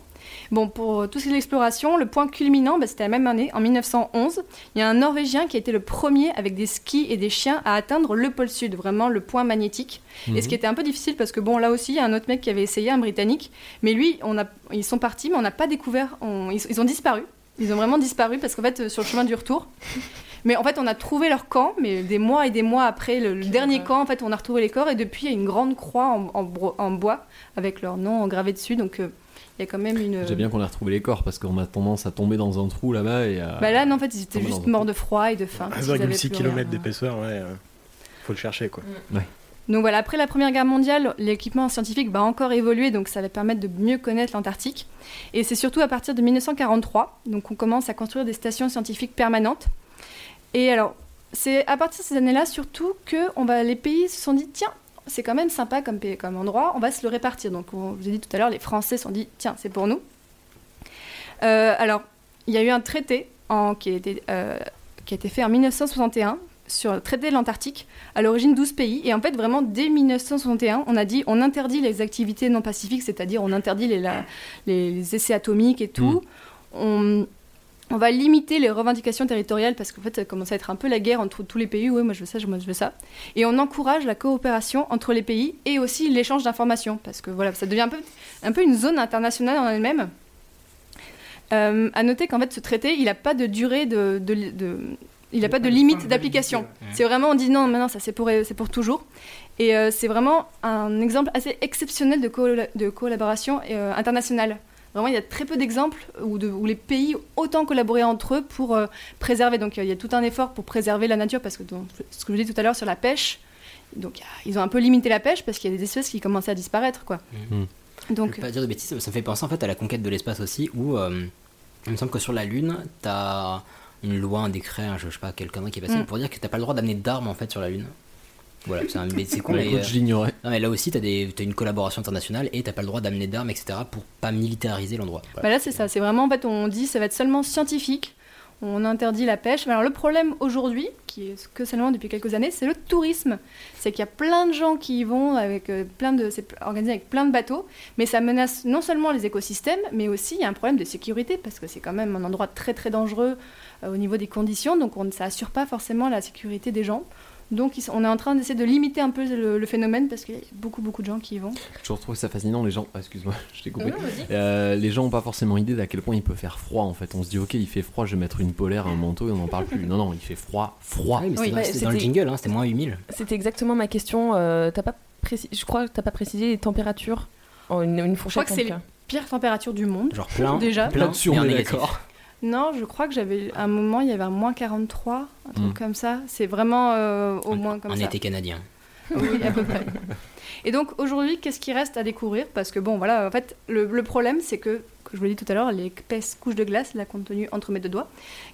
[SPEAKER 10] Bon, pour euh, tout ce qui est de l'exploration, le point culminant, bah, c'était la même année, en 1911. Il y a un Norvégien qui a été le premier avec des skis et des chiens à atteindre le pôle sud, vraiment le point magnétique. Et ce
[SPEAKER 9] Mhm.
[SPEAKER 10] qui était un peu difficile parce que, bon, là aussi, il y a un autre mec qui avait essayé, un Britannique, mais lui, on a, ils sont partis, mais on n'a pas découvert, on- ils, ils ont disparu. Ils ont vraiment disparu parce qu'en fait, euh, sur le chemin du
[SPEAKER 3] <laughs>
[SPEAKER 10] retour, mais en fait, on a trouvé leur camp, mais des mois et des mois après le, le dernier camp, en fait, on a retrouvé les corps. Et depuis, il y a une grande croix en, en bro- en bois avec leur nom gravé dessus. Donc, euh, il y a quand même une.
[SPEAKER 3] J'ai bien qu'on ait retrouvé les corps parce qu'on a tendance à tomber dans un trou là-bas et à.
[SPEAKER 10] Bah là, non, en fait, ils étaient
[SPEAKER 3] tomber dans
[SPEAKER 10] juste
[SPEAKER 3] un-
[SPEAKER 10] morts de froid et de faim.
[SPEAKER 1] Ah,
[SPEAKER 10] parce qu'ils avaient
[SPEAKER 1] 1,6
[SPEAKER 10] plus rien.
[SPEAKER 1] km d'épaisseur, ouais. euh, Faut le chercher, quoi.
[SPEAKER 10] Donc voilà, après la Première Guerre mondiale, l'équipement scientifique va encore évoluer, donc ça va permettre de mieux connaître l'Antarctique. Et c'est surtout à partir de 1943, donc on commence à construire des stations scientifiques permanentes. Et alors, c'est à partir de ces années-là surtout que on va, les pays se sont dit, tiens, c'est quand même sympa comme, pays- comme endroit, on va se le répartir. Donc on, je vous ai dit tout à l'heure, les Français se sont dit, tiens, c'est pour nous. Euh, alors, il y a eu un traité en- qui, a été, euh, qui a été fait en 1961 sur le traité de l'Antarctique, à l'origine 12 pays. Et en fait, vraiment, dès 1961, on a dit on interdit les activités non pacifiques, c'est-à-dire on interdit les, la- les- les essais atomiques et tout. On, on va limiter les revendications territoriales parce qu'en fait, ça commence à être un peu la guerre entre tous les pays. Oui, moi je veux ça, moi je veux ça. Et on encourage la coopération entre les pays et aussi l'échange d'informations parce que voilà, ça devient un peu, un peu une zone internationale en elle-même. Euh, à noter qu'en fait, ce traité, il n'a pas de durée de. de- de- il n'a pas de limite d'application. C'est vraiment, on dit non, maintenant, ça c'est pour, c'est pour toujours. Et euh, c'est vraiment un exemple assez exceptionnel de, colla- de collaboration euh, internationale. Vraiment, il y a très peu d'exemples où, de- où les pays ont autant collaboré entre eux pour euh, préserver. Donc, euh, il y a tout un effort pour préserver la nature, parce que donc, ce que je vous dis tout à l'heure sur la pêche, donc il y a- ils ont un peu limité la pêche parce qu'il y a des espèces qui commençaient à disparaître, quoi. Donc,
[SPEAKER 13] Je vais pas dire de bêtises, ça me fait penser en fait à la conquête de l'espace aussi, où euh, il me semble que sur la Lune, t'as une loi, un décret, un- je sais pas, quelqu'un qui est passé
[SPEAKER 10] Mm.
[SPEAKER 13] pour dire que t'as pas le droit d'amener d'armes en fait sur la Lune. Voilà, c'est un mais c'est con.
[SPEAKER 3] Bah,
[SPEAKER 13] mais,
[SPEAKER 3] écoute,
[SPEAKER 13] euh,
[SPEAKER 3] je l'ignorais.
[SPEAKER 13] Non, mais là aussi, t'as des- t'as une collaboration internationale et t'as pas le droit d'amener d'armes, etc., pour pas militariser l'endroit. Voilà.
[SPEAKER 10] Bah là, c'est ça. C'est vraiment, en fait, on dit ça va être seulement scientifique. On interdit la pêche. Mais alors, le problème aujourd'hui, qui est que seulement depuis quelques années, c'est le tourisme. C'est qu'il y a plein de gens qui y vont avec euh, plein de, c'est organisé avec plein de bateaux, mais ça menace non seulement les écosystèmes, mais aussi il y a un problème de sécurité parce que c'est quand même un endroit très très dangereux euh, au niveau des conditions, donc on, ça assure pas forcément la sécurité des gens. Donc, ils sont- on est en train d'essayer de limiter un peu le, le phénomène parce qu'il y a beaucoup beaucoup de gens qui y vont.
[SPEAKER 3] Je retrouve ça fascinant, les gens. ah, Excuse-moi, <laughs> je t'ai coupé.
[SPEAKER 10] Non, non, vas-y.
[SPEAKER 3] Euh, les gens ont pas forcément idée d'à quel point il peut faire froid en fait. On se dit, ok, il fait froid, je vais mettre une polaire, un manteau et on n'en parle plus. Non, non, il fait froid, froid.
[SPEAKER 13] Ah oui, mais Oui, c'était- bah, c'était dans le c'était- jingle, hein, c'était moins 8000.
[SPEAKER 9] C'était exactement ma question. euh, t'as pas précis... Je crois que t'as pas précisé les températures. en une, une
[SPEAKER 10] Je crois
[SPEAKER 9] fourchette.
[SPEAKER 10] que c'est les
[SPEAKER 9] en tout
[SPEAKER 10] pires températures du monde.
[SPEAKER 13] Genre plein,
[SPEAKER 10] <laughs> déjà.
[SPEAKER 13] plein
[SPEAKER 3] Là-dessus,
[SPEAKER 13] et
[SPEAKER 3] on
[SPEAKER 13] un
[SPEAKER 3] est
[SPEAKER 13] négatif.
[SPEAKER 3] d'accord.
[SPEAKER 10] Non, je crois que j'avais à un moment, il y avait un moins 43, un truc
[SPEAKER 13] Mm.
[SPEAKER 10] comme ça. C'est vraiment euh, au moins comme
[SPEAKER 13] Un
[SPEAKER 10] ça.
[SPEAKER 13] été canadien.
[SPEAKER 10] <laughs> Oui, à peu près. Et donc aujourd'hui, qu'est-ce qui reste à découvrir Parce que bon, voilà, en fait, le, le problème, c'est que je vous l'ai dit tout à l'heure, l'épaisse couche de glace, là, contenue entre mes deux doigts,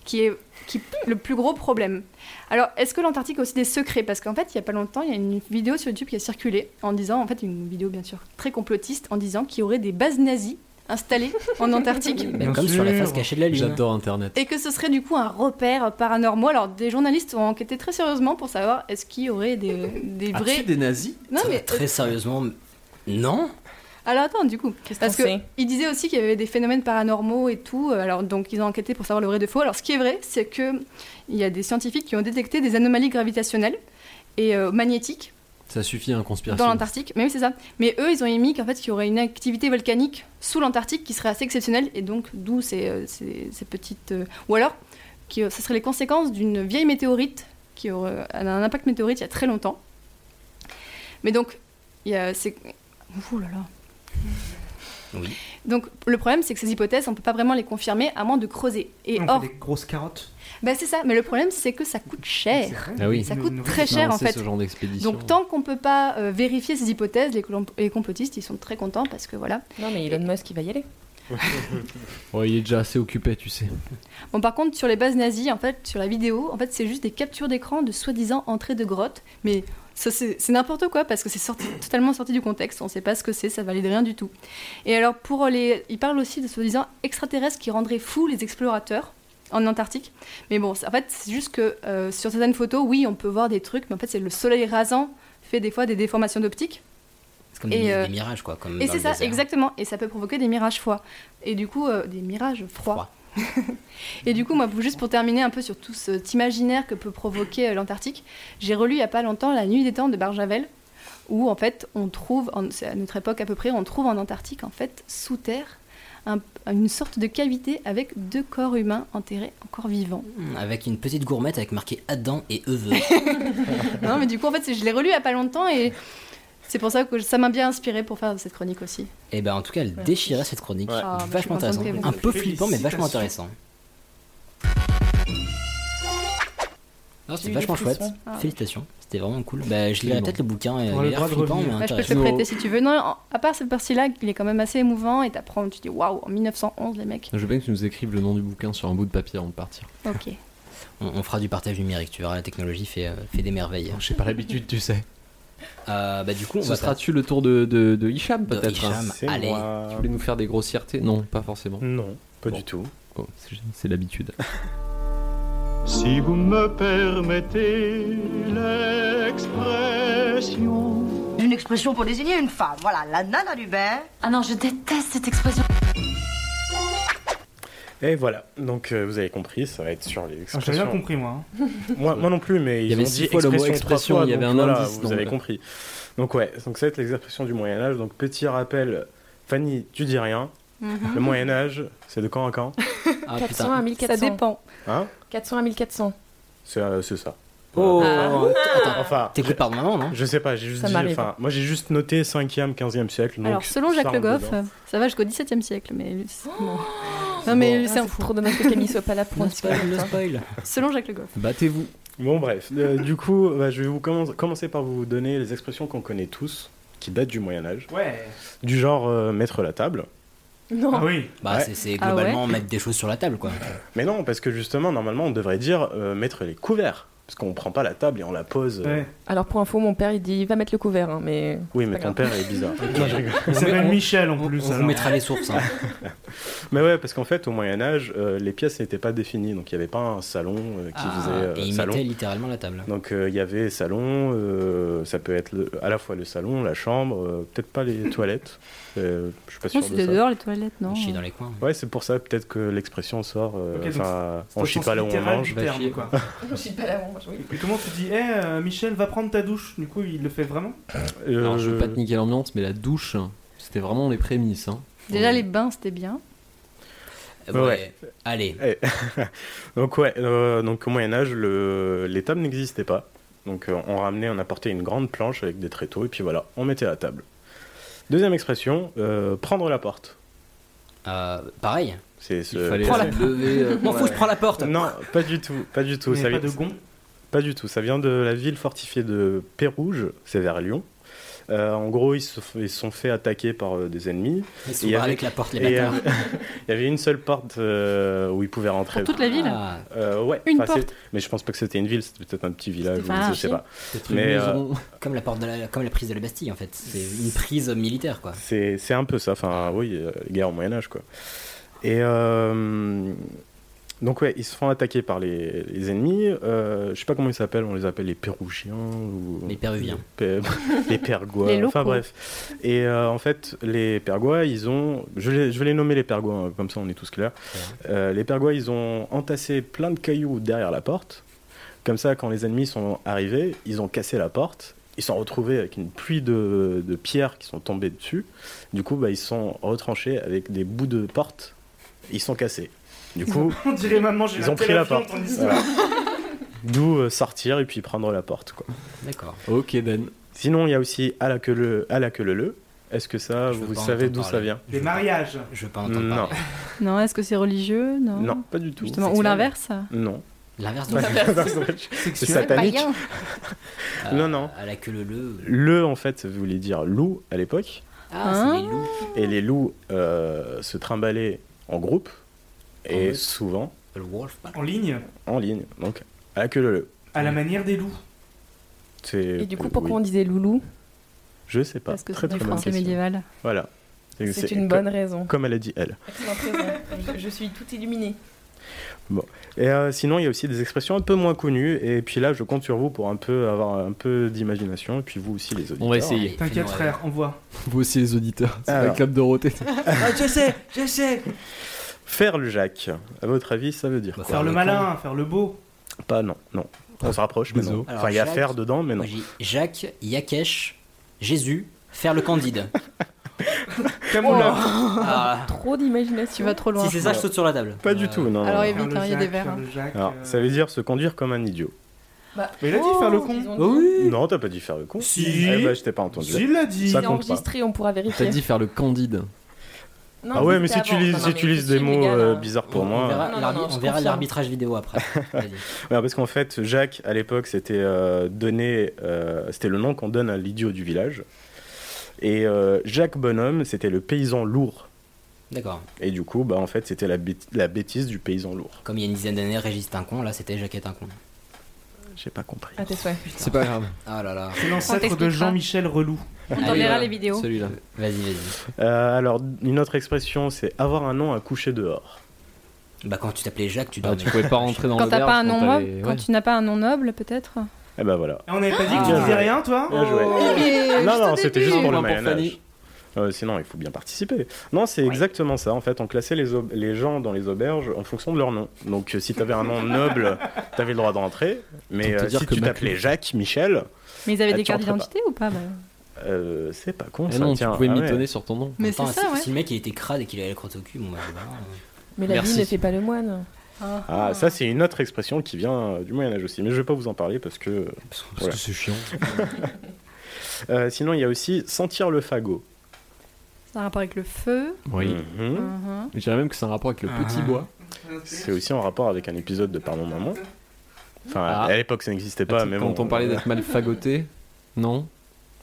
[SPEAKER 10] qui est qui, le plus gros problème. Alors, est-ce que l'Antarctique a aussi des secrets Parce qu'en fait, il n'y a pas longtemps, il y a une vidéo sur YouTube qui a circulé en disant, en fait, une vidéo bien sûr très complotiste, en disant qu'il y aurait des bases nazies installées en Antarctique.
[SPEAKER 13] Mais comme sur la face cachée de la Lune.
[SPEAKER 3] J'adore Internet.
[SPEAKER 10] Et que ce serait du coup un repère paranormal. Alors, des journalistes ont enquêté très sérieusement pour savoir est-ce qu'il y aurait des, des
[SPEAKER 3] Ah,
[SPEAKER 10] vrais.
[SPEAKER 3] c'est des nazis
[SPEAKER 10] Non,
[SPEAKER 13] Très-
[SPEAKER 10] mais. euh,
[SPEAKER 13] Très sérieusement, non
[SPEAKER 10] Alors attends, du coup, parce
[SPEAKER 9] qu'on
[SPEAKER 10] que
[SPEAKER 9] sait
[SPEAKER 10] il disait aussi qu'il y avait des phénomènes paranormaux et tout. euh, Alors donc ils ont enquêté pour savoir le vrai de faux. Alors ce qui est vrai, c'est que il y a des scientifiques qui ont détecté des anomalies gravitationnelles et euh, magnétiques
[SPEAKER 3] Ça suffit, un
[SPEAKER 10] dans
[SPEAKER 3] conspiration.
[SPEAKER 10] l'Antarctique. Mais oui, c'est ça. Mais eux, ils ont émis qu'en fait, qu'il y aurait une activité volcanique sous l'Antarctique qui serait assez exceptionnelle et donc d'où ces, euh, ces- ces petites. euh, Ou alors, que euh, ce serait les conséquences d'une vieille météorite qui aurait elle a un impact météorite il y a très longtemps. Mais donc, il y a. c'est- Ouh là là.
[SPEAKER 13] Oui.
[SPEAKER 10] Donc le problème, c'est que ces hypothèses, on peut pas vraiment les confirmer à moins de creuser. Et
[SPEAKER 2] On fait
[SPEAKER 10] or,
[SPEAKER 2] euh, des grosses carottes.
[SPEAKER 10] bah, c'est ça. Mais le problème, c'est que ça coûte cher.
[SPEAKER 3] Ah oui.
[SPEAKER 10] Eh. Ça
[SPEAKER 2] Une-
[SPEAKER 10] coûte
[SPEAKER 2] une
[SPEAKER 10] très
[SPEAKER 2] vraie-
[SPEAKER 10] cher
[SPEAKER 3] Non,
[SPEAKER 10] en
[SPEAKER 3] c'est
[SPEAKER 10] fait.
[SPEAKER 3] ce genre d'expédition.
[SPEAKER 10] Donc tant qu'on peut pas euh, vérifier ces hypothèses, les, colom- les complotistes, ils sont très contents parce que voilà.
[SPEAKER 9] Non, mais Elon Musk, il va y aller.
[SPEAKER 3] Ouais, il est déjà assez occupé, tu sais.
[SPEAKER 10] Bon, par contre, sur les bases nazies, en fait, sur la vidéo, en fait, c'est juste des captures d'écran de soi-disant entrées de grottes, mais ça, c'est c'est n'importe quoi parce que c'est sorti, totalement sorti du contexte. On ne sait pas ce que c'est, ça valide rien du tout. Et alors, pour les, il parle aussi de soi-disant extraterrestres qui rendraient fous les explorateurs en Antarctique. Mais bon, c'est- en fait, c'est juste que euh, sur certaines photos, oui, on peut voir des trucs, mais en fait, c'est le soleil rasant fait des fois des déformations d'optique.
[SPEAKER 13] C'est comme des,
[SPEAKER 10] Et,
[SPEAKER 13] mi-
[SPEAKER 10] euh,
[SPEAKER 13] des mirages, quoi. Comme
[SPEAKER 10] Et
[SPEAKER 13] dans
[SPEAKER 10] c'est
[SPEAKER 13] le
[SPEAKER 10] ça,
[SPEAKER 13] désert.
[SPEAKER 10] exactement. Et ça peut provoquer des mirages froids. Et du coup, euh, des mirages froids. et du coup, moi, pour- juste pour terminer un peu sur tout cet imaginaire que peut provoquer euh, l'Antarctique, j'ai relu il n'y a pas longtemps La Nuit des Temps de Barjavel, où en fait, on trouve, en- c'est à notre époque à peu près, on trouve en Antarctique, en fait, sous terre, un- une sorte de cavité avec deux corps humains enterrés
[SPEAKER 13] <laughs>
[SPEAKER 10] encore vivants.
[SPEAKER 13] Hmm. Avec une petite gourmette avec marqué Adam et Eve.
[SPEAKER 10] non, mais du coup, en fait, c'est- je l'ai relu il n'y a pas longtemps et c'est pour ça que ça m'a bien inspiré pour faire cette chronique aussi.
[SPEAKER 13] Et ben en tout cas, elle déchirait cette chronique.
[SPEAKER 10] Ah, bah,
[SPEAKER 13] vachement
[SPEAKER 10] je suis
[SPEAKER 13] intéressant.
[SPEAKER 10] contente,
[SPEAKER 13] Un peu flippant, mais vachement
[SPEAKER 2] Félicitations.
[SPEAKER 13] intéressant. Non, c'était vachement chouette.
[SPEAKER 10] Ah.
[SPEAKER 13] Félicitations. C'était vraiment cool. Bah, je lirai
[SPEAKER 3] Absolument.
[SPEAKER 13] peut-être le bouquin. et
[SPEAKER 3] T'auras
[SPEAKER 13] il
[SPEAKER 3] le
[SPEAKER 13] a l'air
[SPEAKER 3] droit de
[SPEAKER 13] flippant,
[SPEAKER 3] revenir.
[SPEAKER 13] mais
[SPEAKER 10] Bah, je peux te
[SPEAKER 13] intéressant.
[SPEAKER 10] le prêter si tu veux. Non, en- à part cette partie-là, il est quand même assez émouvant et t'apprends, tu dis waouh, en 1911, les mecs.
[SPEAKER 3] Je veux bien que tu nous écrives le nom du bouquin sur un bout de papier avant de partir.
[SPEAKER 10] Ok.
[SPEAKER 13] On, on fera du partage numérique. Tu verras, la technologie fait, euh, fait des merveilles.
[SPEAKER 3] J'ai pas l'habitude, tu sais.
[SPEAKER 13] Euh, bah, du coup, on
[SPEAKER 3] Ce
[SPEAKER 13] va
[SPEAKER 3] sera-tu le tour de, de, de Hicham,
[SPEAKER 13] De
[SPEAKER 3] peut-être hein
[SPEAKER 13] Hicham,
[SPEAKER 1] C'est
[SPEAKER 13] allez.
[SPEAKER 1] moi.
[SPEAKER 3] Tu voulais nous faire des grossièretés Non, pas forcément.
[SPEAKER 1] Non, pas
[SPEAKER 3] Bon.
[SPEAKER 1] du tout.
[SPEAKER 3] Oh, c'est- c'est l'habitude.
[SPEAKER 14] Si vous me permettez l'expression.
[SPEAKER 15] Une expression pour désigner une femme. Voilà, la nana du bain. Ah non, je déteste cette expression.
[SPEAKER 1] Et voilà, donc euh, vous avez compris, ça va être sur les
[SPEAKER 2] Ah,
[SPEAKER 1] expressions.
[SPEAKER 2] J'ai rien compris, moi. hein.
[SPEAKER 1] moi, moi non plus, mais
[SPEAKER 3] Il y
[SPEAKER 1] ils
[SPEAKER 3] avait
[SPEAKER 1] ont
[SPEAKER 3] six
[SPEAKER 1] dit
[SPEAKER 3] fois le mot
[SPEAKER 1] expression, trois
[SPEAKER 3] expression,
[SPEAKER 1] fois,
[SPEAKER 3] il y
[SPEAKER 1] donc
[SPEAKER 3] avait un
[SPEAKER 1] voilà,
[SPEAKER 3] indice,
[SPEAKER 1] Vous
[SPEAKER 3] donc. euh.
[SPEAKER 1] avez compris. Donc ouais, donc ça va être l'expression du Moyen Âge. Donc petit rappel, Fanny, tu dis rien.
[SPEAKER 10] Mm-hmm.
[SPEAKER 9] Mhm.
[SPEAKER 1] Le Moyen Âge, c'est de quand à quand
[SPEAKER 13] Ah,
[SPEAKER 9] 400 à 1400.
[SPEAKER 10] Ça dépend.
[SPEAKER 1] Hein
[SPEAKER 9] 400 à 1400.
[SPEAKER 1] C'est euh, c'est ça.
[SPEAKER 13] Oh
[SPEAKER 10] Ah.
[SPEAKER 1] Enfin,
[SPEAKER 13] T'écoutes par maman, non
[SPEAKER 1] je sais pas, j'ai juste
[SPEAKER 10] Ça
[SPEAKER 1] dit-
[SPEAKER 10] m'arrive.
[SPEAKER 1] enfin, moi j'ai juste noté 5e, 15e siècle. donc
[SPEAKER 10] Alors, selon Jacques
[SPEAKER 1] ça
[SPEAKER 10] Le
[SPEAKER 1] rentre
[SPEAKER 10] Goff,
[SPEAKER 1] dedans.
[SPEAKER 10] euh, ça va jusqu'au 17 e siècle, mais. <gasps> non. Non, mais Ah, c'est un fou.
[SPEAKER 9] Ah, trop dommage que Camille soit pas là pour
[SPEAKER 13] Le
[SPEAKER 9] nous spoiler,
[SPEAKER 13] spoil, le
[SPEAKER 9] hein.
[SPEAKER 13] spoil.
[SPEAKER 10] Selon Jacques Le Goff.
[SPEAKER 3] Battez-vous.
[SPEAKER 1] Bon, bref. Euh, du coup, bah, je vais vous commencer, commencer par vous donner les expressions qu'on connaît tous, qui datent du Moyen-Âge.
[SPEAKER 2] Ouais.
[SPEAKER 1] Du genre euh, mettre la table.
[SPEAKER 9] <laughs> Non.
[SPEAKER 2] Ah oui.
[SPEAKER 13] Bah,
[SPEAKER 1] Ouais.
[SPEAKER 13] c'est- c'est
[SPEAKER 10] Ah ouais
[SPEAKER 13] globalement mettre des choses sur la table, quoi.
[SPEAKER 1] Mais non, parce que justement, normalement, on devrait dire euh, mettre les couverts. Parce qu'on prend pas la table et on la pose. euh.
[SPEAKER 2] Ouais.
[SPEAKER 9] Alors pour info, mon père il dit va mettre le couvert, hein, mais.
[SPEAKER 1] Oui,
[SPEAKER 9] c'est
[SPEAKER 1] mais
[SPEAKER 9] pas
[SPEAKER 1] ton
[SPEAKER 9] grave.
[SPEAKER 1] père est bizarre.
[SPEAKER 13] Ok.
[SPEAKER 1] Non, je rigole.
[SPEAKER 2] Il
[SPEAKER 13] On
[SPEAKER 2] s'appelle
[SPEAKER 13] met- on-
[SPEAKER 2] Michel en plus.
[SPEAKER 13] On vous
[SPEAKER 2] alors.
[SPEAKER 13] mettra les sources. hein.
[SPEAKER 1] mais ouais, parce qu'en fait, au Moyen-Âge, les pièces n'étaient pas définies. Donc il n'y avait pas un salon euh, qui
[SPEAKER 13] Ah,
[SPEAKER 1] faisait euh,
[SPEAKER 13] et il
[SPEAKER 1] salon.
[SPEAKER 13] mettait littéralement la table.
[SPEAKER 1] Donc euh, il y avait salon, euh, ça peut être le- à la fois le salon, la chambre, euh, peut-être pas les toilettes. Euh, je suis pas sûr
[SPEAKER 10] Non,
[SPEAKER 1] de
[SPEAKER 10] c'était
[SPEAKER 1] ça.
[SPEAKER 10] dehors les toilettes, non
[SPEAKER 13] Chie dans les coins.
[SPEAKER 1] Ouais, c'est pour ça peut-être que l'expression sort. euh,
[SPEAKER 2] Ok, donc
[SPEAKER 1] Enfin,
[SPEAKER 2] C'est
[SPEAKER 1] on
[SPEAKER 2] au
[SPEAKER 1] chie
[SPEAKER 2] sens
[SPEAKER 1] pas là où on
[SPEAKER 2] littéral
[SPEAKER 1] mange.
[SPEAKER 2] du
[SPEAKER 13] va
[SPEAKER 2] terme,
[SPEAKER 13] chier.
[SPEAKER 2] quoi.
[SPEAKER 9] Je suis pas la manche, oui.
[SPEAKER 2] Et comment tu dis, Eh, euh, Michel, va prendre ta douche Du coup, il le fait vraiment <laughs>
[SPEAKER 1] Euh,
[SPEAKER 3] Alors, je veux pas te niquer l'ambiance, mais la douche, c'était vraiment les prémices. Hein.
[SPEAKER 10] Déjà, les bains, c'était bien.
[SPEAKER 13] Euh, bon,
[SPEAKER 1] Ouais.
[SPEAKER 13] euh, Allez.
[SPEAKER 1] Eh. donc ouais, euh, donc au Moyen Âge, le... les tables n'existaient pas. Donc euh, on ramenait, on apportait une grande planche avec des tréteaux et puis voilà, on mettait la table. Deuxième expression, euh, prendre la porte.
[SPEAKER 13] Euh, pareil.
[SPEAKER 1] C'est
[SPEAKER 3] Il
[SPEAKER 1] ce-
[SPEAKER 3] fallait
[SPEAKER 13] Prends
[SPEAKER 3] se
[SPEAKER 13] la-
[SPEAKER 3] lever, euh,
[SPEAKER 13] M'en fous, je prends la porte.
[SPEAKER 1] Non, pas du tout, pas du tout.
[SPEAKER 2] Il n'y
[SPEAKER 1] Ça
[SPEAKER 2] avait
[SPEAKER 1] vient-
[SPEAKER 2] pas de gond
[SPEAKER 1] pas du tout. Ça vient de la ville fortifiée de Pérouge, c'est vers Lyon. Euh, en gros, ils se, f- ils se sont fait attaquer par euh, des ennemis.
[SPEAKER 4] Ils sont
[SPEAKER 1] Et il y
[SPEAKER 4] barrés avec la porte, les
[SPEAKER 1] et,
[SPEAKER 4] bâtards.
[SPEAKER 1] euh, <laughs> Il y avait une seule porte euh, où ils pouvaient rentrer.
[SPEAKER 10] Pour toute la ville Ah.
[SPEAKER 1] Euh, Ouais.
[SPEAKER 10] Une
[SPEAKER 1] enfin, c'est-
[SPEAKER 10] porte.
[SPEAKER 1] Mais je pense pas que c'était une ville, c'était peut-être un petit village,
[SPEAKER 10] C'était
[SPEAKER 1] ou
[SPEAKER 10] pas
[SPEAKER 1] je
[SPEAKER 10] un
[SPEAKER 1] sais
[SPEAKER 10] ville.
[SPEAKER 1] pas.
[SPEAKER 4] Peut-être une
[SPEAKER 1] Mais euh,
[SPEAKER 4] maison, comme, la porte de la, comme la prise de la Bastille en fait. C'est une prise militaire quoi.
[SPEAKER 1] c'est c'est un peu ça. Enfin, oui, euh, les guerres au Moyen Âge, quoi. Et euh, donc ouais, ils se font attaquer par les, les ennemis. Euh, je sais pas comment ils s'appellent. On les appelle les Pérugiens ou les
[SPEAKER 4] Péruviens.
[SPEAKER 1] Les, Pé- <laughs> les Pergois.
[SPEAKER 4] Les locaux.
[SPEAKER 1] enfin bref. Et euh, en fait, les Pergois, ils ont. Je, les- je vais les nommer les Pergois. hein, comme ça, on est tous clairs. Euh, les Pergois, ils ont entassé plein de cailloux derrière la porte. Comme ça, quand les ennemis sont arrivés, ils ont cassé la porte. Ils se sont retrouvés avec une pluie de, de pierres qui sont tombées dessus. Du coup, bah, ils se sont retranchés avec des bouts de porte. Ils sont cassés. Du coup,
[SPEAKER 2] on dirait maman, j'ai
[SPEAKER 1] ils ont
[SPEAKER 2] raté
[SPEAKER 1] pris la
[SPEAKER 2] l'avion,
[SPEAKER 1] porte.
[SPEAKER 2] ton histoire.
[SPEAKER 1] Voilà. D'où euh, sortir et puis prendre la porte. Quoi.
[SPEAKER 4] D'accord.
[SPEAKER 1] Ok, Dan.
[SPEAKER 3] Ben.
[SPEAKER 1] Sinon, il y a aussi à la queue le à la queue le le. Est-ce que ça, Ah, vous
[SPEAKER 4] pas
[SPEAKER 1] savez
[SPEAKER 4] entendre
[SPEAKER 1] d'où ça
[SPEAKER 4] parler.
[SPEAKER 1] vient
[SPEAKER 2] Des mariages.
[SPEAKER 4] Je veux pas entendre
[SPEAKER 1] Non.
[SPEAKER 4] parler.
[SPEAKER 10] <laughs> Non, est-ce que c'est religieux Non.
[SPEAKER 1] Non, pas du tout.
[SPEAKER 10] Justement, ou
[SPEAKER 1] Sexuel.
[SPEAKER 10] l'inverse
[SPEAKER 9] <laughs>
[SPEAKER 1] Non.
[SPEAKER 4] L'inverse de
[SPEAKER 1] <laughs> de C'est satanique.
[SPEAKER 4] Euh,
[SPEAKER 1] Non, non.
[SPEAKER 4] À la queue le le.
[SPEAKER 1] Le, en fait, voulait dire loup à l'époque.
[SPEAKER 4] Ah,
[SPEAKER 10] Hein
[SPEAKER 4] c'est les loups.
[SPEAKER 1] Et les loups euh, se trimballaient en groupe et
[SPEAKER 2] En-
[SPEAKER 1] souvent
[SPEAKER 4] Le wolf.
[SPEAKER 2] En ligne,
[SPEAKER 1] en ligne. Donc, à la queue le le.
[SPEAKER 2] à la manière des loups.
[SPEAKER 1] C'est-
[SPEAKER 9] Et du coup,
[SPEAKER 1] oui.
[SPEAKER 9] pourquoi on disait loulou
[SPEAKER 1] Je sais pas.
[SPEAKER 9] Parce que
[SPEAKER 1] Très,
[SPEAKER 9] c'est
[SPEAKER 1] très
[SPEAKER 9] du
[SPEAKER 1] bonne
[SPEAKER 9] français
[SPEAKER 1] question.
[SPEAKER 9] médiéval.
[SPEAKER 1] Voilà.
[SPEAKER 9] C'est
[SPEAKER 1] c'est
[SPEAKER 9] une
[SPEAKER 1] co-
[SPEAKER 9] bonne raison.
[SPEAKER 1] Comme elle a dit, elle.
[SPEAKER 9] je, suis tout illuminée.
[SPEAKER 1] Bon. Et euh, sinon, il y a aussi des expressions un peu moins connues. Et puis là, je compte sur vous pour un peu avoir un peu d'imagination. Et puis vous aussi, les auditeurs.
[SPEAKER 3] On va essayer.
[SPEAKER 2] T'inquiète frère, envoie.
[SPEAKER 3] Vous aussi les auditeurs, c'est
[SPEAKER 1] Alors.
[SPEAKER 3] la club <laughs> Dorothée.
[SPEAKER 2] je sais, je sais.
[SPEAKER 1] Faire le Jacques, à votre avis, ça veut dire quoi
[SPEAKER 2] Faire le malin, faire le beau.
[SPEAKER 1] Bah, Pas non, non. On se rapproche, mais non.
[SPEAKER 4] Alors,
[SPEAKER 1] Enfin, il y a
[SPEAKER 4] Jacques-
[SPEAKER 1] faire dedans, mais non.
[SPEAKER 4] Moi, j'ai Jacques, Yakesh, Jésus, faire le candide.
[SPEAKER 2] Camelot.
[SPEAKER 4] Ah.
[SPEAKER 9] Trop d'imagination. Tu
[SPEAKER 10] vas trop loin.
[SPEAKER 4] Si c'est ça, je saute sur la table. Euh,
[SPEAKER 1] Pas du tout, non.
[SPEAKER 10] Alors
[SPEAKER 1] non, non.
[SPEAKER 10] évite, hein, il y a des verres. hein.
[SPEAKER 1] Alors, ça veut dire se conduire comme un idiot.
[SPEAKER 2] euh, Mais il a dit faire le con.
[SPEAKER 1] Non, t'as pas dit faire le con.
[SPEAKER 2] Si.
[SPEAKER 1] Eh ben, je t'ai pas entendu.
[SPEAKER 2] Si, il l'a dit.
[SPEAKER 1] Ça
[SPEAKER 9] C'est
[SPEAKER 1] compte pas.
[SPEAKER 9] enregistré, on pourra vérifier.
[SPEAKER 3] T'as dit faire le candide.
[SPEAKER 9] Non,
[SPEAKER 1] ah ouais,
[SPEAKER 9] c'était
[SPEAKER 1] mais si tu
[SPEAKER 9] avant.
[SPEAKER 1] lis,
[SPEAKER 9] Non,
[SPEAKER 1] si
[SPEAKER 9] mais
[SPEAKER 1] tu lis
[SPEAKER 9] c'est hein.
[SPEAKER 1] des
[SPEAKER 9] les
[SPEAKER 1] mots
[SPEAKER 9] gars,
[SPEAKER 1] euh,
[SPEAKER 9] là.
[SPEAKER 1] bizarbi- pour
[SPEAKER 4] on,
[SPEAKER 1] moi.
[SPEAKER 4] on verra,
[SPEAKER 9] Non, non,
[SPEAKER 4] l'arbi-
[SPEAKER 9] non, je
[SPEAKER 4] on verra
[SPEAKER 9] confirme.
[SPEAKER 4] l'arbitrage vidéo après. Vas-y.
[SPEAKER 1] Ouais, parce qu'en fait, Jacques, à l'époque, c'était euh, donné, euh, c'était le nom qu'on donne à l'idiot du village. Et euh, Jacques Bonhomme, c'était le paysan lourd.
[SPEAKER 4] D'accord.
[SPEAKER 1] Et du coup, bah, en fait, c'était la, bêt- la bêtise du paysan lourd.
[SPEAKER 4] Comme il y a une dizaine d'années, Régis était un con, là c'était Jacques est un con.
[SPEAKER 1] J'ai pas compris.
[SPEAKER 9] À Ah, tes souhaits.
[SPEAKER 3] C'est pas grave.
[SPEAKER 4] Ah là là.
[SPEAKER 2] C'est l'ancêtre de Jean-Michel Relou.
[SPEAKER 4] Allez,
[SPEAKER 10] t'enverra
[SPEAKER 4] voilà.
[SPEAKER 10] les vidéos.
[SPEAKER 3] Celui-là.
[SPEAKER 4] Vas-y, vas-y.
[SPEAKER 1] Euh, alors, une autre expression, c'est avoir un nom à coucher dehors.
[SPEAKER 4] Bah, quand tu t'appelais Jacques, tu
[SPEAKER 1] Ah,
[SPEAKER 4] dormais.
[SPEAKER 1] tu pouvais pas rentrer dans
[SPEAKER 10] Quand t'as pas un nom noble, quand tu n'as pas un nom noble, peut-être.
[SPEAKER 1] Eh ben voilà.
[SPEAKER 2] On avait pas dit que tu
[SPEAKER 1] Bien
[SPEAKER 2] disais
[SPEAKER 1] joué.
[SPEAKER 2] rien, toi
[SPEAKER 1] Bien joué.
[SPEAKER 10] mais
[SPEAKER 1] Non,
[SPEAKER 10] Oh. juste
[SPEAKER 1] non,
[SPEAKER 10] au
[SPEAKER 1] c'était
[SPEAKER 10] début.
[SPEAKER 1] juste pour le
[SPEAKER 10] Point pour
[SPEAKER 1] Moyen-Âge.
[SPEAKER 10] Fanny.
[SPEAKER 1] Euh, sinon, il faut bien participer. Non, c'est exactement ça. En fait, on classait les, au- les gens dans les auberges en fonction de leur nom. Donc, euh, si t'avais un
[SPEAKER 10] <laughs>
[SPEAKER 1] nom noble, t'avais le droit d'entrer. Mais
[SPEAKER 3] Autant te
[SPEAKER 1] euh,
[SPEAKER 3] dire
[SPEAKER 1] si
[SPEAKER 3] que
[SPEAKER 1] tu
[SPEAKER 3] Macron-
[SPEAKER 1] t'appelais Jacques, Michel,
[SPEAKER 10] Mais ils avaient
[SPEAKER 1] Ah,
[SPEAKER 10] des
[SPEAKER 1] tu
[SPEAKER 10] cartes
[SPEAKER 1] rentres pas.
[SPEAKER 10] d'identité ou pas bah
[SPEAKER 1] euh, c'est pas con.
[SPEAKER 3] Eh
[SPEAKER 1] ça,
[SPEAKER 3] non,
[SPEAKER 1] tiens.
[SPEAKER 3] tu pouvais
[SPEAKER 1] Ah ouais.
[SPEAKER 3] mitonner sur ton nom.
[SPEAKER 10] Mais
[SPEAKER 4] Attends, ah,
[SPEAKER 10] c'est
[SPEAKER 4] si-
[SPEAKER 10] ça, ouais.
[SPEAKER 4] Si le mec il était crade et qu'il avait la crotte au cul, bon bah voilà.
[SPEAKER 9] Mais la
[SPEAKER 1] Merci.
[SPEAKER 9] vie ne fait pas le moine.
[SPEAKER 1] Ah, ça, c'est une autre expression qui vient euh, du Moyen-Âge aussi. Mais je vais pas vous en parler parce que. voilà.
[SPEAKER 3] c'est chiant.
[SPEAKER 1] Euh, sinon, il y a aussi sentir le fagot.
[SPEAKER 10] Ça a un rapport avec le feu.
[SPEAKER 1] Oui.
[SPEAKER 10] Mhm.
[SPEAKER 3] Je dirais même que c'est un rapport avec le petit
[SPEAKER 1] Ah.
[SPEAKER 3] bois.
[SPEAKER 1] C'est aussi en rapport avec un épisode de Pardon Maman. Enfin,
[SPEAKER 3] Ah.
[SPEAKER 1] à l'époque, ça n'existait pas, mais
[SPEAKER 3] Quand
[SPEAKER 1] bon. euh,
[SPEAKER 3] on parlait d'être mal fagoté, non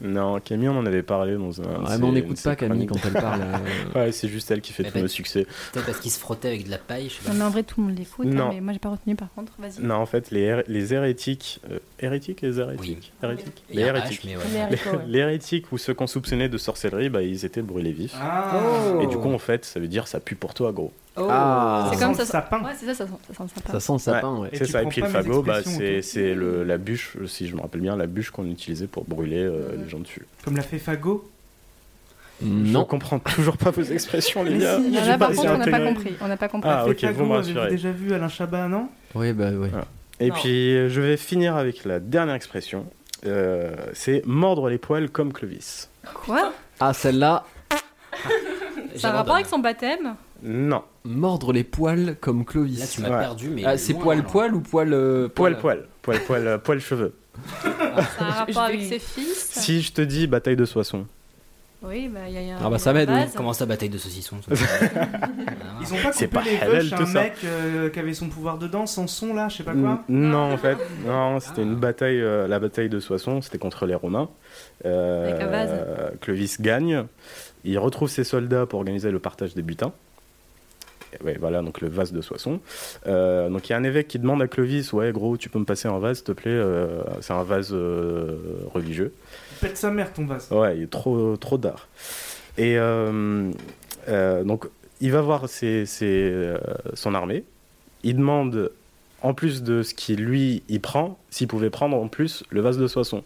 [SPEAKER 1] Non, Camille, on en avait parlé dans un.
[SPEAKER 3] Ah, mais on n'écoute pas Camille quand elle parle, euh.
[SPEAKER 1] <laughs> ouais, c'est juste elle qui fait
[SPEAKER 4] Mais
[SPEAKER 1] tout
[SPEAKER 4] pas-
[SPEAKER 1] nos succès.
[SPEAKER 4] Peut-être parce qu'il se frottait avec de la paille, je sais pas.
[SPEAKER 10] Non, mais en vrai, tout le monde l'écoute. hein,
[SPEAKER 1] Non.
[SPEAKER 10] mais moi, j'ai pas retenu par contre. Vas-y.
[SPEAKER 1] Non, en fait, les, hé- les hérétiques. euh, hérétiques Les hérétiques Hérétiques
[SPEAKER 4] Il
[SPEAKER 1] Les
[SPEAKER 4] y a un H,
[SPEAKER 1] hérétiques.
[SPEAKER 4] mais ouais.
[SPEAKER 10] Les haricots, ouais.
[SPEAKER 1] Les- les hérétiques ou ceux qu'on soupçonnait de sorcellerie, bah, ils étaient brûlés vifs.
[SPEAKER 2] Ah.
[SPEAKER 4] Oh.
[SPEAKER 1] Et du coup, en fait, ça veut dire ça pue pour toi, gros.
[SPEAKER 4] Oh.
[SPEAKER 1] Ah.
[SPEAKER 10] C'est comme
[SPEAKER 2] sent
[SPEAKER 10] ça.
[SPEAKER 2] le sapin.
[SPEAKER 10] Ouais, c'est ça, ça sent, ça sent le sapin.
[SPEAKER 3] Ah, Ça sent le sapin, ouais.
[SPEAKER 1] C'est ça, et puis le
[SPEAKER 2] prends pas mes
[SPEAKER 1] fagot, bah,
[SPEAKER 2] expressions et
[SPEAKER 1] c'est c'est le- la bûche, si je me rappelle bien, la bûche qu'on utilisait pour brûler euh, les gens dessus.
[SPEAKER 2] Comme l'a fait Fago.
[SPEAKER 1] Je comprends toujours pas vos expressions, les
[SPEAKER 2] Mais
[SPEAKER 1] gars.
[SPEAKER 2] si,
[SPEAKER 1] J'ai
[SPEAKER 10] là, par
[SPEAKER 1] j'ai
[SPEAKER 10] contre, on n'a pas
[SPEAKER 1] intégré.
[SPEAKER 10] compris. On n'a pas compris.
[SPEAKER 1] Ah,
[SPEAKER 2] Fait
[SPEAKER 1] ok,
[SPEAKER 2] Fago,
[SPEAKER 1] vous me
[SPEAKER 2] avez-vous
[SPEAKER 1] rassurez.
[SPEAKER 2] déjà vu Alain Chabat, non
[SPEAKER 3] Oui, bah ouais.
[SPEAKER 1] Et
[SPEAKER 2] Non.
[SPEAKER 1] puis, euh, je vais finir avec la dernière expression. euh, c'est mordre les poils comme Clovis.
[SPEAKER 10] Quoi
[SPEAKER 3] Ah, celle-là.
[SPEAKER 10] Ça a rapport avec son baptême
[SPEAKER 1] Non.
[SPEAKER 3] Mordre les poils comme Clovis.
[SPEAKER 4] Là, tu m'as perdu, mais
[SPEAKER 3] Ah, c'est
[SPEAKER 4] loin,
[SPEAKER 3] poil
[SPEAKER 4] alors.
[SPEAKER 3] poil ou poil. euh,
[SPEAKER 1] Poil, poil, poil, poil, euh,
[SPEAKER 2] <laughs>
[SPEAKER 1] poil, cheveux.
[SPEAKER 10] <laughs> Ça a rapport avec ses fils <laughs>
[SPEAKER 1] Si je te dis bataille de Soissons,
[SPEAKER 16] Oui, bah, il y a- il y a
[SPEAKER 4] Ah bah, ça m'aide, oui.
[SPEAKER 16] base.
[SPEAKER 4] Comment ça, bataille de saucissons ça
[SPEAKER 2] Ils ont pas
[SPEAKER 1] C'est
[SPEAKER 2] coupé
[SPEAKER 1] pas
[SPEAKER 2] les
[SPEAKER 1] halal,
[SPEAKER 2] veuches
[SPEAKER 1] tout
[SPEAKER 2] un
[SPEAKER 1] ça.
[SPEAKER 2] mec euh, qui avait son pouvoir de danse en son là, je sais pas Bah quoi.
[SPEAKER 3] Mm.
[SPEAKER 2] Ah.
[SPEAKER 1] N- Non, en fait, non, c'était une bataille, euh, la bataille de Soissons, c'était contre les Romains. Euh,
[SPEAKER 2] Avec la vase.
[SPEAKER 1] euh, Clovis gagne, il retrouve ses soldats pour organiser le partage des butins. Et ouais, voilà, donc le vase de Soissons. Euh, donc il y a un évêque qui demande à Clovis, ouais, gros, tu peux me passer un vase, s'il te plaît, euh, c'est un vase euh, religieux.
[SPEAKER 2] Pète sa mère ton vase.
[SPEAKER 1] Ouais, il est trop, trop d'art. Et euh, euh, donc, il va voir ses- ses, euh, son armée. Il demande, en plus de ce qu'il lui, il prend, s'il pouvait prendre en plus le vase de Soissons.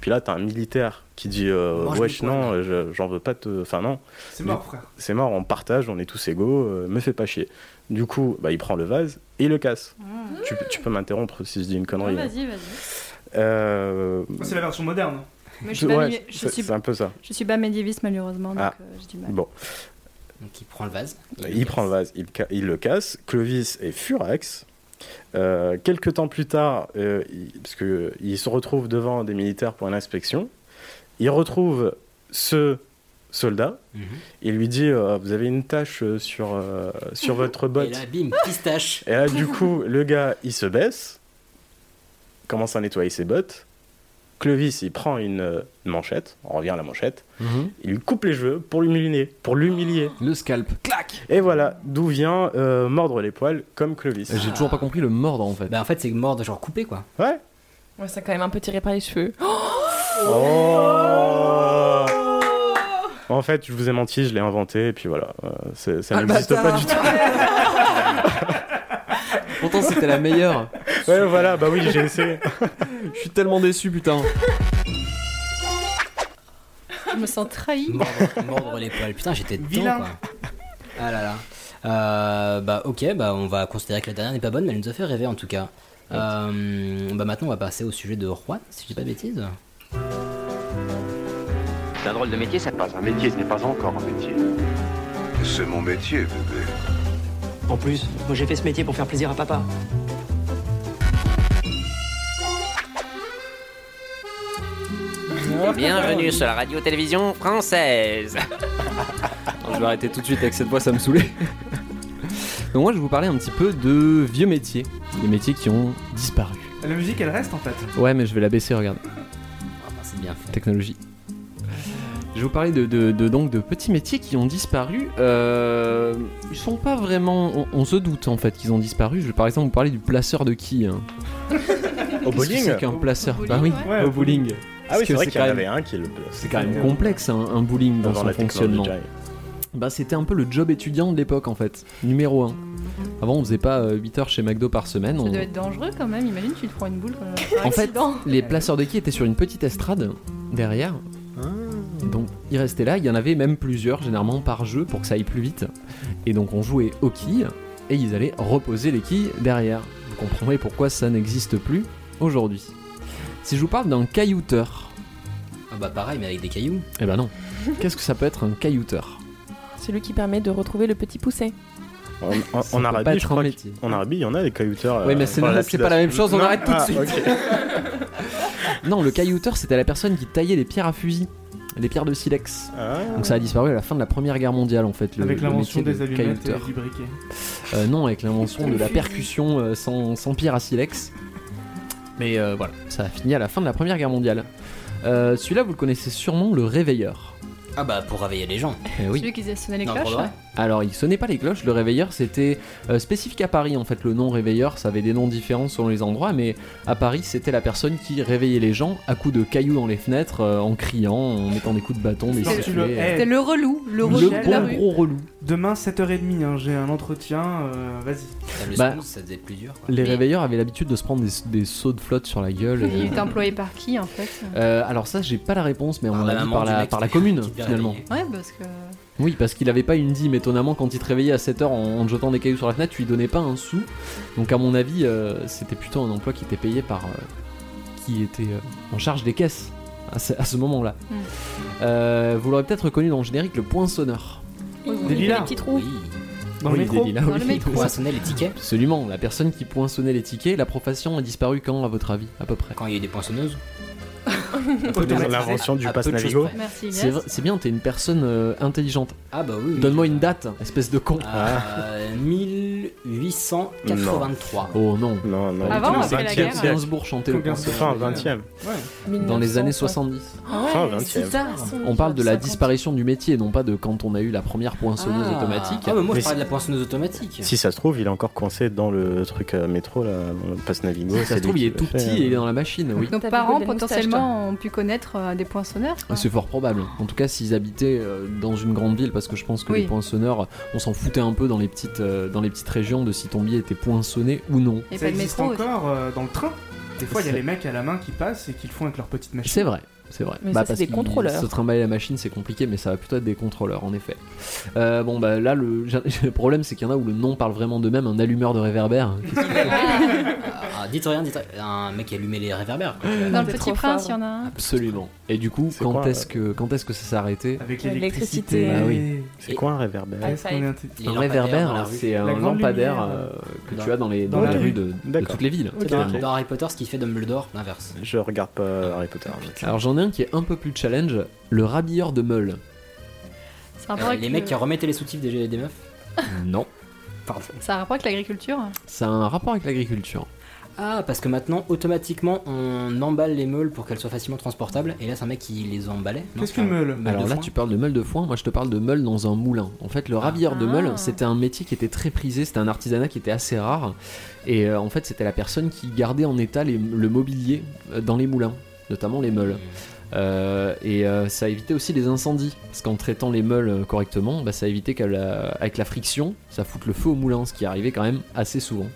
[SPEAKER 1] Puis là, t'as un militaire qui dit euh,
[SPEAKER 2] Mange
[SPEAKER 1] Wesh,
[SPEAKER 2] mes poils.
[SPEAKER 1] non, euh, je- j'en veux pas te. Enfin, non.
[SPEAKER 2] C'est
[SPEAKER 1] Du-
[SPEAKER 2] mort, frère.
[SPEAKER 1] C'est mort, on partage, on est tous égaux, euh, me fais pas chier. Du coup, bah, il prend le vase et il le casse. Tu, tu peux m'interrompre si je dis une connerie. hein.
[SPEAKER 16] Mmh. Ah, Vas-y, vas-y.
[SPEAKER 1] Euh,
[SPEAKER 2] C'est la version moderne.
[SPEAKER 16] Mais je suis pas
[SPEAKER 1] ouais,
[SPEAKER 16] mé- je
[SPEAKER 1] c'est
[SPEAKER 16] suis-
[SPEAKER 1] c'est un peu ça.
[SPEAKER 16] Je suis pas médiéviste malheureusement, donc
[SPEAKER 1] Ah.
[SPEAKER 16] euh, j'ai du mal.
[SPEAKER 1] Bon.
[SPEAKER 4] Donc il prend le vase.
[SPEAKER 1] Il, prend le vase, il, ca- il le casse. Clovis est furax. Euh, quelques temps plus tard, euh, il, parce que il se retrouve devant des militaires pour une inspection, il retrouve ce soldat. Il lui dit euh, Vous avez une tache euh, sur, euh, sur votre botte.
[SPEAKER 4] Mm-hmm. Et là, bim, pistache.
[SPEAKER 1] Et
[SPEAKER 4] <laughs>
[SPEAKER 1] là, du coup, le gars, il se baisse, commence à nettoyer ses bottes. Clovis, il prend une euh, manchette, on revient à la manchette, il lui coupe les cheveux pour l'humilier, pour l'humilier.
[SPEAKER 3] Mhm. Le scalp.
[SPEAKER 1] Clac Et voilà, d'où vient euh, mordre les poils comme Clovis.
[SPEAKER 3] Euh, J'ai toujours pas compris le mordre en fait.
[SPEAKER 4] Bah en fait c'est mordre genre coupé quoi.
[SPEAKER 1] Ouais.
[SPEAKER 9] Ouais, c'est quand même un peu tiré par les cheveux.
[SPEAKER 1] Oh En fait, je vous ai menti, je l'ai inventé, et puis voilà, euh, c'est-
[SPEAKER 3] Ah,
[SPEAKER 1] ça n'existe pas du tout.
[SPEAKER 3] <laughs> Pourtant c'était la meilleure.
[SPEAKER 1] Ouais, voilà, bah oui, j'ai
[SPEAKER 3] <laughs>
[SPEAKER 1] essayé.
[SPEAKER 3] Je suis tellement déçu putain.
[SPEAKER 16] Je me sens trahi.
[SPEAKER 3] <laughs>
[SPEAKER 4] Mordre, mordre les poils. Putain, j'étais dedans
[SPEAKER 16] Vilain.
[SPEAKER 4] quoi. Ah là là. Euh, bah ok, bah on va considérer que la dernière n'est pas bonne, mais elle nous a fait rêver en tout cas. Euh, bah maintenant on va passer au sujet de Juan, si je dis pas de bêtises. Ah,
[SPEAKER 7] C'est un drôle de métier, ça passe. Un métier, ce n'est pas encore un métier. C'est mon métier, bébé.
[SPEAKER 5] En plus, moi j'ai fait ce métier pour faire plaisir à papa.
[SPEAKER 17] Bienvenue sur la radio-télévision française.
[SPEAKER 3] <laughs> Je vais arrêter tout de suite avec cette voix, ça me saoulait. Donc moi je vais vous parler un petit peu de vieux métiers, des métiers qui ont disparu.
[SPEAKER 2] La musique elle reste en fait.
[SPEAKER 3] Ouais, mais je vais la baisser, regarde.
[SPEAKER 4] bah, c'est bien fait.
[SPEAKER 3] Technologie. Je vais vous parler de, de- de- donc de petits métiers qui ont disparu. Euh, ils sont pas vraiment. On, on se doute en fait qu'ils ont disparu. Je vais par exemple vous parler du placeur de quilles. hein.
[SPEAKER 1] Au
[SPEAKER 3] Qu'est-ce que
[SPEAKER 1] bowling
[SPEAKER 3] C'est qu'un placeur. bah oui,
[SPEAKER 1] Ouais,
[SPEAKER 3] au bowling.
[SPEAKER 1] Ah oui,
[SPEAKER 3] Parce
[SPEAKER 1] c'est
[SPEAKER 3] que
[SPEAKER 1] vrai qu'il y en
[SPEAKER 3] quand même-
[SPEAKER 1] avait un qui le
[SPEAKER 3] C'est quand même complexe hein, un, un bowling dans
[SPEAKER 1] Avant
[SPEAKER 3] son
[SPEAKER 1] la technologie.
[SPEAKER 3] fonctionnement. Bah c'était un peu le job étudiant de l'époque en fait, numéro 1. Avant on faisait pas 8 heures chez McDo par semaine.
[SPEAKER 16] Ça
[SPEAKER 3] on-
[SPEAKER 16] doit être dangereux quand même, imagine tu te prends une boule quand même. par
[SPEAKER 3] En fait,
[SPEAKER 16] accident.
[SPEAKER 3] les placeurs de qui étaient sur une petite estrade derrière. Et donc ils restaient là, il y en avait même plusieurs généralement par jeu pour que ça aille plus vite. Et donc on jouait aux quilles et ils allaient reposer les quilles derrière. Vous comprendrez pourquoi ça n'existe plus aujourd'hui. Si je vous parle d'un caillouteur,
[SPEAKER 4] Ah bah pareil, mais avec des cailloux.
[SPEAKER 3] eh ben non. Qu'est-ce que ça peut être un caillouteur
[SPEAKER 9] Celui qui permet de retrouver le petit poussé.
[SPEAKER 1] En, en- en
[SPEAKER 3] Ça peut pas
[SPEAKER 1] Arabie,
[SPEAKER 3] être
[SPEAKER 1] je
[SPEAKER 3] un
[SPEAKER 1] crois
[SPEAKER 3] métier.
[SPEAKER 1] qu'en Arabie, il y en a des caillouteurs.
[SPEAKER 3] Oui,
[SPEAKER 1] euh,
[SPEAKER 3] mais c'est
[SPEAKER 1] enfin,
[SPEAKER 3] pas-
[SPEAKER 1] la
[SPEAKER 3] c'est pas la même chose, on
[SPEAKER 1] Non
[SPEAKER 3] arrête tout de
[SPEAKER 1] Ah,
[SPEAKER 3] suite.
[SPEAKER 1] ok.
[SPEAKER 3] <laughs> Non, le caillouteur, c'était la personne qui taillait les pierres à fusil, les pierres de silex.
[SPEAKER 1] Ah.
[SPEAKER 3] Donc ça a disparu à la fin de la Première Guerre mondiale, en fait. Le,
[SPEAKER 2] Avec
[SPEAKER 3] le
[SPEAKER 2] l'invention
[SPEAKER 3] métier de
[SPEAKER 2] des allumettes et
[SPEAKER 3] caillouteur.
[SPEAKER 2] du briquet.
[SPEAKER 3] Euh, non, avec
[SPEAKER 2] <laughs>
[SPEAKER 3] l'invention de la percussion euh, sans, sans pierre à silex. Mais euh, voilà, ça a fini à la fin de la Première Guerre mondiale. Euh, Celui-là, vous le connaissez sûrement, le réveilleur.
[SPEAKER 4] Ah bah pour réveiller les gens.
[SPEAKER 3] Eh oui.
[SPEAKER 16] Celui qui faisait sonner les
[SPEAKER 4] Non,
[SPEAKER 16] cloches.
[SPEAKER 4] pour de vrai.
[SPEAKER 3] Alors, il sonnait pas les cloches, le réveilleur c'était euh, spécifique à Paris en fait. Le nom réveilleur, ça avait des noms différents selon les endroits, mais à Paris c'était la personne qui réveillait les gens à coups de cailloux dans les fenêtres, euh, en criant, en mettant des coups de bâton, des
[SPEAKER 2] C'était
[SPEAKER 3] sifflets,
[SPEAKER 2] le-
[SPEAKER 3] euh.
[SPEAKER 16] C'était le relou, le
[SPEAKER 3] Le
[SPEAKER 16] relou de
[SPEAKER 3] bon
[SPEAKER 16] la rue.
[SPEAKER 3] gros relou.
[SPEAKER 2] Demain 7h30, hein, j'ai un entretien, euh, vas-y.
[SPEAKER 4] Le
[SPEAKER 3] Bah,
[SPEAKER 4] scoop, ça faisait plus dur. quoi.
[SPEAKER 3] Les réveilleurs avaient l'habitude de se prendre des, des sauts de flotte sur la gueule. et-
[SPEAKER 16] Il est employé par qui en fait
[SPEAKER 3] Euh, alors ça, j'ai pas la réponse, mais on
[SPEAKER 4] la
[SPEAKER 3] l'a dit
[SPEAKER 4] Ah, bah, maman
[SPEAKER 3] par
[SPEAKER 4] du
[SPEAKER 3] la,
[SPEAKER 4] mec
[SPEAKER 3] par la
[SPEAKER 4] qui-
[SPEAKER 3] commune
[SPEAKER 4] qui devait
[SPEAKER 3] finalement.
[SPEAKER 4] réveiller.
[SPEAKER 16] Ouais, parce
[SPEAKER 4] <laughs>
[SPEAKER 16] que.
[SPEAKER 3] Oui, parce qu'il avait pas une dîme, étonnamment, quand il te réveillait à 7h en, en te jetant des cailloux sur la fenêtre, tu lui donnais pas un sou. Donc, à mon avis, euh, c'était plutôt un emploi qui était payé par. euh, qui était euh, en charge des caisses à ce, à ce moment-là.
[SPEAKER 16] Mm.
[SPEAKER 3] Euh, vous l'aurez peut-être reconnu dans le générique, le poinçonneur.
[SPEAKER 9] Des
[SPEAKER 3] lilas.
[SPEAKER 9] petits trous.
[SPEAKER 2] Dans le
[SPEAKER 3] Oui,
[SPEAKER 2] métro.
[SPEAKER 3] des lilas, oui.
[SPEAKER 4] Poinçonner les tickets.
[SPEAKER 3] Absolument, la personne qui poinçonnait les tickets, la profession a disparu quand, à votre avis, à peu près <laughs>
[SPEAKER 4] Quand il y a eu des poinçonneuses
[SPEAKER 1] L'invention du
[SPEAKER 3] À
[SPEAKER 1] passe
[SPEAKER 3] peu de choses
[SPEAKER 1] Navigo.
[SPEAKER 3] près.
[SPEAKER 10] Merci,
[SPEAKER 3] C'est
[SPEAKER 10] Inès.
[SPEAKER 3] vrai- C'est bien, t'es une personne euh, intelligente.
[SPEAKER 4] Ah bah oui. oui.
[SPEAKER 3] Donne-moi une date, espèce de con.
[SPEAKER 4] Euh, 1883.
[SPEAKER 3] Oh non.
[SPEAKER 1] Non, non.
[SPEAKER 4] Avant,
[SPEAKER 1] Au
[SPEAKER 4] après la
[SPEAKER 1] 20e
[SPEAKER 4] guerre.
[SPEAKER 1] siècle.
[SPEAKER 3] Gainsbourg chantait le
[SPEAKER 1] Gainsbourg.
[SPEAKER 3] prince.
[SPEAKER 1] Fin 20e.
[SPEAKER 3] Dans les
[SPEAKER 1] 1900,
[SPEAKER 3] années
[SPEAKER 1] ouais.
[SPEAKER 3] 70.
[SPEAKER 1] Ah ouais, Fin 20e. c'est tard.
[SPEAKER 3] On parle de la disparition du métier, non pas de quand on a eu la première poinçonneuse
[SPEAKER 4] Ah.
[SPEAKER 3] automatique.
[SPEAKER 4] Ah, bah moi, je
[SPEAKER 1] Mais
[SPEAKER 4] parlais
[SPEAKER 1] si-
[SPEAKER 4] de la poinçonneuse automatique.
[SPEAKER 1] Si ça se trouve, il est encore coincé dans le truc euh, métro, là, dans le passe Navigo.
[SPEAKER 3] Ça se
[SPEAKER 1] c'est
[SPEAKER 3] trouve,
[SPEAKER 1] lui
[SPEAKER 3] il est
[SPEAKER 1] qui l'a
[SPEAKER 3] tout
[SPEAKER 1] fait,
[SPEAKER 3] petit
[SPEAKER 1] euh.
[SPEAKER 3] et il est dans la machine, oui.
[SPEAKER 10] Nos parents potentiellement ont pu connaître euh, des poinçonneurs. quoi.
[SPEAKER 3] Ah, C'est fort probable. En tout cas, s'ils habitaient euh, dans une grande ville, parce que je pense que
[SPEAKER 10] Oui.
[SPEAKER 3] les poinçonneurs, on s'en foutait un peu dans les petites, euh, dans les petites régions de si ton billet était poinçonné ou non.
[SPEAKER 10] Et
[SPEAKER 2] ça
[SPEAKER 10] pas de
[SPEAKER 2] existe
[SPEAKER 10] métro aussi.
[SPEAKER 2] encore euh, dans le train. Des fois, il y a
[SPEAKER 3] C'est-
[SPEAKER 2] les mecs à la main qui passent et qui le font avec leur petite machine.
[SPEAKER 3] C'est vrai, c'est vrai. Bah,
[SPEAKER 2] Mais ça, c'est
[SPEAKER 3] parce
[SPEAKER 2] des
[SPEAKER 3] qu'ils-
[SPEAKER 2] contrôleurs.
[SPEAKER 3] Se trimballer la machine, c'est compliqué, mais ça va plutôt être des contrôleurs, en effet. Euh, bon, bah là, le, j'ai- le problème, c'est qu'il y en a où le nom parle vraiment d'eux-mêmes, un allumeur
[SPEAKER 2] <laughs>
[SPEAKER 3] de réverbère.
[SPEAKER 4] Ah, dites rien, dites rien. Un mec qui allumait les réverbères. quoi.
[SPEAKER 10] Dans le Petit Prince, il y en a un.
[SPEAKER 3] Absolument. Et du coup, quand
[SPEAKER 1] quoi,
[SPEAKER 3] est-ce
[SPEAKER 2] euh,
[SPEAKER 3] que, quand est-ce que ça s'est arrêté
[SPEAKER 2] Avec
[SPEAKER 1] l'électricité.
[SPEAKER 3] Bah oui.
[SPEAKER 1] C'est quoi un réverbère
[SPEAKER 2] Ah, est-ce qu'on est intelligent
[SPEAKER 3] Un
[SPEAKER 2] Les lampadaires dans la
[SPEAKER 3] réverbère,
[SPEAKER 2] rue.
[SPEAKER 3] c'est
[SPEAKER 2] La
[SPEAKER 3] un
[SPEAKER 2] grande
[SPEAKER 3] lampadaire
[SPEAKER 2] lumière,
[SPEAKER 3] euh, que
[SPEAKER 4] Dans-
[SPEAKER 3] tu as dans les, dans
[SPEAKER 4] dans
[SPEAKER 3] les
[SPEAKER 4] la
[SPEAKER 3] rues
[SPEAKER 4] rue.
[SPEAKER 3] de, de
[SPEAKER 1] D'accord.
[SPEAKER 3] toutes les villes.
[SPEAKER 4] C'est
[SPEAKER 3] finalement.
[SPEAKER 4] dans, dans Harry Potter, ce qu'il fait Dumbledore, l'inverse.
[SPEAKER 3] Ah,
[SPEAKER 1] Je regarde pas Harry Potter. mais-
[SPEAKER 3] Alors j'en ai un qui est un peu plus challenge, le rhabilleur de meule.
[SPEAKER 10] Ça a rapport
[SPEAKER 4] Euh,
[SPEAKER 10] avec
[SPEAKER 4] les
[SPEAKER 10] le-
[SPEAKER 4] mecs qui remettaient les soutifs des, des meufs.
[SPEAKER 3] <laughs> Non.
[SPEAKER 4] Pardon.
[SPEAKER 10] Ça a rapport avec l'agriculture.
[SPEAKER 3] Ça a un rapport avec l'agriculture.
[SPEAKER 4] Ah, parce que maintenant, automatiquement, on emballe les meules pour qu'elles soient facilement transportables. Et là, c'est un mec qui les emballait. non
[SPEAKER 2] Qu'est-ce qu'une meule
[SPEAKER 3] Alors
[SPEAKER 4] de
[SPEAKER 3] là,
[SPEAKER 4] foin.
[SPEAKER 3] tu parles de meule de foin, moi je te parle de meule dans un moulin. En fait, le rhabilleur de meule, c'était un métier qui était très prisé, c'était un artisanat qui était assez rare. Et euh, en fait, c'était la personne qui gardait en état les- le mobilier euh, dans les moulins, notamment les meules. Euh, et euh, ça évitait aussi les incendies, parce qu'en traitant les meules euh, correctement, bah, ça évitait qu'avec avec la friction, ça foute le feu au moulin, ce qui arrivait quand même assez souvent.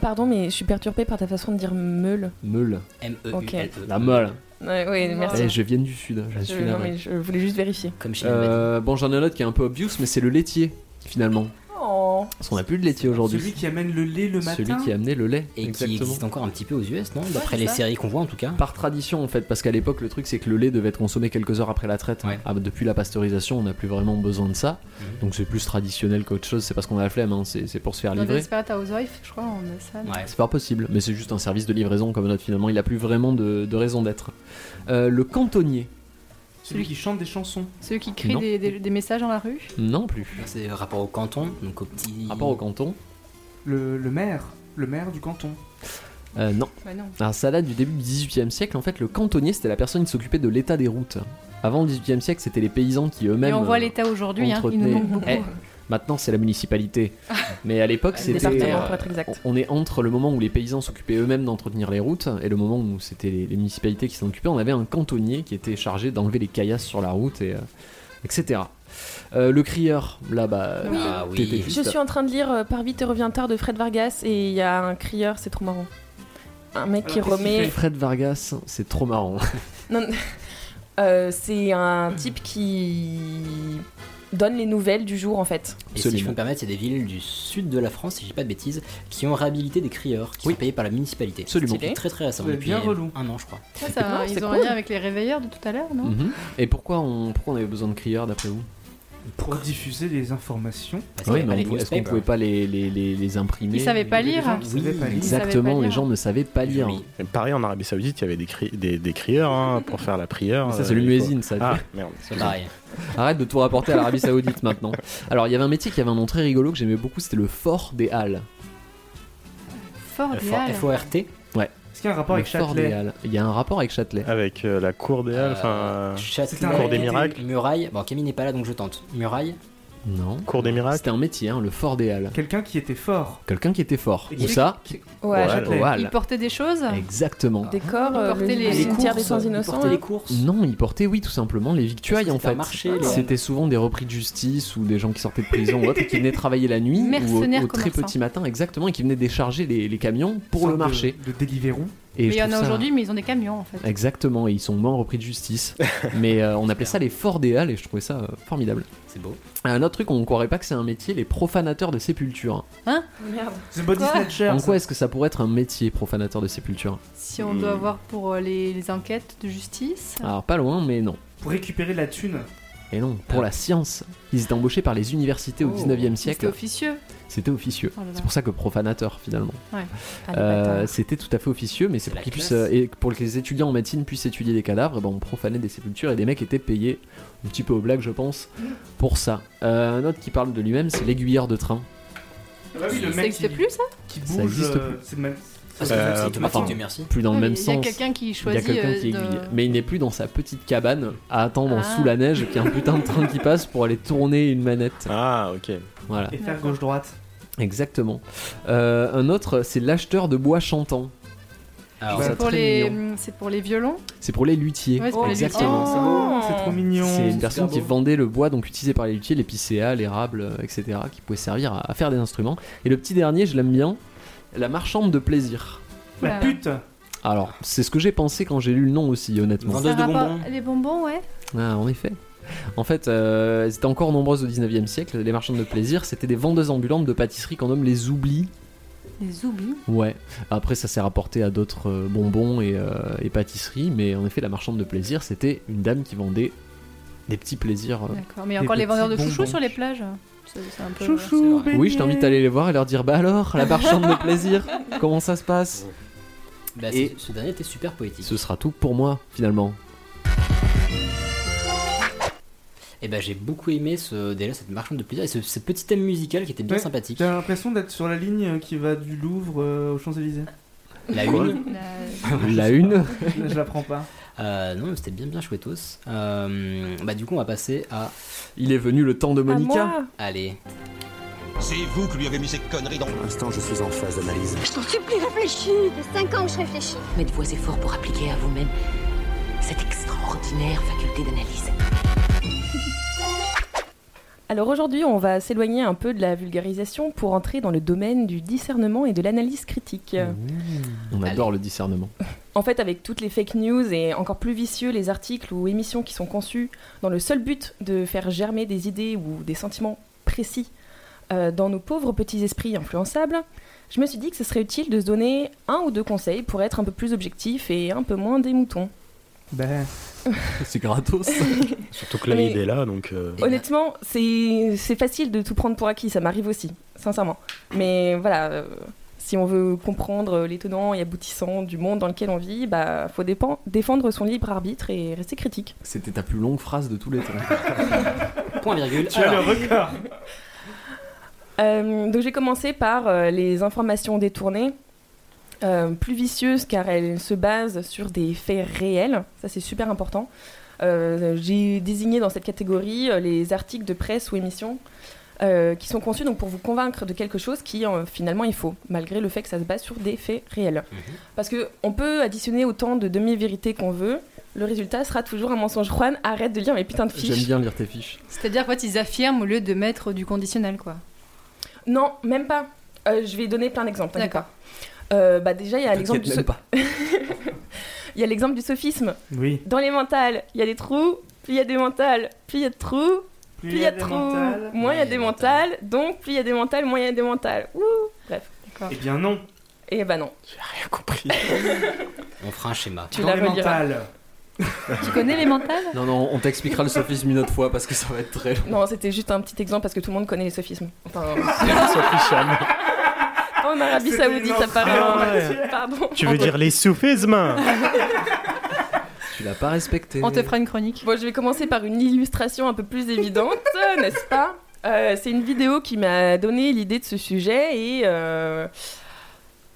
[SPEAKER 9] Pardon, mais je suis perturbée par ta façon de dire meule.
[SPEAKER 3] Meule.
[SPEAKER 4] M-E-U-L-E.
[SPEAKER 9] Ok.
[SPEAKER 3] La meule.
[SPEAKER 9] Ouais, ouais, merci.
[SPEAKER 3] Eh, je viens du sud, je suis
[SPEAKER 9] Je- Euh,
[SPEAKER 3] là.
[SPEAKER 9] non, mais je voulais juste vérifier.
[SPEAKER 4] Comme
[SPEAKER 3] Euh, bon, j'en ai un autre qui est un peu obvious, mais c'est le laitier, finalement.
[SPEAKER 9] Oh.
[SPEAKER 3] Parce qu'on n'a plus de laitier aujourd'hui.
[SPEAKER 2] Celui qui amène le lait le matin.
[SPEAKER 3] Celui qui amenait le lait.
[SPEAKER 4] Et qui existe encore un petit peu aux US, non D'après
[SPEAKER 3] c'est
[SPEAKER 4] les
[SPEAKER 3] ça.
[SPEAKER 4] séries qu'on voit en tout cas.
[SPEAKER 3] Par tradition en fait, parce qu'à l'époque le truc c'est que le lait devait être consommé quelques heures après la traite. Ah, bah, depuis la pasteurisation on n'a plus vraiment besoin de ça.
[SPEAKER 4] Mhm.
[SPEAKER 3] Donc c'est plus traditionnel qu'autre chose, c'est parce qu'on a la flemme, hein, c'est c'est pour se faire
[SPEAKER 10] Dans
[SPEAKER 3] livrer.
[SPEAKER 10] Desperate Housewives, je crois, on a ça. non
[SPEAKER 3] C'est pas possible, mais c'est juste un service de livraison comme notre finalement, il a plus vraiment de, de raison d'être. Euh, le cantonnier,
[SPEAKER 2] Celui qui chante des chansons.
[SPEAKER 10] Celui qui crie
[SPEAKER 3] Non.
[SPEAKER 10] des, des- des messages dans la rue.
[SPEAKER 3] non plus.
[SPEAKER 4] C'est rapport au canton, donc au petit.
[SPEAKER 3] Rapport au canton,
[SPEAKER 2] Le, le maire. Le maire du canton.
[SPEAKER 3] Euh, non.
[SPEAKER 10] Bah non.
[SPEAKER 3] Alors ça date du début du 18e siècle. En fait, le cantonnier, c'était la personne qui s'occupait de l'état des routes. Avant le 18e siècle, c'était les paysans qui eux-mêmes.
[SPEAKER 10] Et on voit
[SPEAKER 3] euh,
[SPEAKER 10] l'état aujourd'hui, hein, il
[SPEAKER 3] entretenaient-
[SPEAKER 10] nous manque beaucoup. Ah.
[SPEAKER 3] Eh, maintenant, c'est la municipalité. Mais à l'époque,
[SPEAKER 10] Le
[SPEAKER 3] c'était. euh,
[SPEAKER 10] département, pour être exact.
[SPEAKER 3] On on est entre le moment où les paysans s'occupaient eux-mêmes d'entretenir les routes et le moment où c'était les, les municipalités qui s'en occupaient. On avait un cantonnier qui était chargé d'enlever les caillasses sur la route et euh, etc. Euh, le crieur, là, bah.
[SPEAKER 9] Oui.
[SPEAKER 4] Ah oui.
[SPEAKER 3] t'étais juste-
[SPEAKER 9] Je suis en train de lire euh, Pars vite et reviens tard de Fred Vargas et il y a un crieur, c'est trop marrant. Un mec qui remet.
[SPEAKER 3] Fred Vargas, c'est trop marrant.
[SPEAKER 10] Ah.
[SPEAKER 9] Non, euh, c'est un type qui donne les nouvelles du jour en fait.
[SPEAKER 4] Et si je peux me permettre, c'est des villes du sud de la France, si j'ai pas de bêtises, qui ont réhabilité des crieurs qui sont payés par la municipalité.
[SPEAKER 3] Absolument.
[SPEAKER 4] C'est très très récent.
[SPEAKER 3] Ça doit être
[SPEAKER 4] depuis
[SPEAKER 3] bien relou.
[SPEAKER 4] Un an, je crois. Bah,
[SPEAKER 10] Ça, ça,
[SPEAKER 4] Non, c'est
[SPEAKER 10] ils ont
[SPEAKER 4] cool.
[SPEAKER 10] rien avec les réveilleurs de tout à l'heure, non
[SPEAKER 3] <laughs> Mhm. Et pourquoi on, pourquoi on avait besoin de crieurs d'après vous
[SPEAKER 2] Pour diffuser les informations.
[SPEAKER 3] Oui, mais on pouvait- est-ce qu'on pouvait pas les, les, les, les imprimer
[SPEAKER 10] Ils savaient pas lire.
[SPEAKER 3] Oui,
[SPEAKER 10] Ils savaient pas
[SPEAKER 3] exactement, les
[SPEAKER 10] lire.
[SPEAKER 3] gens ne savaient pas lire.
[SPEAKER 1] Et Pareil, en Arabie Saoudite, il y avait des, cri- des, des crieurs hein, pour faire la prière.
[SPEAKER 3] Ça, c'est
[SPEAKER 1] euh,
[SPEAKER 3] le
[SPEAKER 1] et quoi.
[SPEAKER 3] muezzin, ça.
[SPEAKER 1] Ah, merde.
[SPEAKER 4] pareil.
[SPEAKER 3] Arrête de tout rapporter à l'Arabie Saoudite maintenant. Alors, il y avait un métier qui avait un nom très rigolo que j'aimais beaucoup, c'était le fort des Halles.
[SPEAKER 10] Fort des Halles.
[SPEAKER 4] F-O-R-T.
[SPEAKER 3] Ouais.
[SPEAKER 2] Est-ce qu'il y a un rapport
[SPEAKER 3] Le
[SPEAKER 2] avec
[SPEAKER 3] fort
[SPEAKER 2] Châtelet
[SPEAKER 3] des Halles. Il y a un rapport avec Châtelet.
[SPEAKER 1] Avec euh, la cour des Halles, enfin. euh,
[SPEAKER 4] Châtelet.
[SPEAKER 1] cour des miracles.
[SPEAKER 4] Muraille. Bon, Camille n'est pas là, donc je tente. Muraille.
[SPEAKER 3] Non.
[SPEAKER 1] Cour des miracles.
[SPEAKER 3] C'était un métier, hein, le fort des Halles.
[SPEAKER 2] Quelqu'un qui était fort.
[SPEAKER 3] Quelqu'un qui était fort.
[SPEAKER 2] Et
[SPEAKER 3] Où ça
[SPEAKER 9] Au Halles.
[SPEAKER 3] Au Halles.
[SPEAKER 10] Ils portaient des choses
[SPEAKER 3] Eh, Exactement.
[SPEAKER 9] Des corps,
[SPEAKER 10] Ils
[SPEAKER 9] euh,
[SPEAKER 10] portaient
[SPEAKER 9] le
[SPEAKER 10] les- les
[SPEAKER 9] cimetière des
[SPEAKER 10] courses,
[SPEAKER 9] sans
[SPEAKER 10] ils
[SPEAKER 9] innocents. hein.
[SPEAKER 10] portaient
[SPEAKER 9] là.
[SPEAKER 10] les courses.
[SPEAKER 3] Non, ils portaient, oui, tout simplement les victuailles en
[SPEAKER 4] c'était un
[SPEAKER 3] fait.
[SPEAKER 4] marché, les-
[SPEAKER 3] C'était souvent des repris de justice ou des gens qui sortaient de prison ou autre et qui venaient travailler la nuit ou au-
[SPEAKER 10] Mercenaires
[SPEAKER 3] au, très
[SPEAKER 10] commerçants.
[SPEAKER 3] petit matin, exactement, et qui venaient décharger les, les camions pour
[SPEAKER 2] Sorte
[SPEAKER 3] le
[SPEAKER 2] de-
[SPEAKER 3] marché.
[SPEAKER 2] De, Deliveroo.
[SPEAKER 3] Et
[SPEAKER 10] Mais
[SPEAKER 3] je
[SPEAKER 10] il y en
[SPEAKER 3] trouve
[SPEAKER 10] a
[SPEAKER 3] ça- hein. Eh.
[SPEAKER 10] aujourd'hui, mais ils ont des camions en fait.
[SPEAKER 3] Exactement, et ils sont moins repris de justice. Mais euh, on appelait ça les forts des Halles et je trouvais ça euh, formidable.
[SPEAKER 4] C'est beau.
[SPEAKER 3] Un autre truc, on ne croirait pas que c'est un métier, les profanateurs de sépultures.
[SPEAKER 10] Hein
[SPEAKER 9] Oh, Merde.
[SPEAKER 2] The Body
[SPEAKER 10] Quoi
[SPEAKER 2] Snatcher.
[SPEAKER 3] en quoi est-ce que ça pourrait être un métier, profanateur de sépultures
[SPEAKER 10] Si on doit voir pour euh, les, les enquêtes de justice.
[SPEAKER 3] Alors pas loin, mais non.
[SPEAKER 2] Pour récupérer la thune.
[SPEAKER 3] Et non, pour la science. Ils étaient embauchés par les universités au 19e
[SPEAKER 10] C'était
[SPEAKER 3] siècle.
[SPEAKER 10] officieux.
[SPEAKER 3] C'était officieux.
[SPEAKER 16] Oh là là.
[SPEAKER 3] c'est pour ça que profanateur finalement.
[SPEAKER 16] Ouais. Ah, les
[SPEAKER 3] Euh,
[SPEAKER 16] bâtards.
[SPEAKER 3] c'était tout à fait officieux, mais c'est pour, qu'ils puissent, euh, et pour que les étudiants en médecine puissent étudier des cadavres, et ben, on profanait des sépultures et des mecs étaient payés, un petit peu au blague je pense, pour ça. Euh, un autre qui parle de lui-même, c'est l'aiguilleur de train.
[SPEAKER 2] Ah bah oui,
[SPEAKER 16] Ça
[SPEAKER 2] le mec qui,
[SPEAKER 16] n'existe plus ça
[SPEAKER 2] qui
[SPEAKER 3] Ça
[SPEAKER 2] bouge.
[SPEAKER 3] existe
[SPEAKER 2] euh,
[SPEAKER 3] plus.
[SPEAKER 2] c'est le même-
[SPEAKER 3] Euh, enfin, Plus dans
[SPEAKER 16] Oui,
[SPEAKER 3] le même
[SPEAKER 16] Ah, il y a
[SPEAKER 3] sens.
[SPEAKER 16] quelqu'un qui
[SPEAKER 3] Il y a
[SPEAKER 16] choisit,
[SPEAKER 3] quelqu'un
[SPEAKER 16] euh,
[SPEAKER 3] qui
[SPEAKER 16] de-
[SPEAKER 3] aiguille. Mais il n'est plus dans sa petite cabane à attendre
[SPEAKER 16] Ah.
[SPEAKER 3] sous la neige qu'il y ait un putain de train qui passe pour aller tourner une manette. Ah, ok. Voilà.
[SPEAKER 2] Et faire gauche-droite.
[SPEAKER 3] Exactement. Euh, un autre, c'est l'acheteur de bois chantant. Je trouve
[SPEAKER 16] C'est
[SPEAKER 3] ça
[SPEAKER 16] pour
[SPEAKER 3] très
[SPEAKER 16] les,
[SPEAKER 3] mignon.
[SPEAKER 10] hum,
[SPEAKER 16] c'est pour les violons
[SPEAKER 3] C'est pour les luthiers.
[SPEAKER 16] Ouais, c'est pour les
[SPEAKER 3] Exactement.
[SPEAKER 16] luthiers. Oh,
[SPEAKER 2] c'est trop mignon.
[SPEAKER 3] C'est une
[SPEAKER 2] C'est
[SPEAKER 3] personne
[SPEAKER 2] super
[SPEAKER 3] qui
[SPEAKER 2] beau.
[SPEAKER 3] vendait le bois donc utilisé par les luthiers, l'épicéa, l'érable, euh, etc., qui pouvait servir à, à faire des instruments. Et le petit dernier, je l'aime bien, la marchande de plaisir.
[SPEAKER 2] La pute
[SPEAKER 3] Alors, c'est ce que j'ai pensé quand j'ai lu le nom aussi, honnêtement.
[SPEAKER 16] Ça rapporte- Les bonbons, ouais.
[SPEAKER 3] Ah, en effet. En fait, euh, elles étaient encore nombreuses au 19e siècle. Les marchandes de plaisir, c'était des vendeuses ambulantes de pâtisseries qu'on nomme les oublis.
[SPEAKER 16] Les oublis.
[SPEAKER 3] Ouais. Après, ça s'est rapporté à d'autres euh, bonbons et, euh, et pâtisseries, mais en effet, la marchande de plaisir, c'était une dame qui vendait des petits plaisirs. euh.
[SPEAKER 16] D'accord. Mais il y a encore les vendeurs de chouchous sur les plages. C'est c'est un peu. Chouchou,
[SPEAKER 3] Oui, je t'invite à aller les voir et leur dire Bah alors, la marchande de <laughs> plaisir, comment ça se passe
[SPEAKER 13] Bah,
[SPEAKER 3] Et-
[SPEAKER 13] ce, ce dernier était super poétique.
[SPEAKER 3] Ce sera tout pour moi, finalement.
[SPEAKER 13] Et bah, j'ai beaucoup aimé ce, déjà cette marchande de plaisir et ce, ce petit thème musical qui était bien
[SPEAKER 2] Ouais,
[SPEAKER 13] sympathique.
[SPEAKER 2] J'ai l'impression d'être sur la ligne euh, qui va du Louvre euh, aux
[SPEAKER 3] <laughs>
[SPEAKER 2] Champs-Élysées.
[SPEAKER 13] La une
[SPEAKER 10] euh,
[SPEAKER 3] La une
[SPEAKER 2] Je la prends pas.
[SPEAKER 13] Euh, Non, mais c'était bien, bien chouettos. Euh, bah, du coup, on va passer à.
[SPEAKER 3] Il est venu le temps de
[SPEAKER 9] Bah,
[SPEAKER 13] Monica.
[SPEAKER 10] Ah,
[SPEAKER 3] moi
[SPEAKER 13] Allez.
[SPEAKER 6] C'est vous qui lui avez mis ces conneries dans. Pour l'instant, je suis en phase d'analyse.
[SPEAKER 18] Je t'en supplie, réfléchis. Ça fait 5 ans que je réfléchis. Faites vos efforts pour appliquer à vous-même cette extraordinaire faculté d'analyse.
[SPEAKER 9] Alors aujourd'hui, on va s'éloigner un peu de la vulgarisation pour entrer dans le domaine du discernement et de l'analyse critique.
[SPEAKER 3] On adore le discernement.
[SPEAKER 9] En fait, avec toutes les fake news et encore plus vicieux les articles ou émissions qui sont conçus dans le seul but de faire germer des idées ou des sentiments précis euh, dans nos pauvres petits esprits influençables, je me suis dit que ce serait utile de se donner un ou deux conseils pour être un peu plus objectif et un peu moins des moutons.
[SPEAKER 2] Ben.
[SPEAKER 3] <laughs> C'est gratos.
[SPEAKER 1] Surtout que là,
[SPEAKER 9] Mais-
[SPEAKER 1] il est là, donc. euh,
[SPEAKER 9] Honnêtement, c'est c'est facile de tout prendre pour acquis, ça m'arrive aussi, sincèrement. Mais voilà, euh, si on veut comprendre euh, les tenants et aboutissants du monde dans lequel on vit, bah faut dépen- défendre son libre arbitre et rester critique.
[SPEAKER 3] <laughs> C'était ta plus longue phrase de tous les temps.
[SPEAKER 13] Point virgule.
[SPEAKER 9] Tu as
[SPEAKER 13] Alors.
[SPEAKER 9] le record. Euh, donc j'ai commencé par euh, les informations détournées, euh, plus vicieuses car elles se basent sur des faits réels, ça c'est super important. Euh, j'ai désigné dans cette catégorie euh, les articles de presse ou émissions euh, qui sont conçus donc pour vous convaincre de quelque chose qui euh, finalement est faux, malgré le fait que ça se base sur des faits réels. Parce que on peut additionner autant de demi-vérités qu'on veut, le résultat sera toujours un mensonge. Juan, arrête de lire mes putains de fiches.
[SPEAKER 3] J'aime bien lire tes fiches.
[SPEAKER 10] C'est-à-dire, en fait, ils affirment au lieu de mettre du conditionnel, quoi.
[SPEAKER 9] Non, même pas. Euh, je vais donner plein d'exemples. t'inquiète
[SPEAKER 10] D'accord.
[SPEAKER 9] pas. Euh, bah déjà, il y a l'exemple
[SPEAKER 2] T'inquiète
[SPEAKER 9] du
[SPEAKER 2] même
[SPEAKER 9] so-
[SPEAKER 2] pas.
[SPEAKER 9] il y a l'exemple du sophisme.
[SPEAKER 2] Oui.
[SPEAKER 9] Dans les mentales, il y a des trous, plus il y a des mentales, plus il y a de trous,
[SPEAKER 2] Plus
[SPEAKER 9] plus il y a de trous,
[SPEAKER 2] mentales,
[SPEAKER 9] moins il y a des mentales, donc plus il y a des mentales, moins il y a des mentales. Ouh, bref.
[SPEAKER 2] Eh bien non.
[SPEAKER 9] Et bah non.
[SPEAKER 13] On fera un schéma.
[SPEAKER 9] Tu la reliras. Tu connais les mentales
[SPEAKER 3] <laughs> Non, non, on t'expliquera le sophisme une autre fois parce que ça va être très <laughs> long.
[SPEAKER 9] Non, c'était juste un petit exemple parce que tout le monde connaît les sophismes. Enfin,
[SPEAKER 3] <laughs>
[SPEAKER 9] en Arabie
[SPEAKER 2] C'était
[SPEAKER 9] Saoudite, ça
[SPEAKER 2] une
[SPEAKER 9] paraît.
[SPEAKER 1] entrée en
[SPEAKER 9] un- Pardon.
[SPEAKER 1] Tu veux dire les soufismes
[SPEAKER 3] Tu l'as pas respecté.
[SPEAKER 9] On te fera une chronique. Bon, je vais commencer par une illustration un peu plus évidente, <laughs> n'est-ce pas Euh, C'est une vidéo qui m'a donné l'idée de ce sujet et. euh,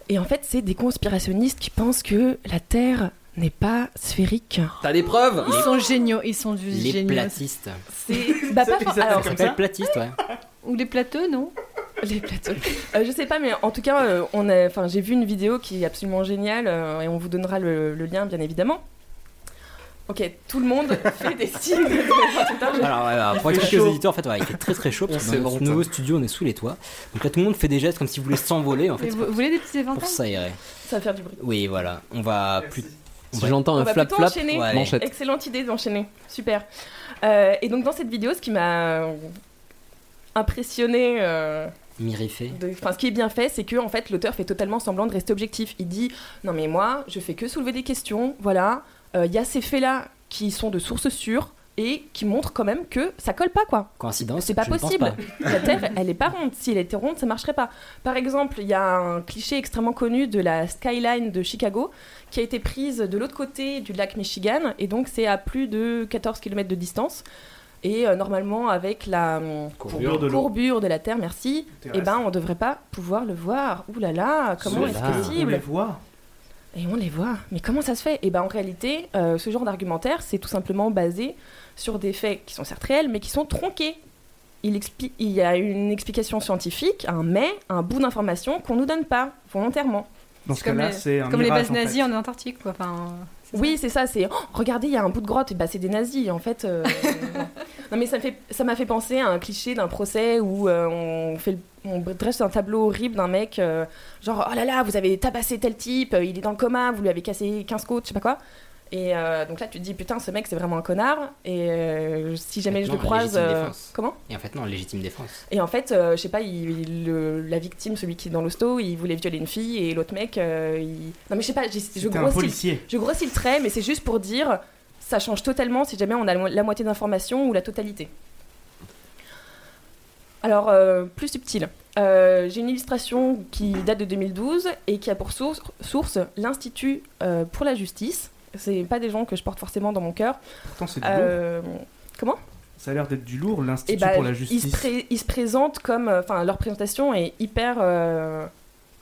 [SPEAKER 9] Et en fait, c'est des conspirationnistes qui pensent que la Terre n'est pas sphérique.
[SPEAKER 3] T'as des preuves
[SPEAKER 10] Ils sont géniaux, ils sont du
[SPEAKER 13] Les
[SPEAKER 10] géniaux.
[SPEAKER 13] platistes.
[SPEAKER 9] C'est. Bah, pas for- alors,
[SPEAKER 13] ça s'appelle platiste, ouais.
[SPEAKER 9] Ou les plateaux, non Les plateaux. Euh, je sais pas, mais en tout cas, euh, on a- enfin, j'ai vu une vidéo qui est absolument géniale euh, et on vous donnera le, le lien, bien évidemment. Ok, tout le monde <laughs> fait des signes. Putain, je-
[SPEAKER 13] Alors, ouais, ouais, pour
[SPEAKER 9] Il fait
[SPEAKER 13] expliquer aux
[SPEAKER 9] chaud.
[SPEAKER 13] éditeurs, en fait, ouais, il fait très très chaud parce
[SPEAKER 9] On
[SPEAKER 13] que dans notre
[SPEAKER 9] s'évente.
[SPEAKER 13] nouveau studio, on est sous les toits. Donc là, tout le monde fait des gestes comme s'il voulait s'envoler, en
[SPEAKER 10] Mais
[SPEAKER 13] fait,
[SPEAKER 10] vous, vous voulez des petits éventails
[SPEAKER 13] pour s'aérer.
[SPEAKER 9] Ça va faire du bruit.
[SPEAKER 13] Oui, voilà. On va plus.
[SPEAKER 3] Si j'entends
[SPEAKER 9] On
[SPEAKER 3] un
[SPEAKER 9] va
[SPEAKER 3] flap
[SPEAKER 9] plutôt
[SPEAKER 3] flap,
[SPEAKER 9] enchaîner.
[SPEAKER 3] manchette.
[SPEAKER 9] Excellente idée d'enchaîner. Super. Euh, et donc dans cette vidéo, ce qui m'a impressionné, euh,
[SPEAKER 13] Mirifé.
[SPEAKER 9] enfin ce qui est bien fait, c'est que en fait l'auteur fait totalement semblant de rester objectif. Il dit non mais moi, je fais que soulever des questions. Voilà, Euh, il y a ces faits là qui sont de sources sûres. et qui montre quand même que ça colle pas quoi.
[SPEAKER 13] Coïncidence
[SPEAKER 9] C'est pas
[SPEAKER 13] je ne pense
[SPEAKER 9] possible.
[SPEAKER 13] pas.
[SPEAKER 9] La Terre, elle est pas ronde. Si elle était ronde, ça marcherait pas. Par exemple, il y a un cliché extrêmement connu de la skyline de Chicago qui a été prise de l'autre côté du lac Michigan et donc c'est à plus de 14 km de distance. Et euh, normalement, avec la hum,
[SPEAKER 2] Courbure de l'eau.
[SPEAKER 9] courbure de la Terre, merci,
[SPEAKER 2] Terrestre.
[SPEAKER 9] eh ben on devrait pas pouvoir le voir. Ouh là là, comment
[SPEAKER 2] Cela.
[SPEAKER 9] est-ce
[SPEAKER 2] On
[SPEAKER 9] possible
[SPEAKER 2] les voit.
[SPEAKER 9] et on les voit. Mais comment ça se fait Et ben en réalité, euh, ce genre d'argumentaire, c'est tout simplement basé sur des faits qui sont certes réels, mais qui sont tronqués. Il, expli- il y a une explication scientifique, un mais, un bout d'information qu'on nous donne pas volontairement.
[SPEAKER 2] Dans ce cas-là, c'est un
[SPEAKER 10] Comme les
[SPEAKER 2] mirage,
[SPEAKER 10] bases
[SPEAKER 2] en fait.
[SPEAKER 10] nazies en Antarctique, quoi. Enfin,
[SPEAKER 9] Oui, c'est ça. C'est oh, regardez, il y a un bout de grotte. Et bah, c'est des nazis, en fait. <laughs> euh, non. non, mais ça me fait- ça m'a fait, penser à un cliché d'un procès où euh, on fait, le- on dresse un tableau horrible d'un mec, euh, genre oh là là, vous avez tabassé tel type, euh, il est dans le coma, vous lui avez cassé 15 côtes, je sais pas quoi. Et euh, donc là, tu te dis putain, ce mec, c'est vraiment un connard. Et euh, si jamais je
[SPEAKER 13] Non,
[SPEAKER 9] le croise,
[SPEAKER 13] légitime
[SPEAKER 9] euh,
[SPEAKER 13] défense.
[SPEAKER 9] comment
[SPEAKER 13] Et en fait, non, légitime défense.
[SPEAKER 9] et en fait, euh, je sais pas, il, il- le- la victime, celui qui est dans l'hosto, il voulait violer une fille et l'autre mec, euh, il... Non mais je sais pas, j'ai- je
[SPEAKER 2] C'était un
[SPEAKER 9] grossis,
[SPEAKER 2] policier.
[SPEAKER 9] je grossis le trait, mais c'est juste pour dire, ça change totalement si jamais on a la mo- la moitié d'informations ou la totalité. Alors, euh, plus subtil. Euh, J'ai une illustration qui date de 2012 et qui a pour source, source l'Institut euh, pour la justice. C'est pas des gens que je porte forcément dans mon cœur.
[SPEAKER 2] Pourtant, c'est du
[SPEAKER 9] Euh, Comment
[SPEAKER 2] Ça a l'air d'être du lourd,
[SPEAKER 9] et
[SPEAKER 2] l'Institut
[SPEAKER 9] bah,
[SPEAKER 2] pour la
[SPEAKER 9] Ils
[SPEAKER 2] justice.
[SPEAKER 9] se, pré- ils se présentent comme. euh, Enfin, leur présentation est hyper. euh,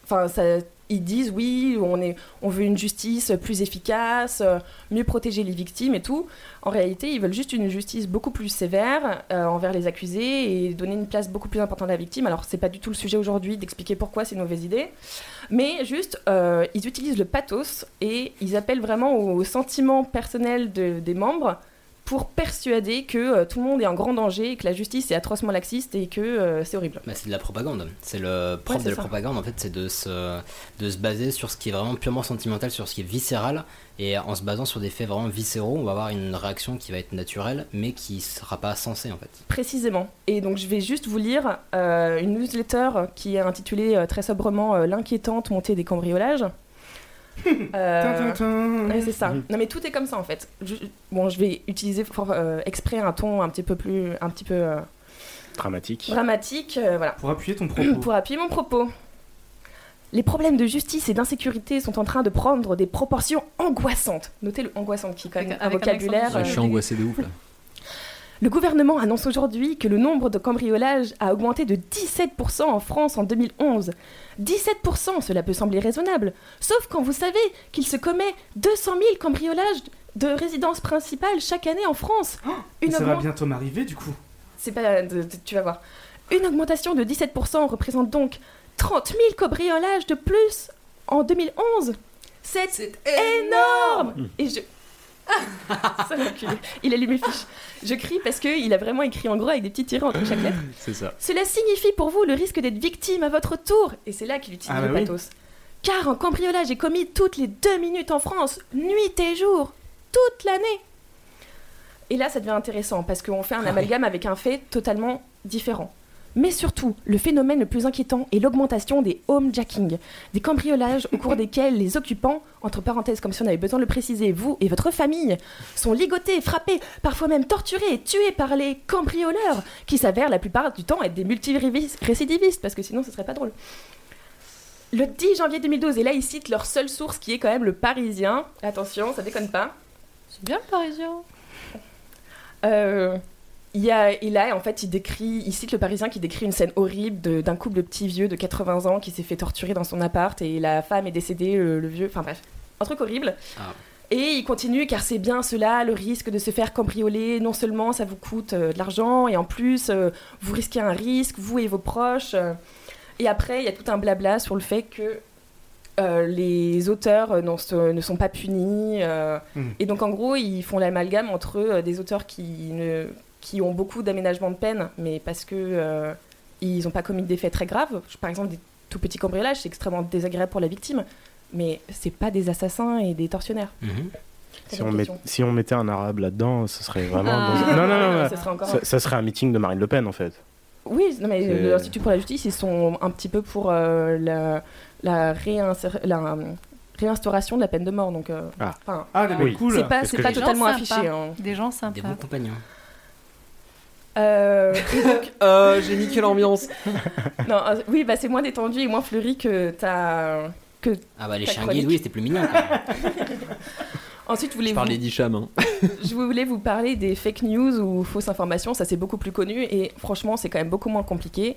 [SPEAKER 9] Enfin, ça- ils disent oui, on, est, on veut une justice plus efficace, euh, mieux protéger les victimes et tout. En réalité, ils veulent juste une justice beaucoup plus sévère euh, envers les accusés et donner une place beaucoup plus importante à la victime. Alors, c'est pas du tout le sujet aujourd'hui d'expliquer pourquoi c'est une mauvaise idée. Mais juste, euh, ils utilisent le pathos et ils appellent vraiment au sentiment personnel de- des membres pour persuader que euh, tout le monde est en grand danger, que la justice est atrocement laxiste et que euh, c'est horrible.
[SPEAKER 13] Bah, c'est de la propagande. C'est le propre
[SPEAKER 9] Ouais, c'est
[SPEAKER 13] de la
[SPEAKER 9] ça.
[SPEAKER 13] propagande, en fait, c'est de se, de se baser sur ce qui est vraiment purement sentimental, sur ce qui est viscéral. Et en se basant sur des faits vraiment viscéraux, on va avoir une réaction qui va être naturelle, mais qui sera pas sensée, en fait.
[SPEAKER 9] Précisément. Et donc je vais juste vous lire euh, une newsletter qui est intitulée euh, très sobrement euh, L'inquiétante montée des cambriolages. Euh, ouais, c'est ça. Non mais tout est comme ça en fait. Je- bon, je vais utiliser for- euh, exprès un ton un petit peu plus, un petit peu euh,
[SPEAKER 1] Dramatique.
[SPEAKER 9] dramatique, euh, voilà.
[SPEAKER 2] Pour appuyer ton propos.
[SPEAKER 9] <clears throat> Pour appuyer mon propos. Les problèmes de justice et d'insécurité sont en train de prendre des proportions angoissantes. Notez le angoissante qui est quand même un
[SPEAKER 10] avec un
[SPEAKER 9] vocabulaire.
[SPEAKER 3] Ouais, je suis
[SPEAKER 9] euh,
[SPEAKER 3] angoissé de ouf là.
[SPEAKER 9] le gouvernement annonce aujourd'hui que le nombre de cambriolages a augmenté de 17% en France en 2011. 17%, cela peut sembler raisonnable, sauf quand vous savez qu'il se commet 200 000 cambriolages de résidence principale chaque année en France.
[SPEAKER 2] Et
[SPEAKER 9] Une
[SPEAKER 2] ça va
[SPEAKER 9] augmentation-
[SPEAKER 2] bientôt m'arriver, du coup.
[SPEAKER 9] c'est pas. de- de- tu vas voir. Une augmentation de 17% représente donc 30 000 cambriolages de plus en 2011. C'est, énorme Et je. Ah, ça, l'enculé. Il allume les fiches. Je crie parce qu'il a vraiment écrit en gros avec des petits tirets entre chaque lettre.
[SPEAKER 3] C'est ça.
[SPEAKER 9] Cela signifie pour vous le risque d'être victime à votre tour. Et c'est là qu'il utilise
[SPEAKER 3] Ah bah
[SPEAKER 9] le
[SPEAKER 3] oui.
[SPEAKER 9] pathos. Car un cambriolage est commis toutes les deux minutes en France, nuit et jour, toute l'année. Et là, ça devient intéressant parce qu'on
[SPEAKER 3] Ah
[SPEAKER 9] fait un amalgame avec un fait totalement différent. Mais surtout, le phénomène le plus inquiétant est l'augmentation des homejacking, des cambriolages au cours desquels les occupants, entre parenthèses comme si on avait besoin de le préciser, vous et votre famille, sont ligotés, frappés, parfois même torturés et tués par les cambrioleurs, qui s'avèrent la plupart du temps être des multirécidivistes, parce que sinon ce serait pas drôle. Le 10 janvier 2012, et là ils citent leur seule source qui est quand même le Parisien. Attention, ça déconne pas.
[SPEAKER 10] C'est bien le parisien.
[SPEAKER 9] Euh, il y a, et là, en fait, il décrit, il cite le Parisien qui décrit une scène horrible de- d'un couple de petits vieux de 80 ans qui s'est fait torturer dans son appart et la femme est décédée, euh, le, le vieux, enfin bref, un truc horrible. Et il continue car c'est bien cela, le risque de se faire cambrioler, non seulement ça vous coûte euh, de l'argent et en plus euh, vous risquez un risque, vous et vos proches. euh. Et après, il y a tout un blabla sur le fait que euh, les auteurs euh, n'en se- ne sont pas punis. euh,
[SPEAKER 19] Mm.
[SPEAKER 9] Et donc, en gros, ils font l'amalgame entre euh, des auteurs qui, ne, qui ont beaucoup d'aménagements de peine, mais parce que euh, ils n'ont pas commis des faits très graves. Je- Par exemple, des tout petits cambriolages, c'est extrêmement désagréable pour la victime, mais c'est pas des assassins et des tortionnaires. T'as
[SPEAKER 1] Si
[SPEAKER 9] une
[SPEAKER 1] on, met-
[SPEAKER 9] question
[SPEAKER 1] si on mettait un arabe là-dedans, ce serait vraiment.
[SPEAKER 9] Ah.
[SPEAKER 1] dans un- Non, non, non, non.
[SPEAKER 9] Ça serait
[SPEAKER 3] Ah.
[SPEAKER 9] encore
[SPEAKER 1] ça,
[SPEAKER 9] un-
[SPEAKER 1] ça serait un meeting de Marine Le Pen en fait.
[SPEAKER 9] Oui, non, mais
[SPEAKER 1] C'est-
[SPEAKER 9] l'Institut pour la justice, ils sont un petit peu pour euh, la, la réinsér- la, euh, réinstauration de la peine de mort. Donc, euh,
[SPEAKER 1] Ah.
[SPEAKER 9] enfin,
[SPEAKER 2] Ah, mais
[SPEAKER 1] Oui.
[SPEAKER 2] cool.
[SPEAKER 9] c'est pas,
[SPEAKER 1] C'est ce
[SPEAKER 9] c'est
[SPEAKER 1] que
[SPEAKER 9] pas
[SPEAKER 1] j'ai dit.
[SPEAKER 9] totalement
[SPEAKER 10] Des gens
[SPEAKER 9] affiché.
[SPEAKER 10] sympas.
[SPEAKER 9] hein.
[SPEAKER 10] Des gens sympas.
[SPEAKER 13] Des bons compagnons.
[SPEAKER 9] Euh, et donc-
[SPEAKER 3] Euh, j'ai niqué l'ambiance.
[SPEAKER 9] non, euh, oui, bah, c'est moins détendu et moins fleuri que ta. Que
[SPEAKER 13] Ah bah les
[SPEAKER 9] ta
[SPEAKER 13] chiens
[SPEAKER 9] chronique.
[SPEAKER 13] guides, oui, c'était plus mignon. quoi.
[SPEAKER 9] <laughs> Ensuite,
[SPEAKER 3] Je
[SPEAKER 9] voulez-vous
[SPEAKER 3] parlais d'Hicham. Hein.
[SPEAKER 9] Je voulais vous parler des fake news ou fausses informations, ça c'est beaucoup plus connu et franchement c'est quand même beaucoup moins compliqué.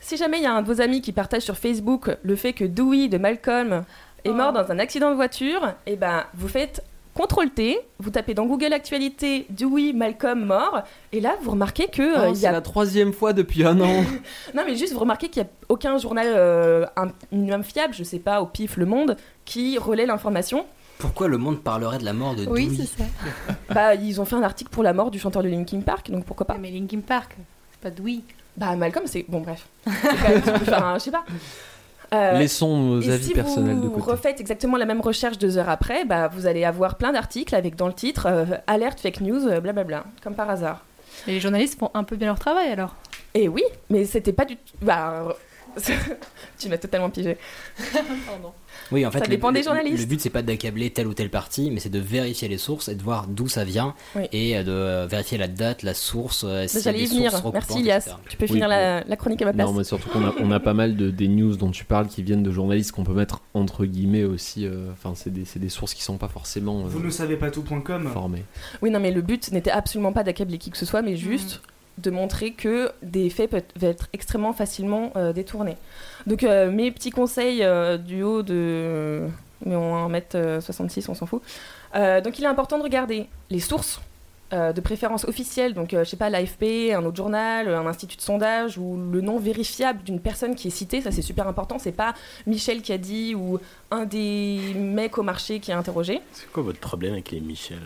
[SPEAKER 9] Si jamais il y a un de vos amis qui partage sur Facebook le fait que Dewey de Malcolm est
[SPEAKER 3] Oh.
[SPEAKER 9] mort dans un accident de voiture, et ben vous faites CTRL T, vous tapez dans Google Actualité Dewey Malcolm mort et là vous remarquez que euh,
[SPEAKER 3] Oh,
[SPEAKER 9] il
[SPEAKER 3] c'est
[SPEAKER 9] y a
[SPEAKER 3] la troisième fois depuis un an.
[SPEAKER 9] non, mais juste, vous remarquez qu'il n'y a aucun journal euh, un minimum fiable, je sais pas, au pif, Le Monde, qui relaie l'information.
[SPEAKER 13] Pourquoi le monde parlerait de la mort de Dewey
[SPEAKER 9] ça. bah, ils ont fait un article pour la mort du chanteur de Linkin Park, donc pourquoi pas. Mais Linkin Park, c'est pas Dewey. Bah, Malcolm, c'est. Bon, bref. <laughs> C'est quand même- tu peux faire un- Je sais pas. Euh,
[SPEAKER 3] Laissons nos
[SPEAKER 9] et
[SPEAKER 3] avis
[SPEAKER 9] si
[SPEAKER 3] personnels de
[SPEAKER 9] vous
[SPEAKER 3] côté.
[SPEAKER 9] refaites exactement la même recherche deux heures après, bah, vous allez avoir plein d'articles avec dans le titre euh, alerte fake news, euh, blablabla, comme par hasard.
[SPEAKER 10] Et les journalistes font un peu bien leur travail alors.
[SPEAKER 9] Et oui, mais c'était pas du tout. Bah, <laughs> tu m'as totalement piégé.
[SPEAKER 13] Oui, en fait,
[SPEAKER 9] Ça
[SPEAKER 13] le-
[SPEAKER 9] dépend
[SPEAKER 13] le,
[SPEAKER 9] des journalistes.
[SPEAKER 13] Le but, c'est pas d'accabler telle ou telle partie, mais c'est de vérifier les sources et de voir d'où ça vient
[SPEAKER 9] Oui.
[SPEAKER 13] et euh, de euh, vérifier la date, la source. euh, s'il y a
[SPEAKER 9] J'allais y
[SPEAKER 13] des
[SPEAKER 9] venir.
[SPEAKER 13] sources recoupantes,
[SPEAKER 9] Merci, Elias.
[SPEAKER 13] etc.
[SPEAKER 9] Tu peux
[SPEAKER 3] Oui,
[SPEAKER 9] finir
[SPEAKER 3] oui.
[SPEAKER 9] la, la chronique à ma place.
[SPEAKER 3] Non, mais surtout qu'on a, on a pas mal de, des news dont tu parles qui viennent de journalistes qu'on peut mettre entre guillemets aussi. euh, Enfin, c'est des, c'est des sources qui sont pas forcément euh,
[SPEAKER 2] Vous ne savez pas tout.com.
[SPEAKER 3] formées.
[SPEAKER 9] Oui, non, mais le but n'était absolument pas d'accabler qui que ce soit, mais juste de montrer que des faits peuvent être extrêmement facilement euh, détournés. Donc, euh, mes petits conseils euh, du haut de. Mais on va en mettre euh, 66, on s'en fout. Euh, donc, il est important de regarder les sources. euh, de préférence officielles, donc euh, je sais pas, l'AFP, un autre journal, un institut de sondage, ou le nom vérifiable d'une personne qui est citée, ça c'est super important, c'est pas Michel qui a dit ou un des mecs au marché qui a interrogé.
[SPEAKER 1] C'est quoi votre problème avec les Michel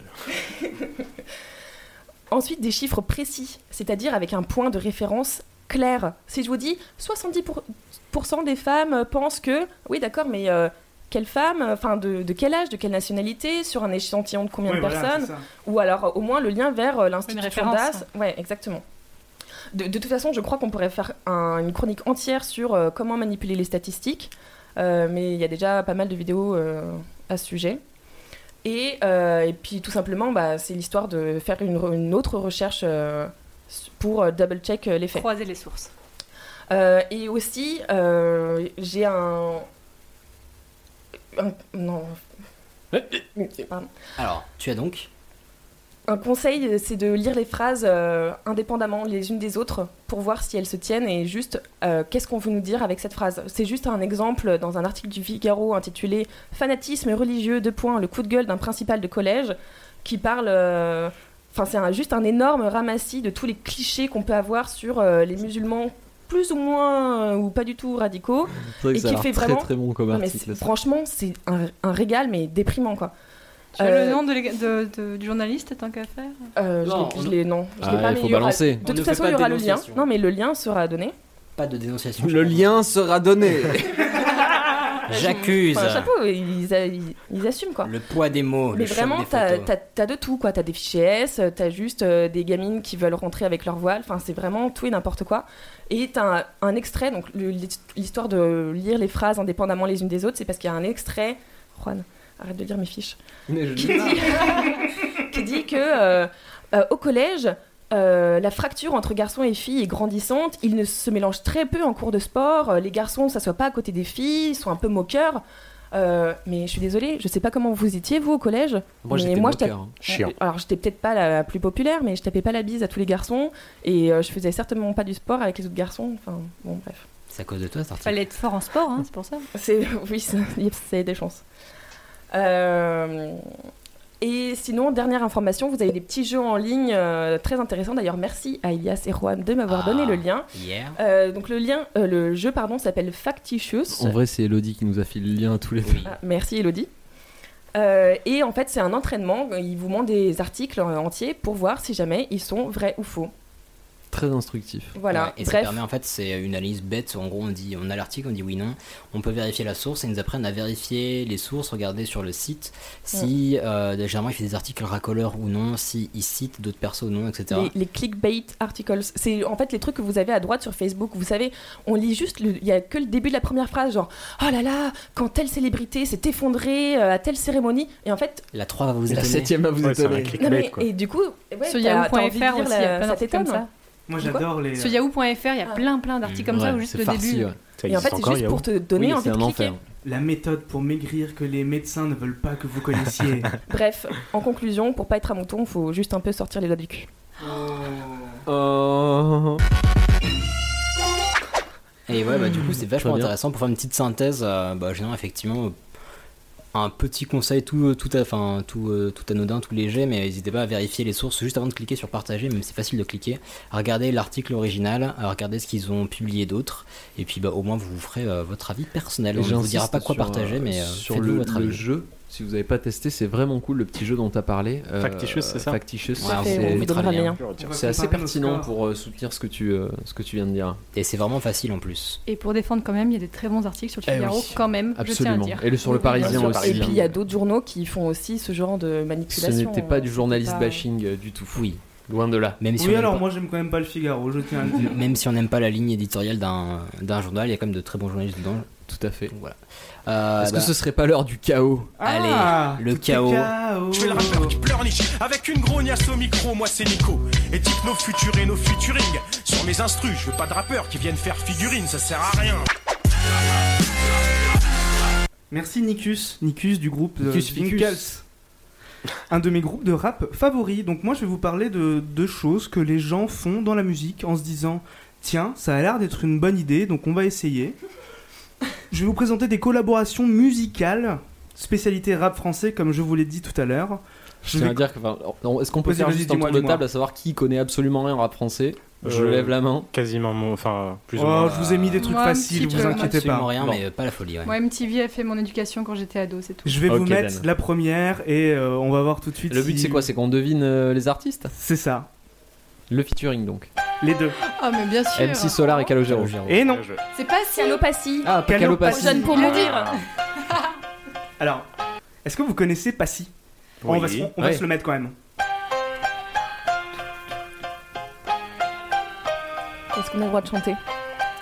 [SPEAKER 9] Ensuite, des chiffres précis, c'est-à-dire avec un point de référence clair. Si je vous dis 70% pour- pour cent des femmes euh, pensent que, oui d'accord, mais euh, quelle femme, enfin de, de quel âge, de quelle nationalité, sur un échantillon de combien
[SPEAKER 10] Oui,
[SPEAKER 9] de
[SPEAKER 10] voilà,
[SPEAKER 9] personnes,
[SPEAKER 10] c'est ça.
[SPEAKER 9] ou alors euh, au moins le lien vers euh, l'institut
[SPEAKER 10] référence,
[SPEAKER 9] Fondas. Ouais, exactement. De, de toute façon, je crois qu'on pourrait faire un- une chronique entière sur euh, comment manipuler les statistiques, euh, mais il y a déjà pas mal de vidéos euh, à ce sujet. Et, euh, et puis tout simplement, bah, c'est l'histoire de faire une, re- une autre recherche euh, s- pour euh, double-check euh, les faits.
[SPEAKER 10] Croiser les sources.
[SPEAKER 9] Euh, et aussi, euh, j'ai un... un- Non. Pardon.
[SPEAKER 13] Alors, tu as donc
[SPEAKER 9] Un conseil, euh, c'est de lire les phrases euh, indépendamment les unes des autres pour voir si elles se tiennent et juste euh, qu'est-ce qu'on veut nous dire avec cette phrase. C'est juste un exemple dans un article du Figaro intitulé Fanatisme religieux, deux points, le coup de gueule d'un principal de collège qui parle. euh, Enfin, c'est un- juste un énorme ramassis de tous les clichés qu'on peut avoir sur euh, les musulmans plus ou moins euh, ou pas du tout radicaux
[SPEAKER 3] C'est vrai que
[SPEAKER 9] et
[SPEAKER 3] ça a
[SPEAKER 9] qui
[SPEAKER 3] l'air
[SPEAKER 9] fait
[SPEAKER 3] très,
[SPEAKER 9] vraiment
[SPEAKER 3] très bon comme
[SPEAKER 9] Non, mais
[SPEAKER 3] article,
[SPEAKER 9] c'est-
[SPEAKER 3] Bah, ça.
[SPEAKER 9] franchement c'est un, un régal mais déprimant quoi
[SPEAKER 10] Tu as
[SPEAKER 9] Euh,
[SPEAKER 10] le nom de l'ég- de- de- du journaliste tant qu'à faire
[SPEAKER 9] euh, je
[SPEAKER 13] Non,
[SPEAKER 9] l'ai-
[SPEAKER 13] on
[SPEAKER 9] je
[SPEAKER 13] ne-
[SPEAKER 9] l'ai- non, je
[SPEAKER 3] Ah,
[SPEAKER 9] l'ai pas,
[SPEAKER 3] il
[SPEAKER 9] mais
[SPEAKER 3] faut
[SPEAKER 9] y aura-
[SPEAKER 3] balancer.
[SPEAKER 9] De
[SPEAKER 13] On ne
[SPEAKER 9] toute
[SPEAKER 13] fait
[SPEAKER 9] façon,
[SPEAKER 13] pas
[SPEAKER 9] il y
[SPEAKER 13] de
[SPEAKER 9] aura le lien.
[SPEAKER 13] dénonciation.
[SPEAKER 9] Non, mais le lien sera donné.
[SPEAKER 13] pas de dénonciation.
[SPEAKER 3] Le lien sera <laughs> donné.
[SPEAKER 13] J'accuse.
[SPEAKER 9] Ah, Enfin, chapeau, ils, a- ils- ils assument quoi.
[SPEAKER 13] Le poids des mots.
[SPEAKER 9] mais
[SPEAKER 13] le choc
[SPEAKER 9] vraiment,
[SPEAKER 13] des
[SPEAKER 9] t'as
[SPEAKER 13] photos.
[SPEAKER 3] hein.
[SPEAKER 9] t'as- t'as de tout quoi. T'as des fichiers S, t'as juste euh, des gamines qui veulent rentrer avec leur voile. Enfin, c'est vraiment tout et n'importe quoi. Et t'as un, un extrait, donc le- l'histoire de lire les phrases indépendamment les unes des autres, c'est parce qu'il y a un extrait. Juan, arrête de lire mes fiches. qui dit, qui dit que euh, euh, au collège, euh, la fracture entre garçons et filles est grandissante. Ils ne se mélangent très peu en cours de sport. euh, Les garçons ne s'assoient pas à côté des filles, ils sont un peu moqueurs. Euh, mais je suis désolée, je sais pas comment vous étiez vous au collège.
[SPEAKER 3] Moi,
[SPEAKER 9] mais
[SPEAKER 3] j'étais
[SPEAKER 9] je
[SPEAKER 3] moqueur,
[SPEAKER 9] tape-
[SPEAKER 3] hein. Chiant.
[SPEAKER 9] Alors j'étais peut-être pas la plus populaire, mais je tapais pas la bise à tous les garçons et euh, je faisais certainement pas du sport avec les autres garçons. Enfin bon bref.
[SPEAKER 13] C'est à cause de toi, cet article.
[SPEAKER 10] Fallait être fort en sport, hein, c'est pour ça.
[SPEAKER 9] C'est <laughs> oui, ça- y a- c'est des chances. Euh, et sinon, dernière information, vous avez des petits jeux en ligne euh, très intéressants. D'ailleurs, merci à Elias et Juan de m'avoir donné
[SPEAKER 4] Ah.
[SPEAKER 9] le lien.
[SPEAKER 13] Hier.
[SPEAKER 9] Euh, donc le lien, euh, le jeu pardon, s'appelle Factitious.
[SPEAKER 3] En vrai, c'est Elodie qui nous a fait le lien à tous les deux.
[SPEAKER 9] Ah, merci Elodie. Euh, et en fait, c'est un entraînement. Il vous demande des articles euh, entiers pour voir si jamais ils sont vrais ou faux.
[SPEAKER 3] très instructif.
[SPEAKER 9] Voilà,
[SPEAKER 4] Ouais, et ça
[SPEAKER 9] bref.
[SPEAKER 4] permet en fait, c'est une analyse bête. En gros, on dit, on a l'article, on dit oui, non. On peut vérifier la source et ils nous apprennent à vérifier les sources, regarder sur le site si euh, généralement il fait des articles racoleurs ou non, si il cite d'autres personnes ou non, etc.
[SPEAKER 10] Hein.
[SPEAKER 9] Les, les clickbait articles, c'est en fait les trucs que vous avez à droite sur Facebook. Vous savez, on lit juste, le- il y a que le début de la première phrase, genre oh là là, quand telle célébrité s'est effondrée euh, à telle cérémonie, et en fait,
[SPEAKER 4] La 3 va vous
[SPEAKER 3] La
[SPEAKER 4] étonner.
[SPEAKER 3] septième va vous Ouais, étonner. c'est un
[SPEAKER 9] non, mais- et du coup, ouais,
[SPEAKER 10] Sur
[SPEAKER 9] t'as- t'as
[SPEAKER 10] yahoo.fr
[SPEAKER 9] envie de dire
[SPEAKER 10] aussi,
[SPEAKER 9] la-
[SPEAKER 10] il y a plein
[SPEAKER 9] ça
[SPEAKER 10] d'articles comme
[SPEAKER 9] t'étonne.
[SPEAKER 10] ça.
[SPEAKER 2] Moi
[SPEAKER 9] De quoi
[SPEAKER 2] j'adore les.
[SPEAKER 10] Sur yahoo.fr, il y a plein plein d'articles comme ça ou juste le début.
[SPEAKER 3] Bah,
[SPEAKER 9] Et en fait, c'est juste pour te donner envie de cliquer.
[SPEAKER 2] La méthode pour maigrir que les médecins ne veulent pas que vous connaissiez.
[SPEAKER 9] Bref, en conclusion, pour pas être à mouton, faut juste un peu sortir les doigts du cul. Oh.
[SPEAKER 4] Et ouais, bah, du coup, c'est vachement
[SPEAKER 3] Très bien.
[SPEAKER 4] intéressant pour faire une petite synthèse. euh, bah, généralement, effectivement, euh, un petit conseil tout, tout, à- enfin, tout, euh, tout anodin, tout léger, mais n'hésitez pas à vérifier les sources juste avant de cliquer sur partager, même si c'est facile de cliquer, à regarder l'article original, à regarder ce qu'ils ont publié d'autre, et puis bah, au moins vous vous ferez euh, votre avis personnel.
[SPEAKER 3] Et
[SPEAKER 4] On ne vous
[SPEAKER 3] j'insiste
[SPEAKER 4] dira pas quoi
[SPEAKER 3] sur, euh,
[SPEAKER 4] partager, mais euh,
[SPEAKER 3] sur
[SPEAKER 4] faites-vous
[SPEAKER 3] le,
[SPEAKER 4] votre
[SPEAKER 3] le
[SPEAKER 4] avis.
[SPEAKER 3] jeu, si vous n'avez pas testé, c'est vraiment cool le petit jeu dont tu as parlé. euh,
[SPEAKER 1] Factitious, c'est ça
[SPEAKER 3] Factitious,
[SPEAKER 1] Ouais, on vous
[SPEAKER 3] c'est-
[SPEAKER 1] mettra le lien.
[SPEAKER 2] hein.
[SPEAKER 3] C'est assez
[SPEAKER 2] comparer nos
[SPEAKER 3] pertinent
[SPEAKER 2] scores.
[SPEAKER 3] pour euh, soutenir ce que tu euh, ce que tu viens de dire.
[SPEAKER 4] Et c'est vraiment facile en plus.
[SPEAKER 10] Et pour défendre quand même, il y a des très bons articles sur le
[SPEAKER 3] Eh
[SPEAKER 10] Figaro
[SPEAKER 3] oui.
[SPEAKER 10] quand même, je
[SPEAKER 3] Absolument.
[SPEAKER 10] tiens à dire.
[SPEAKER 3] Et le sur le Parisien
[SPEAKER 9] Bien sûr.
[SPEAKER 3] aussi. hein.
[SPEAKER 9] Et puis il y a d'autres journaux qui font aussi ce genre de
[SPEAKER 3] Ce
[SPEAKER 9] manipulation.
[SPEAKER 3] n'était pas du journaliste
[SPEAKER 9] pas-
[SPEAKER 3] bashing euh, du tout.
[SPEAKER 4] Oui.
[SPEAKER 3] Loin de là.
[SPEAKER 4] Même si
[SPEAKER 2] oui,
[SPEAKER 4] on
[SPEAKER 2] alors
[SPEAKER 4] aime
[SPEAKER 2] moi j'aime quand même pas le Figaro, je tiens à le dire.
[SPEAKER 4] Même si on n'aime pas la ligne éditoriale d'un d'un journal, il y a quand même de très bons journalistes dedans. Euh, bah,
[SPEAKER 3] Tout à fait.
[SPEAKER 4] Voilà. Ah
[SPEAKER 3] Est-ce que ce serait pas l'heure du chaos
[SPEAKER 2] Ah,
[SPEAKER 4] Allez, le chaos.
[SPEAKER 20] Je vais le rappeler qui pleurniche avec une grognasse au micro, moi c'est Nico. Et dites nos futurs et nos futurings. Sur mes instrus, je veux pas de rappeurs qui viennent faire figurine, ça sert à rien.
[SPEAKER 2] Merci Nicus, Nicus du groupe euh,
[SPEAKER 3] Nicus Ficus.
[SPEAKER 2] Winkles. Un de mes groupes de rap favoris. Donc moi je vais vous parler de deux choses que les gens font dans la musique en se disant tiens, ça a l'air d'être une bonne idée, donc on va essayer. Je vais vous présenter des collaborations musicales, spécialité rap français comme je vous l'ai dit tout à l'heure.
[SPEAKER 3] Je tiens à dire que, enfin, non, est-ce qu'on peut
[SPEAKER 2] Vas-y,
[SPEAKER 3] faire
[SPEAKER 2] vas-y,
[SPEAKER 3] juste un
[SPEAKER 2] dis-moi,
[SPEAKER 3] tour de
[SPEAKER 2] dis-moi.
[SPEAKER 3] table à savoir qui connaît absolument rien en rap français Je
[SPEAKER 1] Euh,
[SPEAKER 3] lève la main.
[SPEAKER 1] Quasiment, mon- enfin, plus
[SPEAKER 2] Oh,
[SPEAKER 1] ou moins.
[SPEAKER 2] je vous ai
[SPEAKER 3] euh,
[SPEAKER 2] mis des trucs
[SPEAKER 10] Moi, un
[SPEAKER 2] faciles,
[SPEAKER 10] petit
[SPEAKER 2] vous
[SPEAKER 10] peu.
[SPEAKER 2] inquiétez pas.
[SPEAKER 4] Absolument rien,
[SPEAKER 2] Bon.
[SPEAKER 4] mais pas la folie. ouais.
[SPEAKER 10] Moi, MTV a fait mon éducation quand j'étais ado, c'est tout.
[SPEAKER 2] Je vais vous
[SPEAKER 3] Ok,
[SPEAKER 2] mettre
[SPEAKER 3] Dan.
[SPEAKER 2] la première et euh, on va voir tout de suite.
[SPEAKER 3] Le but
[SPEAKER 2] si-
[SPEAKER 3] c'est quoi C'est qu'on devine euh, les artistes
[SPEAKER 2] C'est ça.
[SPEAKER 3] Le featuring donc.
[SPEAKER 2] Les deux.
[SPEAKER 10] Oh, mais bien sûr.
[SPEAKER 3] MC Solar et Calogero.
[SPEAKER 2] Et non.
[SPEAKER 10] C'est pas
[SPEAKER 9] Calopatie.
[SPEAKER 3] Ah, pas Calopassi.
[SPEAKER 9] Jeune pour
[SPEAKER 10] Ah.
[SPEAKER 9] mourir.
[SPEAKER 2] Alors, est-ce que vous connaissez Passy On, va se, on va
[SPEAKER 3] Ouais.
[SPEAKER 2] se le mettre quand même.
[SPEAKER 9] Est-ce qu'on a le droit de chanter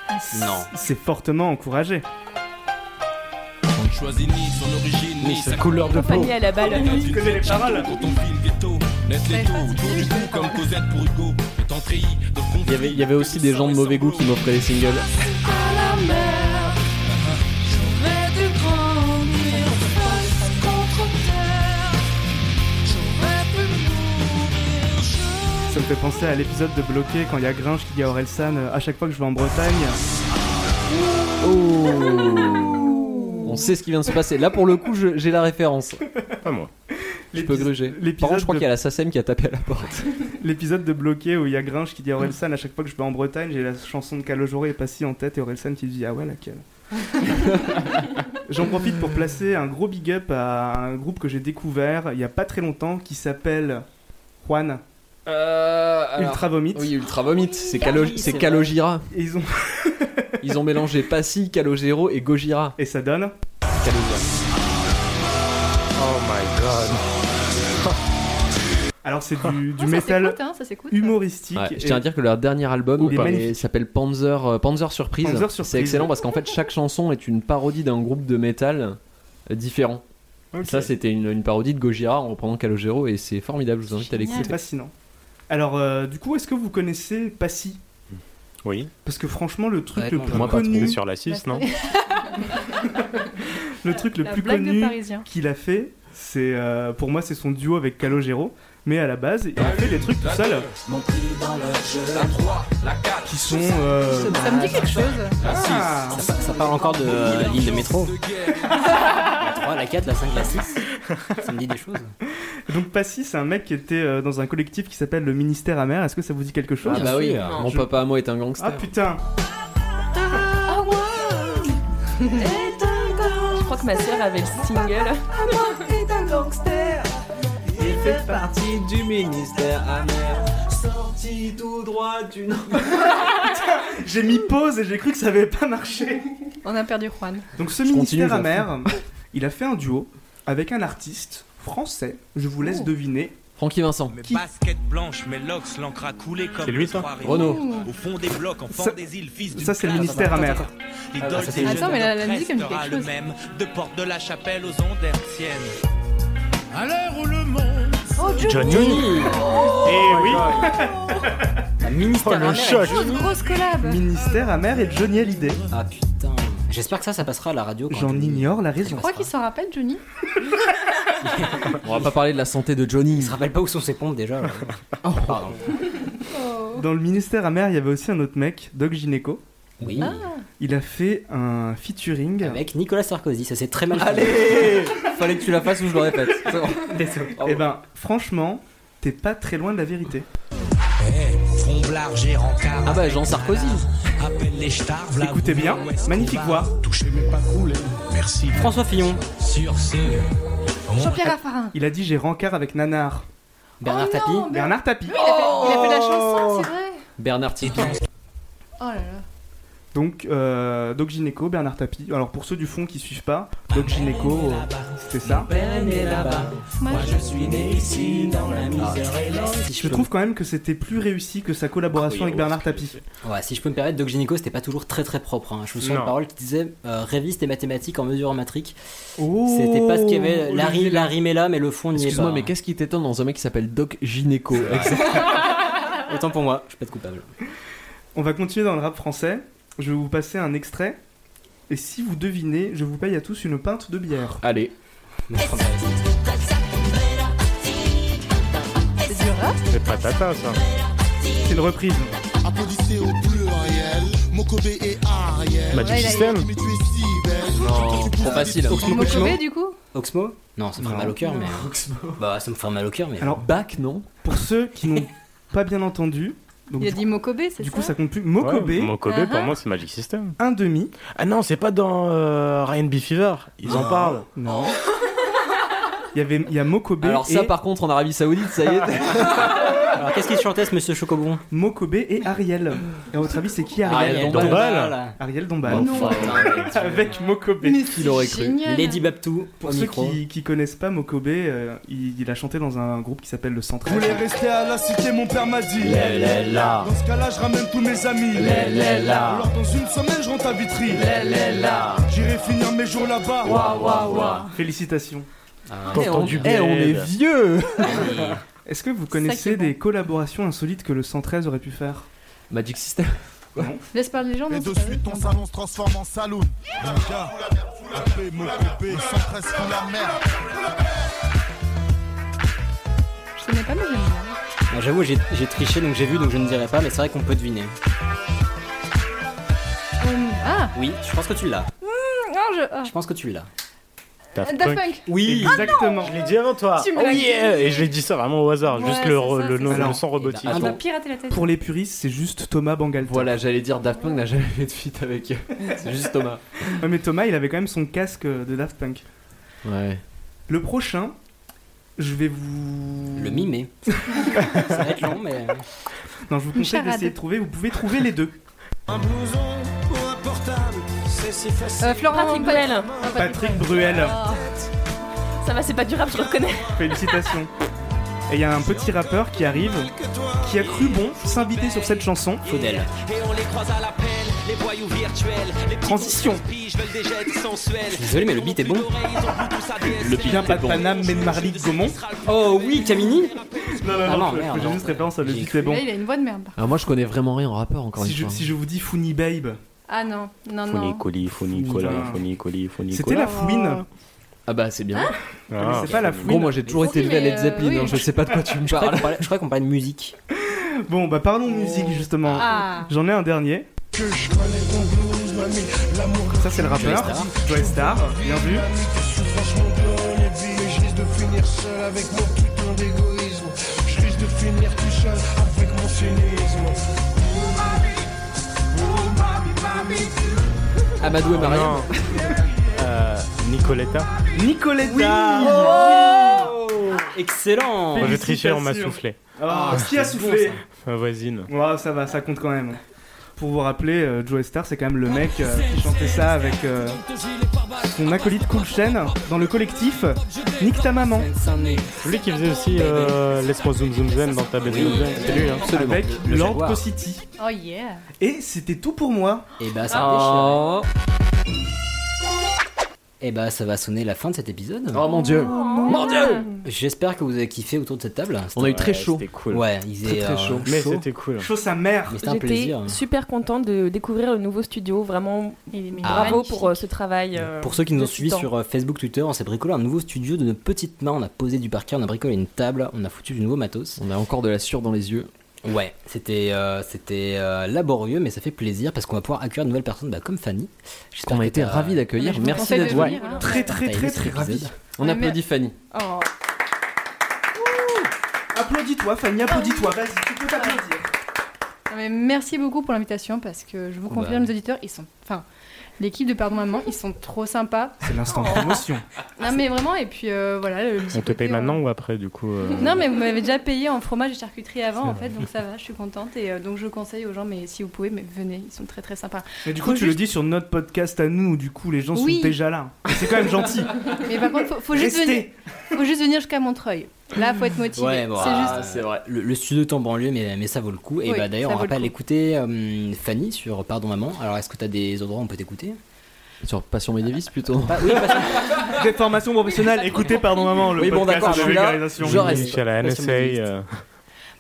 [SPEAKER 10] Ah,
[SPEAKER 2] Non. C'est fortement encouragé.
[SPEAKER 6] On ne choisit ni son origine, ni sa
[SPEAKER 3] couleur de
[SPEAKER 9] Fanny à la balle.
[SPEAKER 2] Tu connais les paroles
[SPEAKER 6] Quand on vit le ghetto, naissent les taux autour du cou comme Cosette pour Hugo. Étant treillis de conflits,
[SPEAKER 3] Il y, avait, il y avait aussi des gens de mauvais goût qui m'offraient des singles.
[SPEAKER 2] Ça me fait penser à l'épisode de Bloqué quand il y a Gringe qui dit à Orelsan euh, à chaque fois que je vais en Bretagne.
[SPEAKER 3] Oh. On sait ce qui vient de se passer. Là pour le coup, je- j'ai la référence.
[SPEAKER 1] Pas moi.
[SPEAKER 3] Je peux gruger. Par contre, je crois qu'il y a la SACEM qui a tapé à la porte.
[SPEAKER 2] L'épisode de Bloqué où il y a Gringe qui dit à Orelsan à chaque fois que je vais en Bretagne, j'ai la chanson de Calogero et Passy en tête et Orelsan qui dit ah ouais <laughs> laquelle J'en profite pour placer un gros big up à un groupe que j'ai découvert il y a pas très longtemps qui s'appelle Juan. Ultra Vomit.
[SPEAKER 3] Euh, Oui, Ultra Vomit. C'est Calo- c'est Calogera.
[SPEAKER 2] Et ils ont
[SPEAKER 3] Ils ont mélangé Passy, Calogero et Gojira.
[SPEAKER 2] Et ça donne
[SPEAKER 20] Oh my god.
[SPEAKER 2] <laughs> Alors c'est du, du
[SPEAKER 10] <laughs> ça
[SPEAKER 2] métal
[SPEAKER 10] s'écoute, hein, ça s'écoute.
[SPEAKER 2] humoristique.
[SPEAKER 3] Ouais, je
[SPEAKER 2] et-
[SPEAKER 3] tiens à dire que leur dernier album
[SPEAKER 2] Il est
[SPEAKER 3] est-
[SPEAKER 2] magnifique.
[SPEAKER 3] s'appelle Panzer, euh, Panzer Surprise.
[SPEAKER 2] Panzer
[SPEAKER 3] C'est
[SPEAKER 2] Surprise.
[SPEAKER 3] excellent parce qu'en fait chaque chanson est une parodie d'un groupe de métal euh, différent.
[SPEAKER 2] Ok.
[SPEAKER 3] Ça c'était une, une parodie de Gojira en reprenant Calogero et c'est formidable, je vous invite à
[SPEAKER 2] C'est
[SPEAKER 3] l'écouter.
[SPEAKER 2] fascinant. Alors, euh, du coup, est-ce que vous connaissez Passy
[SPEAKER 1] Oui.
[SPEAKER 2] Parce que franchement, le truc
[SPEAKER 1] Ouais,
[SPEAKER 2] le
[SPEAKER 1] non,
[SPEAKER 2] plus
[SPEAKER 1] moi, pas trop.
[SPEAKER 2] connu.
[SPEAKER 1] C'est sur la 6, non
[SPEAKER 2] Le truc le
[SPEAKER 10] La
[SPEAKER 2] plus
[SPEAKER 10] blague de
[SPEAKER 2] connu
[SPEAKER 10] Parisien.
[SPEAKER 2] qu'il a fait, c'est. euh, pour moi, c'est son duo avec Calogero. Mais à la base, il a fait des trucs tout seul qui sont. euh,
[SPEAKER 10] Ça me dit quelque chose.
[SPEAKER 2] Ah.
[SPEAKER 4] Ça, ça parle encore de euh, l'île de métro. la 3, la 4, la 5, la 6. Ça me dit des choses.
[SPEAKER 2] Donc, Passy, c'est un mec qui était euh, dans un collectif qui s'appelle le Ministère Amer. Est-ce que ça vous dit quelque chose
[SPEAKER 3] Ah bah oui, mon
[SPEAKER 2] Je-
[SPEAKER 3] papa à moi est un gangster.
[SPEAKER 2] Ah putain
[SPEAKER 9] Je crois que ma sœur avait le
[SPEAKER 10] <laughs>
[SPEAKER 9] single.
[SPEAKER 20] Il fait partie du ministère amer.
[SPEAKER 11] sorti tout droit du nord.
[SPEAKER 2] J'ai mis pause et j'ai cru que ça avait pas marché.
[SPEAKER 10] On a perdu Juan.
[SPEAKER 2] Donc ce
[SPEAKER 10] Je continue, je
[SPEAKER 2] ministère
[SPEAKER 10] la
[SPEAKER 2] amer, il a fait un duo avec un artiste français. Je vous laisse
[SPEAKER 11] Oh.
[SPEAKER 2] deviner.
[SPEAKER 3] Francky Vincent.
[SPEAKER 11] Mes baskets blanches, mes locks, l'encre a coulé comme
[SPEAKER 2] C'est lui,
[SPEAKER 11] le
[SPEAKER 2] ça
[SPEAKER 11] soir et
[SPEAKER 2] Renaud.
[SPEAKER 11] nuit. Au fond des blocs, enfant
[SPEAKER 2] Ça-
[SPEAKER 11] des îles, fils
[SPEAKER 2] ça, c'est le ministère amer.
[SPEAKER 3] bah,
[SPEAKER 2] Ah,
[SPEAKER 11] L'idole
[SPEAKER 2] ça, c'est
[SPEAKER 11] des
[SPEAKER 2] lui.
[SPEAKER 11] jeunes
[SPEAKER 2] Attends, mais la- la
[SPEAKER 11] restera
[SPEAKER 2] musique, elle me dit quelque
[SPEAKER 11] le
[SPEAKER 2] chose.
[SPEAKER 11] même, de porte de la chapelle aux ondes hertziennes. À l'heure où le monde.
[SPEAKER 10] Oh,
[SPEAKER 11] Johnny. Johnny. Oh
[SPEAKER 2] Et
[SPEAKER 11] my
[SPEAKER 2] oui
[SPEAKER 4] Ministère
[SPEAKER 2] le
[SPEAKER 4] amer et
[SPEAKER 2] choc
[SPEAKER 4] Johnny.
[SPEAKER 10] Grosse collab
[SPEAKER 2] Ministère amer et Johnny Hallyday.
[SPEAKER 4] Ah putain. J'espère que ça, ça passera à la radio.
[SPEAKER 2] J'en ignore la
[SPEAKER 10] Je
[SPEAKER 2] raison.
[SPEAKER 10] crois qu'il s'en rappelle, Johnny.
[SPEAKER 3] On va pas parler de la santé de Johnny. Il se
[SPEAKER 4] rappelle pas où sont ses pompes déjà. Pardon.
[SPEAKER 2] Dans le ministère amer, il y avait aussi un autre mec, Doc Gineco.
[SPEAKER 4] Oui. Ah.
[SPEAKER 2] Il a fait un featuring
[SPEAKER 4] avec Nicolas Sarkozy. Ça s'est très mal
[SPEAKER 2] Allez
[SPEAKER 3] Fallait que tu la fasses ou je l'aurais
[SPEAKER 4] <laughs>
[SPEAKER 3] faite. C'est bon.
[SPEAKER 2] Et ben, franchement, t'es pas très loin de la vérité.
[SPEAKER 11] Fromblard, j'ai rencard.
[SPEAKER 3] Ah bah Jean Sarkozy.
[SPEAKER 4] Oh
[SPEAKER 11] Appelle les stars,
[SPEAKER 2] Écoutez bien, magnifique voix.
[SPEAKER 11] Touchez mais pas couler. Merci.
[SPEAKER 4] François Fillon.
[SPEAKER 11] Sur ces.
[SPEAKER 10] Jean-Pierre Raffarin.
[SPEAKER 2] Il a dit j'ai rencard avec Nanar.
[SPEAKER 4] Bernard
[SPEAKER 10] Oh non, Tapie.
[SPEAKER 2] Bernard Tapie.
[SPEAKER 10] Oui, il a fait- il a fait de la chanson, c'est vrai.
[SPEAKER 3] Bernard Tapie.
[SPEAKER 10] Oh là là.
[SPEAKER 2] Donc, euh, Doc Gineco, Bernard Tapie. Alors, pour ceux du fond qui suivent pas, Doc Gineco, euh, c'était ça.
[SPEAKER 4] Ah.
[SPEAKER 11] Moi je suis né ici dans la misère et
[SPEAKER 2] Je trouve quand même que c'était plus réussi que sa collaboration
[SPEAKER 4] Ah
[SPEAKER 2] avec
[SPEAKER 4] oh,
[SPEAKER 2] Bernard Tapie.
[SPEAKER 4] Ouais, si je peux me permettre, Doc Gynéco, c'était pas toujours très très propre. hein. Je me souviens
[SPEAKER 2] Non.
[SPEAKER 4] de paroles qui disaient euh, réviste et mathématiques en mesure en matrique.
[SPEAKER 2] Oh,
[SPEAKER 4] c'était pas ce qu'il y avait. La,
[SPEAKER 3] Olivier
[SPEAKER 4] ri- la rime est là, mais le fond n'y est
[SPEAKER 3] Excuse-moi,
[SPEAKER 4] pas.
[SPEAKER 3] mais qu'est-ce qui t'étonne dans un mec qui s'appelle Doc Gynéco
[SPEAKER 4] Autant pour moi, je suis pas de coupable.
[SPEAKER 2] On va continuer dans le rap français. Je vais vous passer un extrait. Et si vous devinez, je vous paye à tous une pinte de bière.
[SPEAKER 3] Allez.
[SPEAKER 10] C'est du rap
[SPEAKER 2] C'est patata ça. C'est une reprise.
[SPEAKER 21] Applaudissez au pluriel, Mokobé et Ariel.
[SPEAKER 2] Magic Ouais, il a- System
[SPEAKER 21] Mais tu es si belle.
[SPEAKER 4] Non, trop facile.
[SPEAKER 10] Oxmo Oxmo Puccino. Kobe, du coup
[SPEAKER 4] Oxmo Non, ça me ferait
[SPEAKER 2] Non.
[SPEAKER 4] mal au cœur, mais.
[SPEAKER 2] Oxmo.
[SPEAKER 4] Bah, ça me ferait mal au cœur, mais.
[SPEAKER 2] Alors,
[SPEAKER 3] bac, non
[SPEAKER 2] Pour ceux qui
[SPEAKER 4] <laughs>
[SPEAKER 2] n'ont pas bien entendu, donc
[SPEAKER 10] Il a
[SPEAKER 2] du
[SPEAKER 10] dit Mokobé, c'est ça
[SPEAKER 2] Du coup, ça compte plus. Mokobé.
[SPEAKER 1] Ouais, Mokobé, pour
[SPEAKER 10] Ah.
[SPEAKER 1] moi, c'est Magic System.
[SPEAKER 2] Un demi.
[SPEAKER 1] Ah non, c'est pas dans euh, Ryan B. Fever. Ils en parlent.
[SPEAKER 2] Non. Il y avait, il y a Mokobé.
[SPEAKER 3] Alors ça
[SPEAKER 2] et-
[SPEAKER 3] par contre en Arabie Saoudite,
[SPEAKER 4] <laughs>
[SPEAKER 3] ça y est.
[SPEAKER 4] Alors, qu'est-ce qu'il chantait ce monsieur Chocobon
[SPEAKER 2] Mokobé et Ariel. Et à votre avis, c'est
[SPEAKER 4] Ah,
[SPEAKER 2] qui Ariel,
[SPEAKER 4] Ariel Dombal. Dombal.
[SPEAKER 2] Ariel Dombal.
[SPEAKER 4] Non. Enfin,
[SPEAKER 2] Avec Mokobé.
[SPEAKER 4] Mais Qui l'aurait c'est cru génial. Lady Babtou,
[SPEAKER 2] Pour
[SPEAKER 4] au
[SPEAKER 2] ceux
[SPEAKER 4] micro.
[SPEAKER 2] qui, qui connaissent pas Mokobé, euh, il, il a chanté dans un groupe qui s'appelle Le Centre.
[SPEAKER 21] Je voulais rester à la cité, mon père m'a dit.
[SPEAKER 2] Lé, lé, là.
[SPEAKER 21] Dans ce cas-là, je ramène tous mes amis.
[SPEAKER 2] Lé, lé, là.
[SPEAKER 21] Alors dans une semaine, je rentre à Vitry.
[SPEAKER 2] Lé, lé, là.
[SPEAKER 21] J'irai finir mes jours là-bas.
[SPEAKER 2] Félicitations.
[SPEAKER 21] T'as Eh, on- entendu eh, on bien. est
[SPEAKER 2] vieux
[SPEAKER 4] Ah,
[SPEAKER 2] Est-ce que vous connaissez
[SPEAKER 10] Sacrément.
[SPEAKER 2] des collaborations insolites que le 113 aurait pu faire
[SPEAKER 3] Magic System
[SPEAKER 2] Non
[SPEAKER 10] Laisse parler les gens.
[SPEAKER 21] Et
[SPEAKER 10] non,
[SPEAKER 21] de
[SPEAKER 10] c'est pas
[SPEAKER 21] suite,
[SPEAKER 10] vrai.
[SPEAKER 21] ton salon se transforme en saloon. Mon gars, appelez mon coupé, sans presse sous la mer.
[SPEAKER 10] Je connais pas, mais j'aime bien.
[SPEAKER 4] Bah, J'avoue, j'ai j'ai triché donc j'ai vu donc je ne dirai pas, mais c'est vrai qu'on peut deviner.
[SPEAKER 10] Hum, Ah
[SPEAKER 4] Oui, je pense que tu l'as.
[SPEAKER 10] Hum, Non, je. ah.
[SPEAKER 4] Je pense que tu l'as.
[SPEAKER 10] Daft Daft Punk. Punk.
[SPEAKER 1] Oui,
[SPEAKER 10] Ah non
[SPEAKER 2] exactement.
[SPEAKER 1] je l'ai dit avant toi.
[SPEAKER 10] Tu me
[SPEAKER 1] Oh
[SPEAKER 10] l'as
[SPEAKER 1] yeah
[SPEAKER 10] dit.
[SPEAKER 1] Et je l'ai dit ça vraiment au hasard,
[SPEAKER 10] Ouais,
[SPEAKER 1] juste le,
[SPEAKER 10] c'est
[SPEAKER 1] re-
[SPEAKER 10] ça,
[SPEAKER 1] le,
[SPEAKER 10] c'est
[SPEAKER 1] nom-
[SPEAKER 10] ça.
[SPEAKER 1] le son robotique.
[SPEAKER 10] On va pirater la tête.
[SPEAKER 2] Pour les puristes, c'est juste Thomas Bangalter.
[SPEAKER 3] Voilà, j'allais dire Daft Punk n'a jamais fait de feat avec.
[SPEAKER 4] <laughs>
[SPEAKER 3] C'est juste Thomas.
[SPEAKER 2] Ouais, mais Thomas, il avait quand même son casque de Daft Punk.
[SPEAKER 3] Ouais.
[SPEAKER 2] Le prochain, je vais vous.
[SPEAKER 4] Le mimer. <laughs> ça va être long, mais.
[SPEAKER 2] Non, je vous
[SPEAKER 4] Une
[SPEAKER 2] conseille
[SPEAKER 4] charade.
[SPEAKER 2] d'essayer de trouver. Vous pouvez trouver
[SPEAKER 4] <laughs>
[SPEAKER 2] les deux.
[SPEAKER 11] Un blouson ou un portable, c'est si facile.
[SPEAKER 10] Euh, Florent
[SPEAKER 9] Patrick
[SPEAKER 10] Bruel.
[SPEAKER 9] Bruel.
[SPEAKER 10] Ah,
[SPEAKER 2] Patrick Bruel.
[SPEAKER 9] Ça va, c'est pas durable, je reconnais.
[SPEAKER 2] Félicitations. Et il y a un petit rappeur qui arrive, qui a cru bon s'inviter sur cette chanson.
[SPEAKER 4] Faudel.
[SPEAKER 11] Et on les croise à l'appel, les voyous virtuels, les petits
[SPEAKER 2] Transition.
[SPEAKER 11] bouts de pige veulent des jets sensuels.
[SPEAKER 4] Désolé, mais le beat est bon.
[SPEAKER 2] Le bien pas de Paname, mais de Marly Gaumont.
[SPEAKER 4] Oh oui, Camini
[SPEAKER 2] Non, non,
[SPEAKER 3] Ah
[SPEAKER 2] non,
[SPEAKER 3] non,
[SPEAKER 2] je-
[SPEAKER 3] merde,
[SPEAKER 2] je fais
[SPEAKER 3] non.
[SPEAKER 2] juste référence à le
[SPEAKER 3] J'ai
[SPEAKER 2] beat
[SPEAKER 3] cru.
[SPEAKER 2] est bon.
[SPEAKER 10] Là, il a une voix de merde.
[SPEAKER 3] Alors Ah, moi je connais vraiment rien en rappeur encore
[SPEAKER 2] Si
[SPEAKER 3] une
[SPEAKER 2] je,
[SPEAKER 3] fois.
[SPEAKER 2] si je vous dis Funny Babe,
[SPEAKER 10] Ah non, non, non.
[SPEAKER 1] Fonicoli, Fonicola,
[SPEAKER 2] Putain.
[SPEAKER 1] Fonicoli, Fonicola.
[SPEAKER 2] c'était la fouine.
[SPEAKER 3] Ah bah c'est bien.
[SPEAKER 1] Ah,
[SPEAKER 2] c'est pas la
[SPEAKER 3] Gros,
[SPEAKER 2] fouine.
[SPEAKER 3] moi j'ai toujours été
[SPEAKER 2] Oui,
[SPEAKER 3] élevé à
[SPEAKER 2] mais,
[SPEAKER 3] Led
[SPEAKER 2] euh,
[SPEAKER 3] Zeppelin,
[SPEAKER 2] oui.
[SPEAKER 3] hein, je sais pas de quoi tu me
[SPEAKER 4] Je crois qu'on
[SPEAKER 3] parles.
[SPEAKER 4] parlait, je crois qu'on parlait de musique.
[SPEAKER 2] Bon, bah parlons musique justement.
[SPEAKER 4] Oh. Ah.
[SPEAKER 2] J'en ai un dernier. Ça, c'est le rappeur.
[SPEAKER 4] Joey Star.
[SPEAKER 2] Joy Star, bien vu.
[SPEAKER 21] Mais je risque de finir seul avec mon putain d'égoïsme. Je risque de finir tout seul avec mon cynisme.
[SPEAKER 3] Amadou et Marion.
[SPEAKER 1] Euh, Nicoletta.
[SPEAKER 2] Nicoletta
[SPEAKER 1] Oui.
[SPEAKER 2] Oh
[SPEAKER 4] Excellent
[SPEAKER 1] Moi, j'ai triché, on m'a soufflé.
[SPEAKER 2] Ah, qui a
[SPEAKER 1] c'est
[SPEAKER 2] soufflé
[SPEAKER 1] bon, ça. Ma voisine.
[SPEAKER 2] Ouais, ça va, ça compte quand même. Pour vous rappeler, euh, Joe Star, c'est quand même le mec euh, qui chantait ça avec euh, son acolyte Cool Shen dans le collectif Nique ta maman.
[SPEAKER 1] Lui qui faisait aussi euh, Laisse-moi zoom zoom zen dans ta belle zoom zen. C'est lui, hein.
[SPEAKER 2] Avec
[SPEAKER 1] Le
[SPEAKER 2] Lord
[SPEAKER 1] jaguar.
[SPEAKER 2] City.
[SPEAKER 16] Oh yeah.
[SPEAKER 2] Et c'était tout pour moi.
[SPEAKER 4] Et bah
[SPEAKER 2] ça a
[SPEAKER 4] ça Et bah ça va sonner la fin de cet épisode.
[SPEAKER 3] Oh mon dieu.
[SPEAKER 4] Mon dieu J'espère que vous avez kiffé autour de cette table.
[SPEAKER 3] On a eu très chaud.
[SPEAKER 4] C'était cool. Ouais, ils étaient euh,
[SPEAKER 1] Mais c'était cool.
[SPEAKER 2] Chaud sa mère.
[SPEAKER 4] Mais c'était un
[SPEAKER 9] J'étais
[SPEAKER 4] plaisir. hein.
[SPEAKER 9] super contente de découvrir le nouveau studio. Vraiment,
[SPEAKER 4] Ah.
[SPEAKER 9] bravo pour euh, ce travail. euh,
[SPEAKER 4] Pour ceux qui nous ont
[SPEAKER 9] de
[SPEAKER 4] suivis
[SPEAKER 9] titan.
[SPEAKER 4] sur euh, Facebook, Twitter, on s'est bricolé un nouveau studio de nos petites mains. On a posé du parquet, on a bricolé une table, on a foutu du nouveau matos.
[SPEAKER 3] On a encore de la sueur dans les yeux.
[SPEAKER 4] Ouais, c'était euh, c'était euh, laborieux, mais ça fait plaisir parce qu'on va pouvoir accueillir de nouvelles personnes bah, comme Fanny. J'espère
[SPEAKER 3] On a
[SPEAKER 4] que
[SPEAKER 3] été
[SPEAKER 4] t'as-
[SPEAKER 3] ravis d'accueillir. Merci d'être venu.
[SPEAKER 2] Très, très,
[SPEAKER 4] T'as
[SPEAKER 2] très,
[SPEAKER 4] aimé cet
[SPEAKER 2] très ravis.
[SPEAKER 4] épisode
[SPEAKER 3] On applaudit Fanny.
[SPEAKER 10] Oh.
[SPEAKER 2] Applaudis-toi, Fanny, applaudis-toi. Vas-y, tu peux t'applaudir.
[SPEAKER 10] Non, mais merci beaucoup pour l'invitation parce que je vous
[SPEAKER 2] Bah.
[SPEAKER 10] confirme, les auditeurs, ils sont. Enfin, l'équipe de Pardon Maman, ils sont trop sympas.
[SPEAKER 2] C'est l'instant promotion.
[SPEAKER 10] Non, mais vraiment, et puis euh, voilà. le petit
[SPEAKER 1] On te
[SPEAKER 10] côté,
[SPEAKER 1] paye maintenant ou après, du coup euh,
[SPEAKER 10] Non, mais vous m'avez déjà payé en fromage et charcuterie avant, en fait,
[SPEAKER 1] vrai.
[SPEAKER 10] donc ça va, je suis contente. Et euh, donc je conseille aux gens, mais si vous pouvez, mais venez, ils sont très
[SPEAKER 1] <laughs>
[SPEAKER 10] très sympas.
[SPEAKER 2] Mais du coup, tu le dis sur notre podcast à nous, du coup, les gens
[SPEAKER 10] Oui.
[SPEAKER 2] sont déjà là. Et C'est quand même gentil.
[SPEAKER 10] Mais par contre, faut, <laughs> faut juste,
[SPEAKER 2] Restez.
[SPEAKER 10] venir, faut juste venir jusqu'à Montreuil. Là, faut être motivé.
[SPEAKER 4] Ouais, bon,
[SPEAKER 10] c'est
[SPEAKER 4] ah,
[SPEAKER 10] juste.
[SPEAKER 4] c'est vrai. Le, le studio est en banlieue, mais, mais ça vaut le coup. Et
[SPEAKER 10] Oui,
[SPEAKER 4] bah, d'ailleurs,
[SPEAKER 10] ça
[SPEAKER 4] on
[SPEAKER 10] vaut le
[SPEAKER 4] rappelle
[SPEAKER 10] coup.
[SPEAKER 4] écouter euh, Fanny sur Pardon Maman. Alors, est-ce que t'as des endroits où on peut t'écouter
[SPEAKER 3] Sur Passion Médévis plutôt.
[SPEAKER 2] Des formations
[SPEAKER 10] <laughs>
[SPEAKER 2] professionnelles. Écoutez, pardon, maman, le
[SPEAKER 4] Oui, bon,
[SPEAKER 2] podcast
[SPEAKER 4] d'accord,
[SPEAKER 2] de
[SPEAKER 4] je suis là.
[SPEAKER 2] vulgarisation.
[SPEAKER 4] Je reste.
[SPEAKER 1] Chez la
[SPEAKER 4] Passion
[SPEAKER 1] NSA. euh,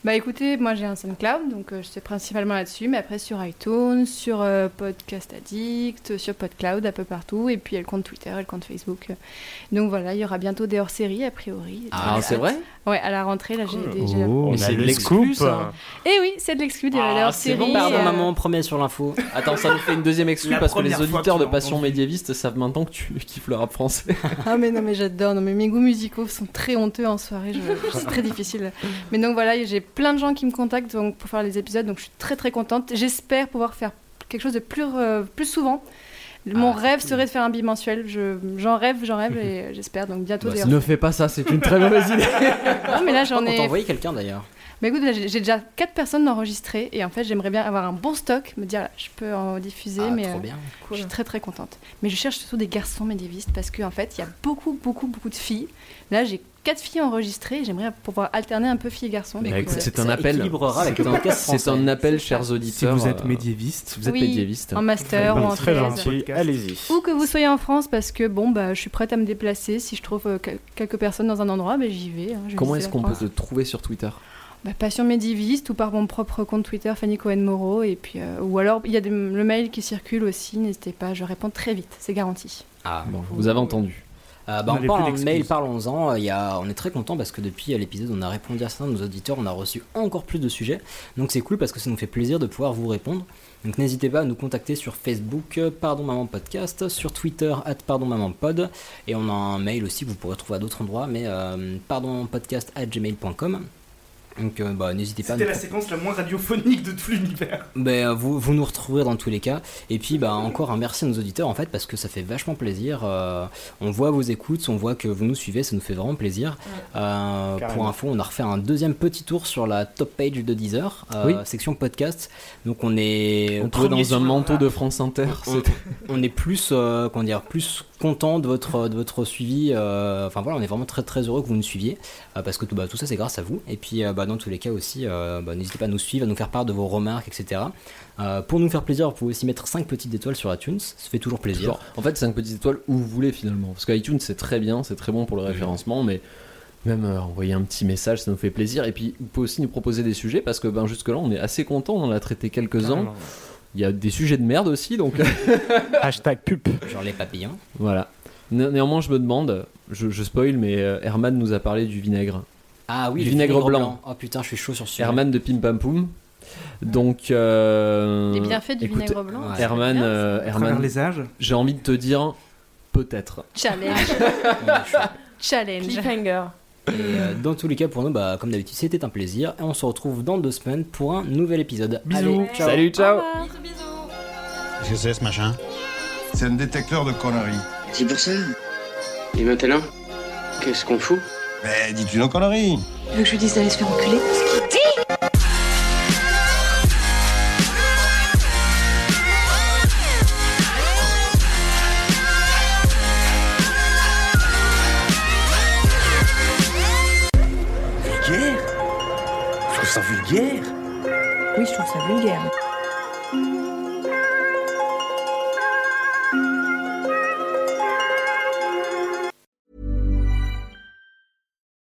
[SPEAKER 10] Bah écoutez, moi j'ai un SoundCloud, donc euh, je suis principalement là-dessus, mais après sur iTunes, sur euh, Podcast Addict, sur PodCloud, un peu partout, et puis elle compte Twitter, elle compte Facebook. Donc voilà, il y aura bientôt des hors-séries a priori.
[SPEAKER 3] Ah,
[SPEAKER 10] Donc,
[SPEAKER 3] c'est
[SPEAKER 10] euh,
[SPEAKER 3] vrai
[SPEAKER 10] Ouais, à la rentrée, là j'ai déjà.
[SPEAKER 1] Oh,
[SPEAKER 3] Mais
[SPEAKER 1] on a
[SPEAKER 3] c'est de
[SPEAKER 1] le
[SPEAKER 3] l'exclu,
[SPEAKER 1] scoop.
[SPEAKER 4] hein.
[SPEAKER 3] ça.
[SPEAKER 10] Eh oui, c'est de l'exclu des
[SPEAKER 4] Ah, c'est
[SPEAKER 10] hors-séries.
[SPEAKER 4] bon, Pardon
[SPEAKER 10] euh,
[SPEAKER 4] Maman, premier sur l'info.
[SPEAKER 3] Attends, ça nous fait une deuxième exclue
[SPEAKER 4] La
[SPEAKER 3] parce que
[SPEAKER 4] première
[SPEAKER 3] les
[SPEAKER 4] fois
[SPEAKER 3] auditeurs
[SPEAKER 4] que
[SPEAKER 3] de
[SPEAKER 4] tu
[SPEAKER 3] Passion Médiéviste savent maintenant que tu <laughs> kiffes le rap français.
[SPEAKER 10] Ah mais non mais j'adore, non mais mes goûts musicaux sont très honteux en soirée, je- c'est très difficile. Mais donc voilà, j'ai plein de gens qui me contactent donc, pour faire les épisodes, donc je suis très très contente. J'espère pouvoir faire quelque chose de plus, euh, plus souvent.
[SPEAKER 4] Ah,
[SPEAKER 10] Mon rêve serait de faire un bimensuel, Je- j'en rêve, j'en rêve
[SPEAKER 4] <laughs>
[SPEAKER 10] et euh, j'espère donc bientôt
[SPEAKER 4] Bah,
[SPEAKER 10] d'ailleurs.
[SPEAKER 3] Bah, ne fais pas ça, c'est une très mauvaise idée.
[SPEAKER 10] Non mais là j'en
[SPEAKER 4] On t'a
[SPEAKER 10] ai...
[SPEAKER 4] envoyé quelqu'un d'ailleurs.
[SPEAKER 10] Mais écoute, là, j'ai j'ai déjà quatre personnes enregistrées et en fait j'aimerais bien avoir un bon stock, me dire là, je peux en diffuser, mais
[SPEAKER 4] Ah, trop
[SPEAKER 10] euh,
[SPEAKER 4] bien.
[SPEAKER 10] je suis très très contente. Mais je cherche surtout des garçons médiévistes parce qu'en fait il y a beaucoup beaucoup beaucoup de filles. Là j'ai quatre filles enregistrées, et j'aimerais pouvoir alterner un peu filles et garçons.
[SPEAKER 3] Bah,
[SPEAKER 10] donc,
[SPEAKER 3] écoute,
[SPEAKER 10] euh,
[SPEAKER 3] c'est un
[SPEAKER 4] ça
[SPEAKER 3] appel.
[SPEAKER 4] équilibrera avec le podcast
[SPEAKER 3] C'est
[SPEAKER 4] français.
[SPEAKER 3] un appel, chers auditeurs.
[SPEAKER 2] vous êtes
[SPEAKER 3] euh,
[SPEAKER 2] médiéviste,
[SPEAKER 3] vous êtes
[SPEAKER 10] Oui,
[SPEAKER 3] médiéviste.
[SPEAKER 4] Oh,
[SPEAKER 10] en master ou en
[SPEAKER 1] Très
[SPEAKER 10] thèse.
[SPEAKER 1] gentil, allez-y.
[SPEAKER 10] Ou que vous soyez en France parce que bon bah je suis prête à me déplacer si je trouve euh, que- quelques personnes dans un endroit, bah, j'y vais. hein, je
[SPEAKER 3] Comment
[SPEAKER 10] visite
[SPEAKER 3] est-ce
[SPEAKER 10] la
[SPEAKER 3] qu'on peut
[SPEAKER 10] France.
[SPEAKER 3] te trouver sur Twitter
[SPEAKER 10] Bah, Passion médiviste ou par mon propre compte Twitter Fanny Cohen Moreau et puis euh, ou alors il y a des- le mail qui circule aussi, n'hésitez pas, je réponds très vite, c'est garanti.
[SPEAKER 4] Ah,
[SPEAKER 3] bon, vous avez entendu.
[SPEAKER 4] Euh,
[SPEAKER 3] Vous
[SPEAKER 4] bah,
[SPEAKER 3] n'avez
[SPEAKER 4] on
[SPEAKER 3] plus
[SPEAKER 4] parle en
[SPEAKER 3] d'excuses.
[SPEAKER 4] mail, parlons-en. Euh, il y a- on est très content parce que depuis euh, l'épisode, on a répondu à certains de nos auditeurs, on a reçu encore plus de sujets. Donc c'est cool parce que ça nous fait plaisir de pouvoir vous répondre. Donc n'hésitez pas à nous contacter sur Facebook, euh, Pardon Maman Podcast, sur Twitter, at Pardon Maman Pod. Et on a un mail aussi que vous pourrez trouver à d'autres endroits, mais euh, pardonmamanpodcast at gmail.com. Donc euh, bah, n'hésitez pas à
[SPEAKER 2] C'était
[SPEAKER 4] nous
[SPEAKER 2] la séquence la moins radiophonique de tout l'univers.
[SPEAKER 4] ben, euh, vous, vous nous retrouverez dans tous les cas. Et puis bah, encore un merci à nos auditeurs en fait parce que ça fait vachement plaisir. Euh, on voit vos écoutes, on voit que vous nous suivez, ça nous fait vraiment plaisir. Euh, pour
[SPEAKER 3] Carrément.
[SPEAKER 4] info, on a refait un deuxième petit tour sur la top page de Deezer, euh,
[SPEAKER 3] Oui.
[SPEAKER 4] section podcast. Donc on est
[SPEAKER 3] On te
[SPEAKER 4] premier
[SPEAKER 3] voit dans
[SPEAKER 4] sur-
[SPEAKER 3] un manteau de France Inter.
[SPEAKER 4] on, on est plus euh, comment dire plus content de votre de votre suivi euh, enfin voilà on est vraiment très très heureux que vous nous suiviez euh, parce que tout bah, tout ça c'est grâce à vous et puis euh, bah, dans tous les cas aussi euh, bah, n'hésitez pas à nous suivre à nous faire part de vos remarques etc Euh, pour nous faire plaisir vous pouvez aussi mettre 5 petites étoiles sur iTunes ça fait toujours plaisir
[SPEAKER 3] Toujours. En fait, 5 petites étoiles où vous voulez finalement. Parce qu'iTunes, c'est très bien, c'est très bon pour le référencement, mais même euh, envoyer un petit message, ça nous fait plaisir. Et puis, vous pouvez aussi nous proposer des sujets parce que ben, jusque-là, on est assez content, on en a traité quelques-uns.
[SPEAKER 4] Carrément.
[SPEAKER 3] Il y a des sujets de merde aussi, donc.
[SPEAKER 4] <laughs>
[SPEAKER 1] Hashtag pub.
[SPEAKER 4] genre les papillons
[SPEAKER 3] Voilà. Né- néanmoins, je me demande, je, je spoil, mais euh, Herman nous a parlé du vinaigre.
[SPEAKER 4] ah oui
[SPEAKER 3] Du
[SPEAKER 4] le
[SPEAKER 3] vinaigre blanc.
[SPEAKER 4] oh putain je suis chaud sur ce sujet.
[SPEAKER 3] Herman de Pim Pam Poum. Donc. euh,
[SPEAKER 10] Les bienfaits du
[SPEAKER 3] écoute,
[SPEAKER 10] vinaigre blanc, c'est
[SPEAKER 3] Herman,
[SPEAKER 10] bien,
[SPEAKER 3] euh,
[SPEAKER 10] ça. À
[SPEAKER 3] Herman,
[SPEAKER 10] travers les
[SPEAKER 2] âges
[SPEAKER 3] J'ai envie de te dire, peut-être.
[SPEAKER 10] Challenge. Challenge.
[SPEAKER 9] Cliffhanger.
[SPEAKER 4] Et, euh, dans tous les cas pour nous bah, comme d'habitude c'était un plaisir et on se retrouve dans deux semaines pour un nouvel épisode
[SPEAKER 6] Bisous.
[SPEAKER 4] Allez, ciao.
[SPEAKER 6] Salut, ciao.
[SPEAKER 22] Qu'est-ce que c'est ce machin C'est un détecteur de conneries. C'est pour ça
[SPEAKER 6] Et maintenant, qu'est-ce qu'on fout
[SPEAKER 23] Mais dis-tu nos conneries
[SPEAKER 10] Tu veux que je lui dise d'aller se faire enculer Ce qu'il dit
[SPEAKER 8] Vulgaire Je trouve ça vulgaire
[SPEAKER 10] Oui, je trouve ça vulgaire.